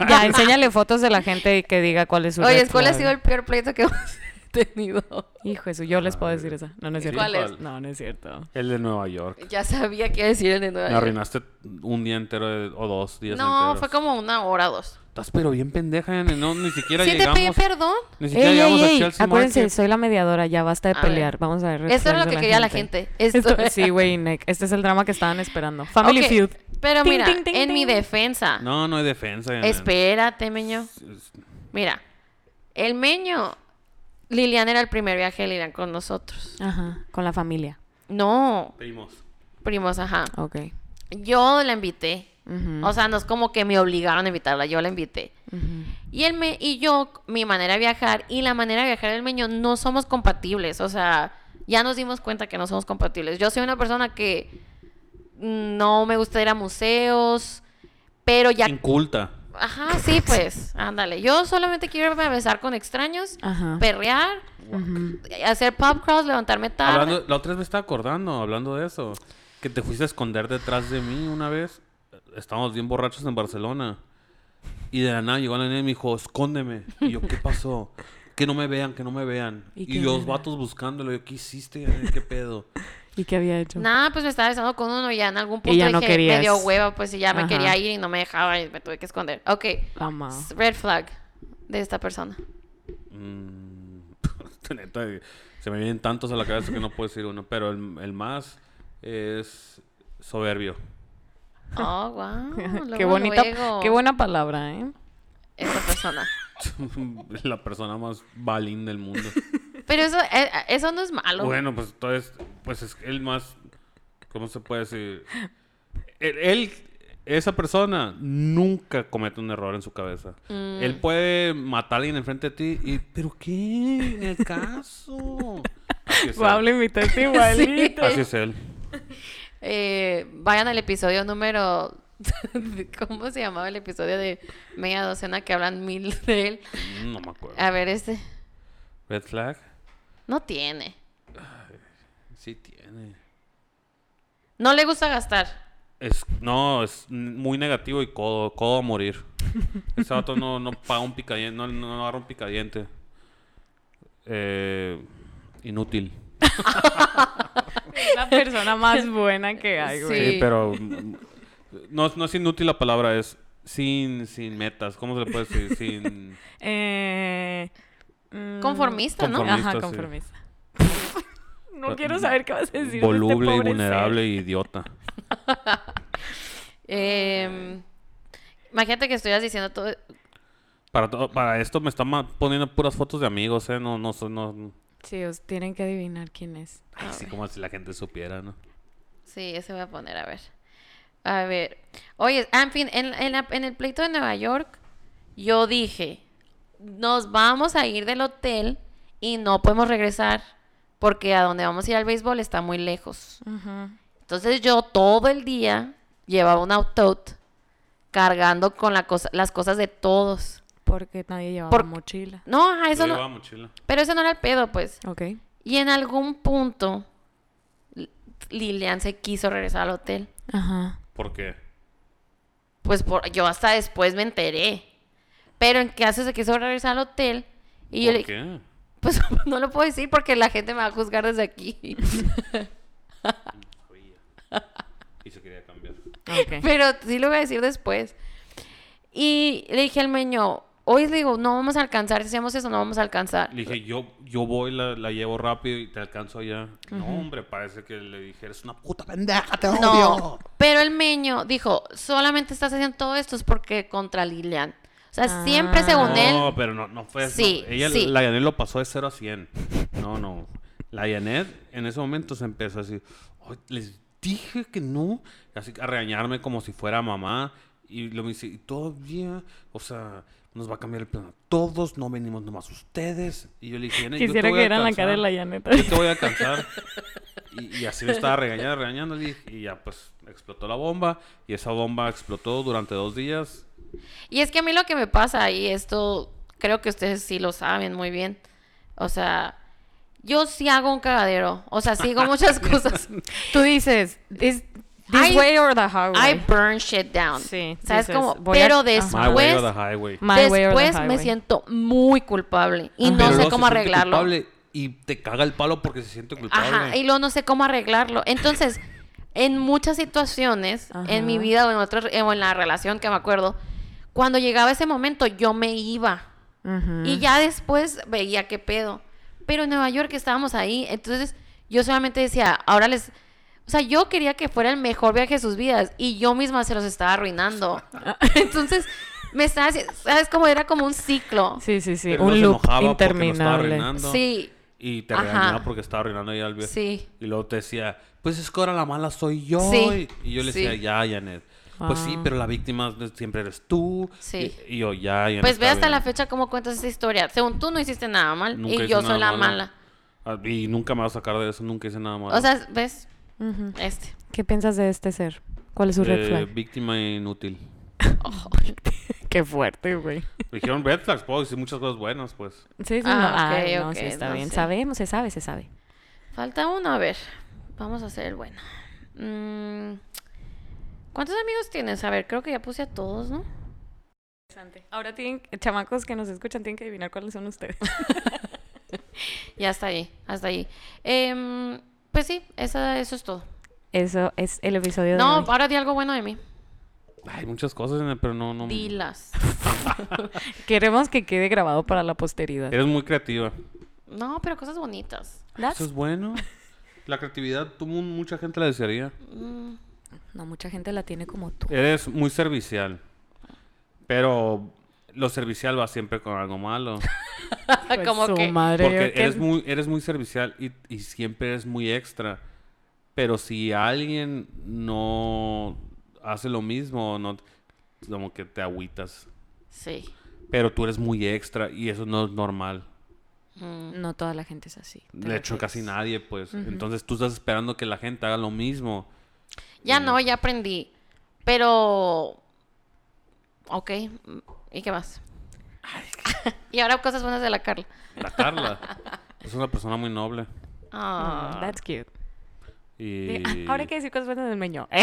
Speaker 2: Ya, enséñale fotos de la gente y que diga cuál es su
Speaker 1: Oye,
Speaker 2: red
Speaker 1: ¿cuál ha
Speaker 2: flag.
Speaker 1: sido el peor pleito que hemos tenido?
Speaker 2: Hijo eso, yo les puedo decir esa. No, no es
Speaker 3: Sí,
Speaker 2: cierto.
Speaker 1: ¿Cuál es?
Speaker 2: No, no es cierto.
Speaker 3: El de Nueva York.
Speaker 1: Ya sabía que iba a decir el de Nueva
Speaker 3: Me
Speaker 1: York.
Speaker 3: arruinaste un día entero de- o dos días
Speaker 1: No,
Speaker 3: enteros.
Speaker 1: fue como una hora o dos.
Speaker 3: Estás pero bien pendeja, Yane. No, ni siquiera
Speaker 1: ¿Sí te pedí
Speaker 3: llegamos.
Speaker 1: perdón?
Speaker 3: Ni siquiera
Speaker 2: Ey,
Speaker 3: llegamos
Speaker 2: ey,
Speaker 3: a
Speaker 2: ey,
Speaker 3: Chelsea
Speaker 2: acuérdense,
Speaker 3: Market.
Speaker 2: soy la mediadora, ya basta de
Speaker 1: A ver.
Speaker 2: pelear. Vamos a ver. red
Speaker 1: Eso era
Speaker 2: flags
Speaker 1: lo
Speaker 2: de
Speaker 1: que quería la gente. Esto,
Speaker 2: Esto- sí, güey, Nick. Este es el drama que estaban esperando. Family
Speaker 1: Ok,
Speaker 2: Feud.
Speaker 1: Pero
Speaker 2: Ting,
Speaker 1: mira,
Speaker 2: ting, ting,
Speaker 1: en mi
Speaker 2: ting.
Speaker 1: defensa,
Speaker 3: No, no hay defensa, Yane.
Speaker 1: espérate, meño. Mira, el meño, Lilian era el primer viaje de Lilian con nosotros.
Speaker 2: Ajá, con la familia.
Speaker 1: No,
Speaker 3: Primos.
Speaker 1: primos, ajá.
Speaker 2: Ok.
Speaker 1: Yo la invité.
Speaker 2: Ujú,
Speaker 1: O sea, no es como que me obligaron a invitarla, yo la invité.
Speaker 2: ujú.
Speaker 1: Y él me, y yo, mi manera de viajar y la manera de viajar del meño no somos compatibles. O sea, ya nos dimos cuenta que no somos compatibles. Yo soy una persona que no me gusta ir a museos, pero ya.
Speaker 3: Inculta.
Speaker 1: Ajá, sí, pues, ándale. Yo solamente quiero irme a besar con extraños,
Speaker 2: Ajá.
Speaker 1: perrear, hacer pub crawls, levantarme tarde.
Speaker 3: Hablando, la otra vez me estaba acordando, hablando de eso, que te fuiste a esconder detrás de mí una vez. Estábamos bien borrachos en Barcelona. Y de la nada llegó la nena y me dijo, escóndeme. Y yo, ¿qué pasó? Que no me vean, que no me vean.
Speaker 2: ¿Y
Speaker 3: Y,
Speaker 2: qué
Speaker 3: los
Speaker 2: era?
Speaker 3: vatos buscándolo. Yo, ¿qué hiciste? Ana? ¿Qué pedo?
Speaker 2: ¿Y qué había hecho?
Speaker 1: Nada, pues me estaba besando con uno y ya en algún punto
Speaker 2: ya no
Speaker 1: dije, me dio
Speaker 2: querías.
Speaker 1: hueva, pues y ya me
Speaker 2: Ajá. Ah.
Speaker 1: quería ir y no me dejaba y me tuve que esconder. Ok,
Speaker 2: La ma.
Speaker 1: s- red flag de esta persona.
Speaker 3: Mm, neta, se me vienen tantos a la cabeza que no puedo decir uno. Pero el, el más es soberbio.
Speaker 1: Oh, wow.
Speaker 2: qué bonita, qué buena palabra, ¿eh?
Speaker 1: Esta persona.
Speaker 3: la persona más balín del mundo.
Speaker 1: Pero eso, eh, eso no es malo.
Speaker 3: Bueno, pues entonces, pues es el más, ¿cómo se puede decir? Él, él- esa persona nunca comete un error en su cabeza.
Speaker 1: Mm.
Speaker 3: Él puede matar a alguien enfrente de ti y, ¿pero qué? En el caso. Así es,
Speaker 2: Pablo
Speaker 3: él.
Speaker 2: invitaste
Speaker 1: igualito.
Speaker 3: Así es él.
Speaker 1: Eh, vayan al episodio número. ¿Cómo se llamaba el episodio de media docena que hablan mil de él?
Speaker 3: Mm, No me acuerdo.
Speaker 1: A ver, este.
Speaker 3: Red flag.
Speaker 1: No tiene.
Speaker 3: Sí tiene.
Speaker 1: No le gusta gastar.
Speaker 3: Es, no, es muy negativo y codo, codo a morir. Ese vato no, no paga un picadiente, no, no agarra un picadiente. Eh, inútil.
Speaker 2: La persona más buena que hay, güey.
Speaker 1: Sí.
Speaker 3: Sí, pero mm, no, no es inútil la palabra, es sin, sin metas. ¿Cómo se le puede decir? Sin
Speaker 2: Eh, mm,
Speaker 1: Conformista, ¿no?
Speaker 3: Conformista,
Speaker 2: Ajá,
Speaker 3: sí.
Speaker 2: conformista. no quiero saber qué vas a decir. de este
Speaker 3: voluble y
Speaker 2: pobre
Speaker 3: vulnerable y idiota.
Speaker 1: Eh, imagínate que estuvieras diciendo todo.
Speaker 3: Para, to- para esto me están ma- poniendo puras fotos de amigos, ¿eh? No, no, soy- no, no.
Speaker 2: ser. Sí, os tienen que adivinar quién es.
Speaker 3: Ay, sí, como si la gente supiera, ¿no?
Speaker 1: Sí, ese voy a poner, a ver. A ver. Oye, ah, en fin, en, en la- en el pleito de Nueva York, yo dije, nos vamos a ir del hotel y no podemos regresar porque a donde vamos a ir al béisbol está muy lejos. Entonces yo todo el día llevaba un autot cargando con la cosa, las cosas de todos.
Speaker 2: Porque nadie llevaba
Speaker 1: Por-
Speaker 2: mochila.
Speaker 1: No, ajá, eso
Speaker 3: Yo
Speaker 1: no,
Speaker 3: llevaba mochila.
Speaker 1: pero eso no era el pedo, pues.
Speaker 2: Ok.
Speaker 1: Y en algún punto, Li- Lilian se quiso regresar al hotel.
Speaker 2: Ajá.
Speaker 3: ¿Por qué?
Speaker 1: pues por, yo hasta después me enteré. Pero en qué hace se quiso regresar al hotel y yo
Speaker 3: ¿Por
Speaker 1: le
Speaker 3: qué?
Speaker 1: pues no lo puedo decir porque la gente me va a juzgar desde aquí.
Speaker 3: Y se quería cambiar.
Speaker 2: Ok.
Speaker 1: Pero sí lo voy a decir después. Y le dije al meño, hoy le digo, no vamos a alcanzar, si hacemos eso no vamos a alcanzar.
Speaker 3: Le dije, yo, yo voy, la, la llevo rápido y te alcanzo allá. No, hombre, parece que le dije, eres una puta pendeja, te
Speaker 1: No,
Speaker 3: odio.
Speaker 1: pero el meño dijo, solamente estás haciendo todo esto es porque contra Lilian. O sea, siempre
Speaker 2: Ah.
Speaker 1: según él,
Speaker 3: No, pero no, no fue eso.
Speaker 1: Sí,
Speaker 3: Ella,
Speaker 1: sí.
Speaker 3: La Yanet lo pasó de 0 a 100. No, no. La Yanet en ese momento se empezó a decir, "Ay, les dije que no. Así que a regañarme como si fuera mamá. Y lo me dice, y todavía, o sea, nos va a cambiar el plan. a Todos, no venimos nomás ustedes. Y yo le dije, "Nene, yo te
Speaker 2: Quisiera
Speaker 3: voy a
Speaker 2: que era en la
Speaker 3: alcanzar.
Speaker 2: cara de la llaneta.
Speaker 3: Yo te voy a alcanzar. Y, y así lo estaba regañando, regañando. Y, y ya, pues, explotó la bomba. Y esa bomba explotó durante dos días.
Speaker 1: Y es que a mí lo que me pasa, y esto creo que ustedes sí lo saben muy bien, o sea, yo sí hago un cagadero, o sea, sí hago muchas cosas.
Speaker 2: Tú dices, this, this
Speaker 1: I-
Speaker 2: way or the highway.
Speaker 1: I burn shit down.
Speaker 2: Sí,
Speaker 1: ¿Sabes
Speaker 2: dices,
Speaker 1: cómo?
Speaker 2: voy a-
Speaker 1: Pero
Speaker 2: Ajá.
Speaker 3: My way or the
Speaker 1: después,
Speaker 3: highway.
Speaker 2: My way or the
Speaker 1: después me
Speaker 2: highway.
Speaker 1: siento muy culpable y
Speaker 2: Ajá.
Speaker 1: no
Speaker 3: Pero
Speaker 1: sé
Speaker 3: luego se
Speaker 1: cómo
Speaker 3: siente
Speaker 1: arreglarlo.
Speaker 3: culpable y te caga el palo porque se siente culpable.
Speaker 1: Ajá, y luego no sé cómo arreglarlo. Entonces, en muchas situaciones,
Speaker 2: Ajá.
Speaker 1: en mi vida o en, otra, o en la relación que me acuerdo, cuando llegaba ese momento yo me iba.
Speaker 2: Ujú.
Speaker 1: Y ya después veía qué pedo. Pero en Nueva York estábamos ahí, entonces yo solamente decía, ahora les... O sea, yo quería que fuera el mejor viaje de sus vidas y yo misma se los estaba arruinando. Entonces, me estaba... haci- ¿Sabes? Como era como un ciclo.
Speaker 2: Sí, sí, sí.
Speaker 3: Pero no
Speaker 2: un
Speaker 3: se
Speaker 2: loop
Speaker 3: enojaba porque lo estaba
Speaker 2: interminable.
Speaker 3: arruinando.
Speaker 1: Sí,
Speaker 3: Y te
Speaker 1: Ajá.
Speaker 3: regañaba porque estaba arruinando ya el viaje.
Speaker 1: sí.
Speaker 3: Y luego te decía, pues es que ahora la mala soy yo.
Speaker 1: Sí,
Speaker 3: Y y yo le decía,
Speaker 1: sí. Ah.
Speaker 3: ya, Janet. Pues sí,
Speaker 2: Wow.
Speaker 3: pero la víctima de- siempre eres tú.
Speaker 1: Sí.
Speaker 3: Y, y yo, ya, Janet.
Speaker 1: Pues
Speaker 3: está
Speaker 1: ve hasta
Speaker 3: bien".
Speaker 1: la fecha cómo cuentas esa historia. Según tú no hiciste nada mal
Speaker 3: Nunca
Speaker 1: y
Speaker 3: hice
Speaker 1: yo
Speaker 3: nada
Speaker 1: soy la
Speaker 3: malo.
Speaker 1: mala.
Speaker 3: Ah, Y nunca me va a sacar de eso, nunca hice nada malo.
Speaker 1: O sea, ¿ves?
Speaker 2: Ujú.
Speaker 1: Este.
Speaker 2: ¿Qué piensas de este ser? ¿Cuál es su red
Speaker 3: Eh,
Speaker 2: flag?
Speaker 3: víctima inútil.
Speaker 2: Qué fuerte, güey.
Speaker 3: Dijeron red flags, puedo decir muchas cosas buenas, pues.
Speaker 2: Sí, sí,
Speaker 1: Ah,
Speaker 2: no.
Speaker 1: ok,
Speaker 2: ay, no,
Speaker 1: ok,
Speaker 2: sí, está
Speaker 1: no,
Speaker 2: bien.
Speaker 1: sí.
Speaker 2: Sabemos, se sabe, se sabe.
Speaker 1: Falta uno, a ver. Vamos a hacer el bueno. Mm, ¿Cuántos amigos tienes? A ver, creo que ya puse a todos, ¿no?
Speaker 2: Ahora tienen, chamacos que nos escuchan, tienen que adivinar cuáles son ustedes.
Speaker 1: Ya hasta ahí, hasta ahí. Em, pues sí, esa- eso es todo.
Speaker 2: Eso es el episodio
Speaker 1: No,
Speaker 2: de hoy.
Speaker 1: ahora di algo bueno de mí.
Speaker 3: Hay muchas cosas, nene, pero no, no.
Speaker 1: Dilas.
Speaker 2: Queremos que quede grabado para la posteridad.
Speaker 3: Eres muy creativa.
Speaker 1: No, pero cosas bonitas.
Speaker 2: That's-
Speaker 3: Eso es bueno. La creatividad, tú, mu- mucha gente la desearía.
Speaker 1: Mm,
Speaker 2: Pues No, mucha gente la tiene como tú.
Speaker 3: Eres muy servicial. Pero lo servicial va siempre con algo malo.
Speaker 2: Pues
Speaker 1: Ah, como
Speaker 2: su
Speaker 1: que.
Speaker 2: madre,
Speaker 3: Porque
Speaker 2: yo que-
Speaker 3: eres muy, eres muy servicial y, y siempre eres muy extra. Pero si alguien no hace lo mismo, no, como que te agüitas.
Speaker 1: Sí.
Speaker 3: Pero tú eres muy extra y eso no es normal.
Speaker 1: Mm,
Speaker 2: No toda la gente es así. te
Speaker 3: De hecho,
Speaker 2: refieres.
Speaker 3: casi nadie, pues. Entonces tú estás esperando que la gente haga lo mismo.
Speaker 1: Ya no, ya aprendí. Pero. Ok. mm, ¿Y qué más? y ahora cosas buenas de la Carla.
Speaker 3: La Carla es una persona muy noble.
Speaker 1: Ah.
Speaker 2: Mm, that's cute.
Speaker 3: Y...
Speaker 2: Ah, Ahora hay que decir cosas buenas del meño.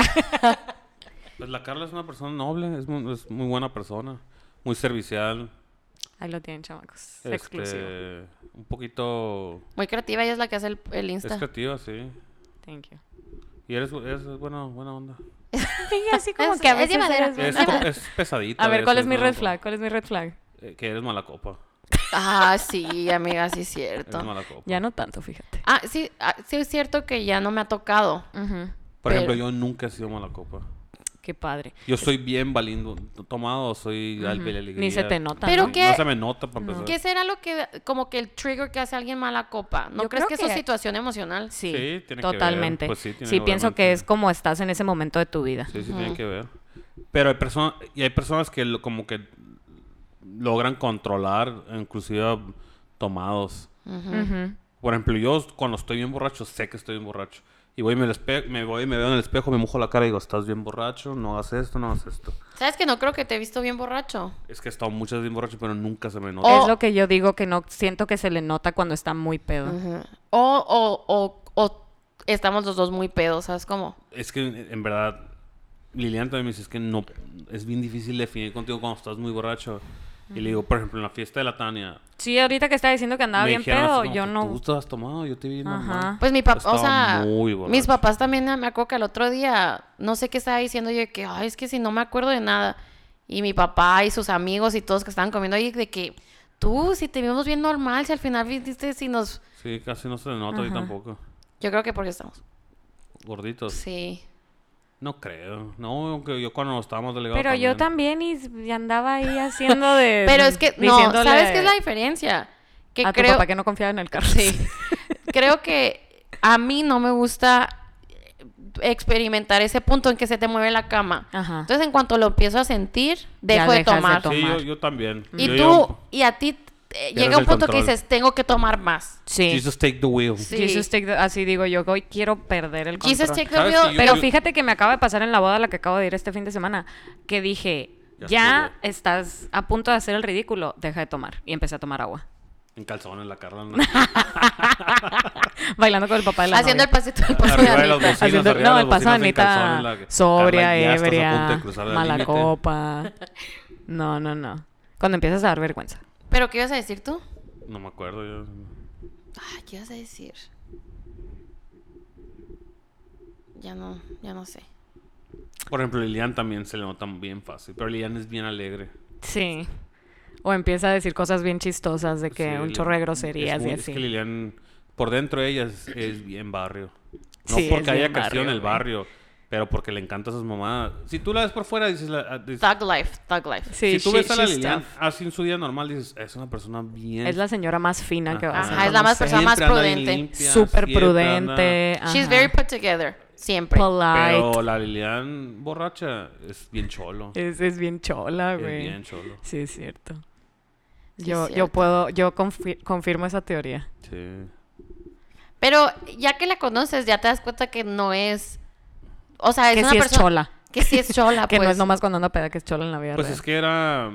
Speaker 3: Pues la Carla es una persona noble, es muy, es muy buena persona, muy servicial,
Speaker 2: Ahí lo tienen, chamacos.
Speaker 3: este,
Speaker 2: Exclusivo.
Speaker 3: un poquito
Speaker 1: Muy creativa, ella es la que hace el, el
Speaker 3: es
Speaker 1: Insta.
Speaker 3: creativa, sí.
Speaker 2: Thank you.
Speaker 3: Y eres, eres buena, buena onda.
Speaker 2: Sí, así como
Speaker 1: Es-
Speaker 2: que a
Speaker 1: es
Speaker 2: veces
Speaker 1: llevadera.
Speaker 2: eres
Speaker 3: Es,
Speaker 2: buena.
Speaker 3: como- es pesadita.
Speaker 2: A ver,
Speaker 3: veces,
Speaker 2: ¿cuál es mi
Speaker 3: ¿no?
Speaker 2: red flag? ¿Cuál es mi red flag?
Speaker 3: Eh, Que eres mala copa.
Speaker 1: Ah, sí, amiga, sí es
Speaker 3: Eres
Speaker 1: cierto.
Speaker 3: mala copa.
Speaker 2: Ya no tanto, fíjate.
Speaker 1: Ah, sí, ah, sí es cierto que ya no me ha tocado.
Speaker 3: Por
Speaker 1: pero-
Speaker 3: ejemplo, yo nunca he sido mala copa.
Speaker 2: Qué padre.
Speaker 3: Yo soy bien valindo, tomado, soy alba y la alegría.
Speaker 2: Ni se te nota.
Speaker 1: Pero
Speaker 2: ¿no?
Speaker 1: qué-
Speaker 3: No se me nota para empezar.
Speaker 1: ¿Qué será lo que, como que el trigger que hace a alguien mala copa? ¿No
Speaker 2: Yo
Speaker 1: crees
Speaker 2: creo
Speaker 1: que, eso es
Speaker 2: que-
Speaker 1: situación emocional?
Speaker 2: Sí,
Speaker 3: Sí, tiene que ver.
Speaker 2: totalmente.
Speaker 3: Pues sí, tiene-
Speaker 2: sí, pienso que
Speaker 3: obviamente.
Speaker 2: es como estás en ese momento de tu vida.
Speaker 3: Sí, sí, tiene que ver. Pero hay personas, y hay personas que lo- como que logran controlar, inclusive tomados.
Speaker 2: Ujú.
Speaker 3: Por ejemplo, yo cuando estoy bien borracho, sé que estoy bien borracho. Y voy y me, al espe- me voy y me veo en el espejo, me mojo la cara y digo, estás bien borracho, no hagas esto, no hagas esto.
Speaker 1: ¿Sabes que no creo que te he visto bien borracho?
Speaker 3: Es que he estado muchas veces bien borracho, pero nunca se me nota.
Speaker 1: O-
Speaker 2: Es lo que yo digo que no siento que se le nota cuando está muy pedo.
Speaker 1: O, o, o, o estamos los dos muy pedos, ¿sabes cómo?
Speaker 3: Es que en, en verdad, Lilian también me dice, es que no, es bien difícil definir contigo cuando estás muy borracho. Y le digo, por ejemplo, en la fiesta de la Tania,
Speaker 2: Sí, ahorita que estaba diciendo que andaba
Speaker 3: me
Speaker 2: bien
Speaker 3: dijeron así
Speaker 2: pedo,
Speaker 3: como
Speaker 2: yo
Speaker 3: que, Tú
Speaker 2: no.
Speaker 3: estabas tomado, yo te vi normal.
Speaker 2: Ajá.
Speaker 1: Pues mi papá, o
Speaker 3: Estaba
Speaker 1: sea,
Speaker 3: muy borracho.
Speaker 1: mis papás también ah, me acuerdo que el otro día, no sé qué estaba diciendo yo, de que, ay, es que si no me acuerdo de nada. Y mi papá y sus amigos y todos que estaban comiendo ahí, de que tú, si te vimos bien normal, si al final viste, si nos.
Speaker 3: Sí, casi no se le nota a ti
Speaker 2: Ajá.
Speaker 3: tampoco.
Speaker 1: Yo creo que porque estamos.
Speaker 3: Gorditos.
Speaker 1: Sí.
Speaker 3: No creo. No, aunque yo cuando estábamos delegados.
Speaker 2: Pero yo también y, y andaba ahí haciendo de.
Speaker 1: Pero es que, no,
Speaker 2: Eh, diciéndole
Speaker 1: ¿sabes qué es la diferencia? Que
Speaker 2: a tu
Speaker 1: creo.
Speaker 2: papá que no confiaba en el carro.
Speaker 1: Sí. creo que a mí no me gusta experimentar ese punto en que se te mueve la cama.
Speaker 2: Ajá.
Speaker 1: Entonces, en cuanto lo empiezo a sentir, dejo
Speaker 2: dejas
Speaker 1: de
Speaker 2: de
Speaker 1: tomar.
Speaker 2: tomar.
Speaker 3: Sí, yo, yo también.
Speaker 1: Y
Speaker 3: Yo
Speaker 1: tú,
Speaker 3: llevo-
Speaker 1: y a ti eh, llega
Speaker 3: Pierdes
Speaker 1: un
Speaker 3: el
Speaker 1: punto que
Speaker 3: control.
Speaker 1: dices, tengo que tomar más.
Speaker 2: Sí.
Speaker 3: Jesus take the wheel.
Speaker 1: Sí.
Speaker 2: Jesus take the- así digo yo, hoy quiero perder el control.
Speaker 1: Jesus take the
Speaker 3: ¿Sabes
Speaker 1: wheel,
Speaker 3: que yo-
Speaker 1: pero
Speaker 2: Pero fíjate que me acaba de pasar en la boda a la que acabo de ir este fin de semana, que dije,
Speaker 3: Ya
Speaker 2: ya,
Speaker 3: estuvo.
Speaker 2: estás a punto de hacer el ridículo, deja de tomar. Y empecé a tomar agua.
Speaker 3: En calzones, la carne.
Speaker 2: Bailando con el papá de la
Speaker 1: haciendo el
Speaker 2: novia.
Speaker 1: pasito del paso de
Speaker 3: Arriba de las
Speaker 1: Anita.
Speaker 3: bocinas,
Speaker 2: Haciendo-
Speaker 3: arriba
Speaker 2: no,
Speaker 3: de
Speaker 2: el
Speaker 3: las
Speaker 2: paso de
Speaker 3: bocinas, en calzones,
Speaker 2: Anita,
Speaker 3: la que- Carla, ya
Speaker 2: sobria,
Speaker 3: estás a punto de
Speaker 2: ebria,
Speaker 3: cruzar el
Speaker 2: mala
Speaker 3: límite.
Speaker 2: copa. No, no, no. Cuando empiezas a dar vergüenza.
Speaker 1: Pero, ¿qué ibas a decir tú?
Speaker 3: No me acuerdo. Yo...
Speaker 1: Ay, ¿qué ibas a decir? Ya no, ya no sé.
Speaker 3: Por ejemplo, Lilian también se le nota bien fácil. Pero Lilian es bien alegre.
Speaker 2: Sí. O empieza a decir cosas bien chistosas de que
Speaker 3: Sí,
Speaker 2: un
Speaker 3: Lil-
Speaker 2: chorro de
Speaker 3: es
Speaker 2: groserías
Speaker 3: muy-
Speaker 2: y
Speaker 3: Es que
Speaker 2: así.
Speaker 3: Lilian, por dentro ella es, es bien barrio. No
Speaker 2: Sí,
Speaker 3: porque
Speaker 2: es
Speaker 3: haya
Speaker 2: bien
Speaker 3: crecido en
Speaker 2: barrio,
Speaker 3: el
Speaker 2: güey.
Speaker 3: barrio, pero porque le encanta a sus mamás. Si tú la ves por fuera, dices... la- ah, dices-
Speaker 1: Thug life, thug life.
Speaker 2: Sí,
Speaker 3: si tú
Speaker 2: she-
Speaker 3: ves a la
Speaker 2: she's
Speaker 3: Lilian
Speaker 2: tough.
Speaker 3: así en su día normal, dices, es una persona bien...
Speaker 2: Es la señora más fina que vas a
Speaker 1: Ajá, es la más
Speaker 2: conocer.
Speaker 1: persona más
Speaker 3: Siempre anda bien
Speaker 1: prudente.
Speaker 3: limpia,
Speaker 2: Súper
Speaker 3: siempre anda-
Speaker 2: prudente.
Speaker 1: She's
Speaker 2: ajá.
Speaker 1: very put together, siempre.
Speaker 2: polite.
Speaker 3: Pero la Lilian borracha es bien cholo.
Speaker 2: Es, es bien chola,
Speaker 3: Es
Speaker 2: güey.
Speaker 3: bien cholo.
Speaker 2: Sí, es cierto.
Speaker 1: Sí,
Speaker 2: yo,
Speaker 1: es
Speaker 2: yo
Speaker 1: cierto.
Speaker 2: puedo, yo confi- confirmo esa teoría.
Speaker 3: Sí.
Speaker 1: Pero ya que la conoces, ya te das cuenta que no es. O sea, Ah, es
Speaker 2: que
Speaker 1: una
Speaker 2: sí es
Speaker 1: persona.
Speaker 2: chola.
Speaker 1: Que sí es chola,
Speaker 2: Que
Speaker 1: pues.
Speaker 2: no es nomás cuando anda peda, que es chola en la vida
Speaker 3: Pues
Speaker 2: real.
Speaker 3: es que era...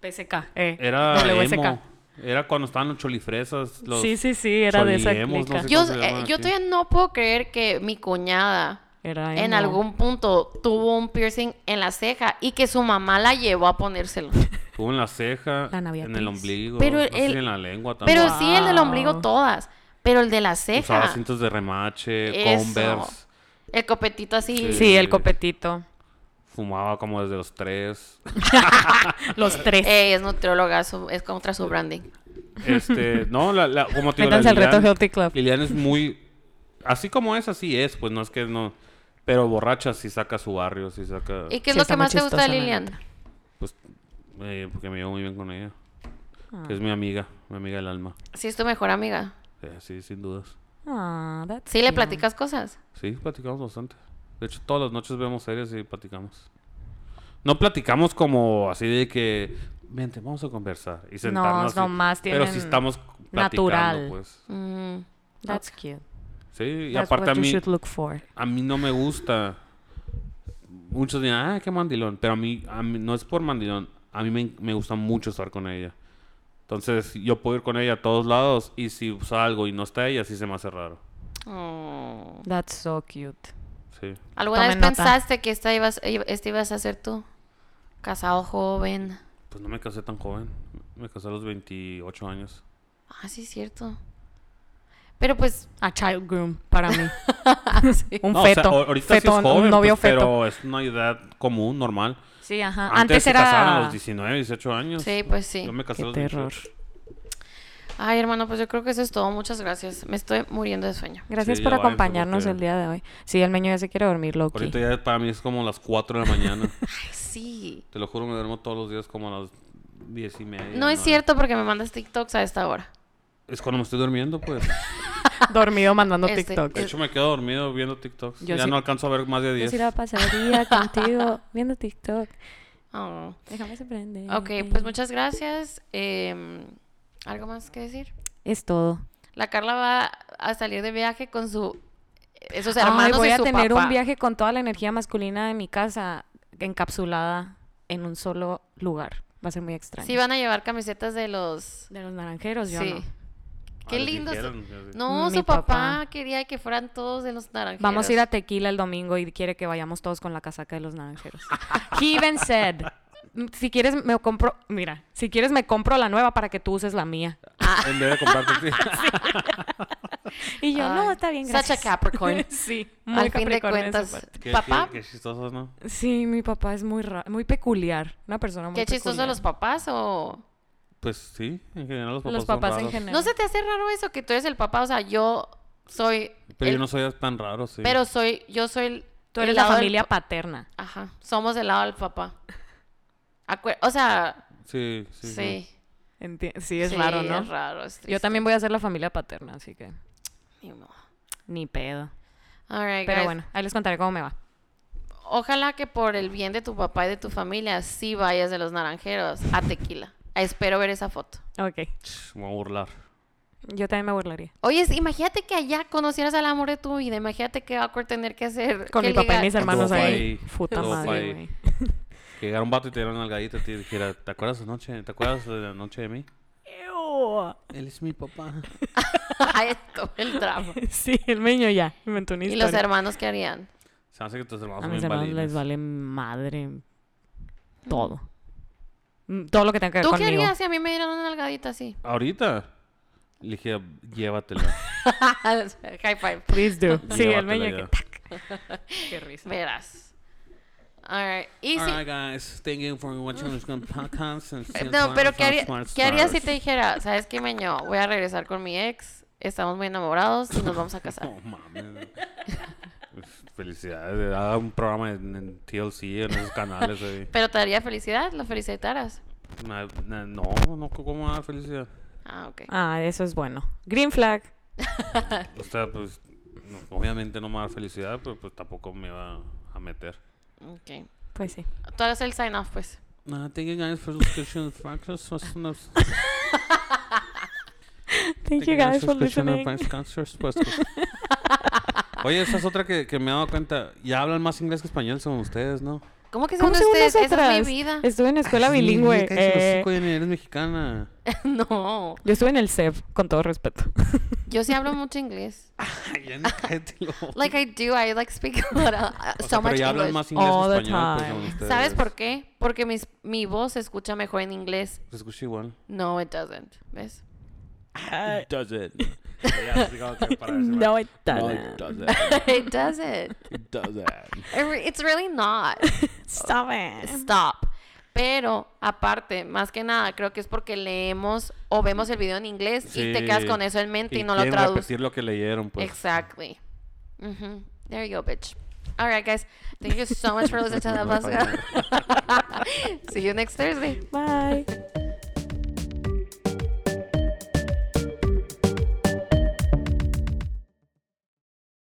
Speaker 2: PSK. eh,
Speaker 3: Era
Speaker 2: WSK.
Speaker 3: emo. Era cuando estaban los cholifresas. Los...
Speaker 2: sí, sí, sí, era de esa
Speaker 3: choliemos, no
Speaker 2: clica.
Speaker 3: sé
Speaker 1: Yo,
Speaker 3: ¿Cómo se
Speaker 1: eh,
Speaker 3: llaman
Speaker 1: yo
Speaker 3: aquí?
Speaker 1: todavía no puedo creer que mi cuñada
Speaker 2: Era
Speaker 1: en
Speaker 2: emo.
Speaker 1: algún punto tuvo un piercing en la ceja y que su mamá la llevó a ponérselo.
Speaker 3: Tuvo en la ceja,
Speaker 2: La naviatriz.
Speaker 3: en el ombligo,
Speaker 1: Pero
Speaker 3: no sé
Speaker 1: el-
Speaker 3: si en la lengua también.
Speaker 1: Pero sí, el del ombligo
Speaker 2: Wow.
Speaker 1: todas. Pero el de la
Speaker 3: Usaba
Speaker 1: ceja.
Speaker 3: cintos de remache,
Speaker 1: Eso.
Speaker 3: Converse,
Speaker 1: El copetito así.
Speaker 2: Sí, el copetito.
Speaker 3: fumaba como desde los tres.
Speaker 2: Los tres.
Speaker 3: Eh,
Speaker 1: Ey, eh, es nutrióloga, su- es contra su branding.
Speaker 3: Este, no, la, la- como te digo, la
Speaker 2: Métanse al reto
Speaker 3: Lilian-
Speaker 2: Healthy Club.
Speaker 3: Lilian es muy, así como es, así es, pues no es que no, pero borracha sí saca su barrio, sí saca,
Speaker 1: ¿Y qué es
Speaker 2: Sí,
Speaker 1: lo
Speaker 2: está
Speaker 1: que
Speaker 2: muy
Speaker 1: más te gusta de
Speaker 2: chistosa, la
Speaker 1: Lilian?
Speaker 2: neta.
Speaker 3: pues, eh, porque me llevo muy bien con ella,
Speaker 2: Ah,
Speaker 1: Ah.
Speaker 3: que es mi amiga, mi amiga del alma,
Speaker 1: Sí, es tu mejor amiga.
Speaker 3: Eh, sí, sin dudas.
Speaker 2: Ah, that's
Speaker 1: Sí, le
Speaker 2: cute.
Speaker 1: platicas cosas.
Speaker 3: Sí, platicamos bastante. De hecho, todas las noches vemos series y platicamos. No platicamos como así de que, vente, vamos a conversar y sentarnos.
Speaker 2: No,
Speaker 3: así.
Speaker 2: nomás
Speaker 3: Pero sí
Speaker 2: tienen
Speaker 3: estamos platicando,
Speaker 2: natural.
Speaker 3: pues.
Speaker 1: Mm,
Speaker 2: That's cute.
Speaker 3: Sí, y
Speaker 2: That's
Speaker 3: aparte a
Speaker 2: what you
Speaker 3: mí,
Speaker 2: should look for.
Speaker 3: a mí no me gusta. Muchos dicen, ah, qué mandilón. Pero a mí, a mí no es por mandilón. A mí me, me gusta mucho estar con ella. Entonces, yo puedo ir con ella a todos lados y si salgo y no está ella, sí se me hace raro.
Speaker 1: oh.
Speaker 2: That's so cute.
Speaker 3: Sí.
Speaker 1: ¿Alguna
Speaker 2: Tomen
Speaker 1: vez
Speaker 2: nota.
Speaker 1: pensaste que esta ibas, iba- esta ibas a ser tú? Casado joven.
Speaker 3: Pues no me casé tan joven. Me casé a los 28 años.
Speaker 1: Ah, sí, es cierto. Pero pues,
Speaker 2: A child groom para mí.
Speaker 1: sí.
Speaker 2: Un
Speaker 3: No, o sea,
Speaker 2: feto.
Speaker 3: ahor- ahorita sí
Speaker 2: feto,
Speaker 3: es joven,
Speaker 2: un novio
Speaker 3: pues,
Speaker 2: feto.
Speaker 3: Pero es una edad común, normal.
Speaker 2: Sí, ajá.
Speaker 3: Antes,
Speaker 2: Antes,
Speaker 3: se casaban a
Speaker 2: era.
Speaker 3: los 19, 18 años.
Speaker 1: Sí, pues sí.
Speaker 3: Yo me casé a
Speaker 2: Qué
Speaker 3: los
Speaker 2: terror.
Speaker 3: 18.
Speaker 1: Ay, hermano, pues yo creo que eso es todo. Muchas gracias. Me estoy muriendo de sueño.
Speaker 2: Gracias
Speaker 3: Sí,
Speaker 2: por
Speaker 3: ya váyanse
Speaker 2: acompañarnos
Speaker 3: porque-
Speaker 2: el día de hoy. Sí, el meño ya se quiere dormir, Loki.
Speaker 3: Ahorita ya para mí es como las 4 de la mañana.
Speaker 1: Ay, sí.
Speaker 3: Te lo juro, me duermo todos los días como a las 10 y media.
Speaker 1: No es
Speaker 3: nueve.
Speaker 1: cierto porque me mandas TikToks a esta hora.
Speaker 3: Es cuando me estoy durmiendo, pues.
Speaker 2: Dormido mandando
Speaker 1: Este,
Speaker 2: TikTok.
Speaker 3: De hecho, me quedo dormido viendo TikToks.
Speaker 2: Yo
Speaker 3: ya
Speaker 2: sí-
Speaker 3: no alcanzo a ver más de
Speaker 2: Yo
Speaker 3: 10.
Speaker 2: sí la pasaría contigo viendo TikTok.
Speaker 1: Oh.
Speaker 2: Déjame sorprender.
Speaker 1: Ok, pues muchas gracias. Em, ¿Algo más que decir?
Speaker 2: Es todo.
Speaker 1: La Carla va a salir de viaje con su esos
Speaker 2: Ay,
Speaker 1: hermanos
Speaker 2: voy
Speaker 1: y
Speaker 2: a
Speaker 1: su
Speaker 2: tener
Speaker 1: papá.
Speaker 2: un viaje con toda la energía masculina de mi casa encapsulada en un solo lugar. Va a ser muy extraño.
Speaker 1: Sí van a llevar camisetas de los
Speaker 2: De los naranjeros, yo
Speaker 1: Sí.
Speaker 2: no.
Speaker 1: Qué
Speaker 3: Ah, les
Speaker 1: lindo.
Speaker 3: dijeron,
Speaker 1: su-
Speaker 3: ya sé.
Speaker 1: No,
Speaker 2: Mi
Speaker 1: su papá,
Speaker 2: papá.
Speaker 1: quería que fueran todos de los naranjeros.
Speaker 2: Vamos a ir a Tequila el domingo y quiere que vayamos todos con la casaca de los naranjeros. He even said, "M- si quieres me compro, mira, si quieres me compro la nueva para que tú uses la mía.
Speaker 3: En vez de comprarte. sí.
Speaker 2: Y yo,
Speaker 1: Ay,
Speaker 2: no, está bien,
Speaker 1: such
Speaker 2: gracias.
Speaker 1: a Capricorn.
Speaker 2: sí, muy
Speaker 1: Al fin de
Speaker 2: Capricornio de su
Speaker 1: cuentas,
Speaker 2: parte.
Speaker 3: Qué-
Speaker 1: papá,
Speaker 3: Qué,
Speaker 1: qué,
Speaker 3: qué chistoso, ¿no?
Speaker 2: Sí, mi papá es muy ra- muy peculiar, una persona muy
Speaker 1: chistoso
Speaker 2: peculiar.
Speaker 1: los papás o
Speaker 3: Pues sí, en general los papás.
Speaker 2: Los
Speaker 3: son
Speaker 2: papás en
Speaker 3: raros.
Speaker 2: general.
Speaker 1: no se te hace raro eso que tú eres el papá, o sea, yo soy
Speaker 3: Pero yo
Speaker 1: el-
Speaker 3: no soy tan raro, sí.
Speaker 1: pero soy yo soy el
Speaker 2: Tú
Speaker 1: el
Speaker 2: eres la
Speaker 1: lado del
Speaker 2: familia
Speaker 1: pa-
Speaker 2: paterna.
Speaker 1: Ajá, somos del lado del papá. Acuer- o sea,
Speaker 3: Sí, sí.
Speaker 1: sí.
Speaker 3: sí.
Speaker 2: Enti- sí, es
Speaker 1: Sí,
Speaker 2: raro, ¿no?
Speaker 1: Es raro, es
Speaker 2: Yo
Speaker 1: triste.
Speaker 2: también voy a ser la familia paterna, así que
Speaker 1: Ni modo.
Speaker 2: ni pedo.
Speaker 1: All right,
Speaker 2: Pero
Speaker 1: guys.
Speaker 2: bueno, ahí les contaré cómo me va.
Speaker 1: Ojalá que por el bien de tu papá y de tu familia sí vayas de los naranjeros a tequila. Espero ver esa foto.
Speaker 2: Ok.
Speaker 3: Ch, Me voy a burlar.
Speaker 2: Yo también me burlaría.
Speaker 1: Oye, es- imagínate que allá conocieras al amor de tu vida. Imagínate qué awkward tener que hacer.
Speaker 2: Con
Speaker 1: que
Speaker 2: mi papá y
Speaker 1: ligar.
Speaker 2: mis
Speaker 3: hermanos
Speaker 2: hermanos
Speaker 3: Todo ahí.
Speaker 2: ahí.
Speaker 3: pa' ahí.
Speaker 2: Puta
Speaker 3: Todo pa' ahí.
Speaker 2: madre, güey.
Speaker 3: Que llegara un vato y te diera una algadita y te dijera, ¿te acuerdas de noche? ¿Te acuerdas de la noche de mí?
Speaker 4: Él es mi papá.
Speaker 1: Ay, esto, el drama.
Speaker 2: Sí, el niño ya. Inventó una
Speaker 1: ¿Y
Speaker 2: historia.
Speaker 1: los hermanos qué harían?
Speaker 3: Se me hace que tus hermanos
Speaker 2: A
Speaker 3: son
Speaker 2: mis
Speaker 3: bien
Speaker 2: hermanos
Speaker 3: balines.
Speaker 2: les vale madre
Speaker 1: Mm.
Speaker 2: todo. Mm, Todo lo que tenga que ver
Speaker 1: ¿Tú qué
Speaker 2: conmigo.
Speaker 1: harías si a mí me dieran una nalgadita así?
Speaker 3: Ahorita le dije, llévatela.
Speaker 1: High five.
Speaker 2: Please do. Sí, el
Speaker 3: Llévatela
Speaker 2: niño
Speaker 3: ya.
Speaker 2: que tac. Qué risa.
Speaker 1: Verás. All right. Y si- eh,
Speaker 4: Alright guys, thank you for watching this good podcast. and see you
Speaker 1: No, pero
Speaker 4: tomorrow
Speaker 1: ¿qué, haría-
Speaker 4: for Smart
Speaker 1: qué harías si
Speaker 4: Stars.
Speaker 1: te dijera, sabes qué, Meño? Voy a regresar con mi ex, estamos muy enamorados y nos vamos a casar.
Speaker 3: No mames. Pues, Felicidades. Haga un programa en, en TLC, en esos canales. ahí.
Speaker 1: Pero te daría felicidad, lo felicitaras.
Speaker 3: Na- na- no, no, ¿cómo va felicidad?
Speaker 1: Ah, ok.
Speaker 2: Ah, eso es bueno. Green flag.
Speaker 3: O sea, pues, no, obviamente no me va a dar felicidad, pero pues tampoco me va a meter.
Speaker 1: Ok.
Speaker 2: Pues sí.
Speaker 1: Tú hagas el sign off, pues.
Speaker 3: Ah,
Speaker 4: Uh, thank you guys for subscription factors.
Speaker 2: Thank you guys for listening.
Speaker 3: pues. Oye, esa es otra que, que me he dado cuenta. Ya hablan más inglés que español según ustedes, ¿no?
Speaker 1: ¿Cómo que
Speaker 2: ¿Cómo según
Speaker 1: según ustedes? Esa es
Speaker 2: nosotras?
Speaker 1: mi vida.
Speaker 2: Estuve en escuela
Speaker 3: Ay, sí,
Speaker 2: bilingüe.
Speaker 3: cállese los
Speaker 2: eh,
Speaker 3: hocico, Jenny, eres mexicana.
Speaker 1: no.
Speaker 2: yo estuve en el CEP, con todo respeto.
Speaker 1: Yo sí hablo mucho inglés.
Speaker 3: Ay, Jenny, cállate lo-
Speaker 1: Like I do, I like speak a lot of- uh,
Speaker 3: O
Speaker 1: so
Speaker 3: sea, pero
Speaker 1: much
Speaker 3: ya hablan
Speaker 1: English.
Speaker 3: más inglés
Speaker 2: All
Speaker 3: que
Speaker 2: the
Speaker 3: español, pues,
Speaker 2: time.
Speaker 3: según ustedes.
Speaker 1: ¿Sabes por qué? Porque mis, mi voz se escucha mejor en inglés.
Speaker 3: Se escucha igual.
Speaker 1: No, it doesn't. ¿Ves?
Speaker 4: Does it?
Speaker 2: no, it
Speaker 4: No, it
Speaker 2: doesn't.
Speaker 4: doesn't.
Speaker 1: it doesn't.
Speaker 4: It doesn't.
Speaker 1: It re- It's really not.
Speaker 2: Stop it.
Speaker 1: Stop. Pero aparte, más que nada, creo que es porque leemos o vemos el video en inglés y te quedas
Speaker 3: Sí.
Speaker 1: con eso en mente y, no lo
Speaker 3: quieren
Speaker 1: traduces.
Speaker 3: repetir lo que leyeron, pues.
Speaker 1: Exactly. Mhm. There you go, bitch. All right, guys. Thank you so much for listening to that podcast. See you next Thursday.
Speaker 2: Bye.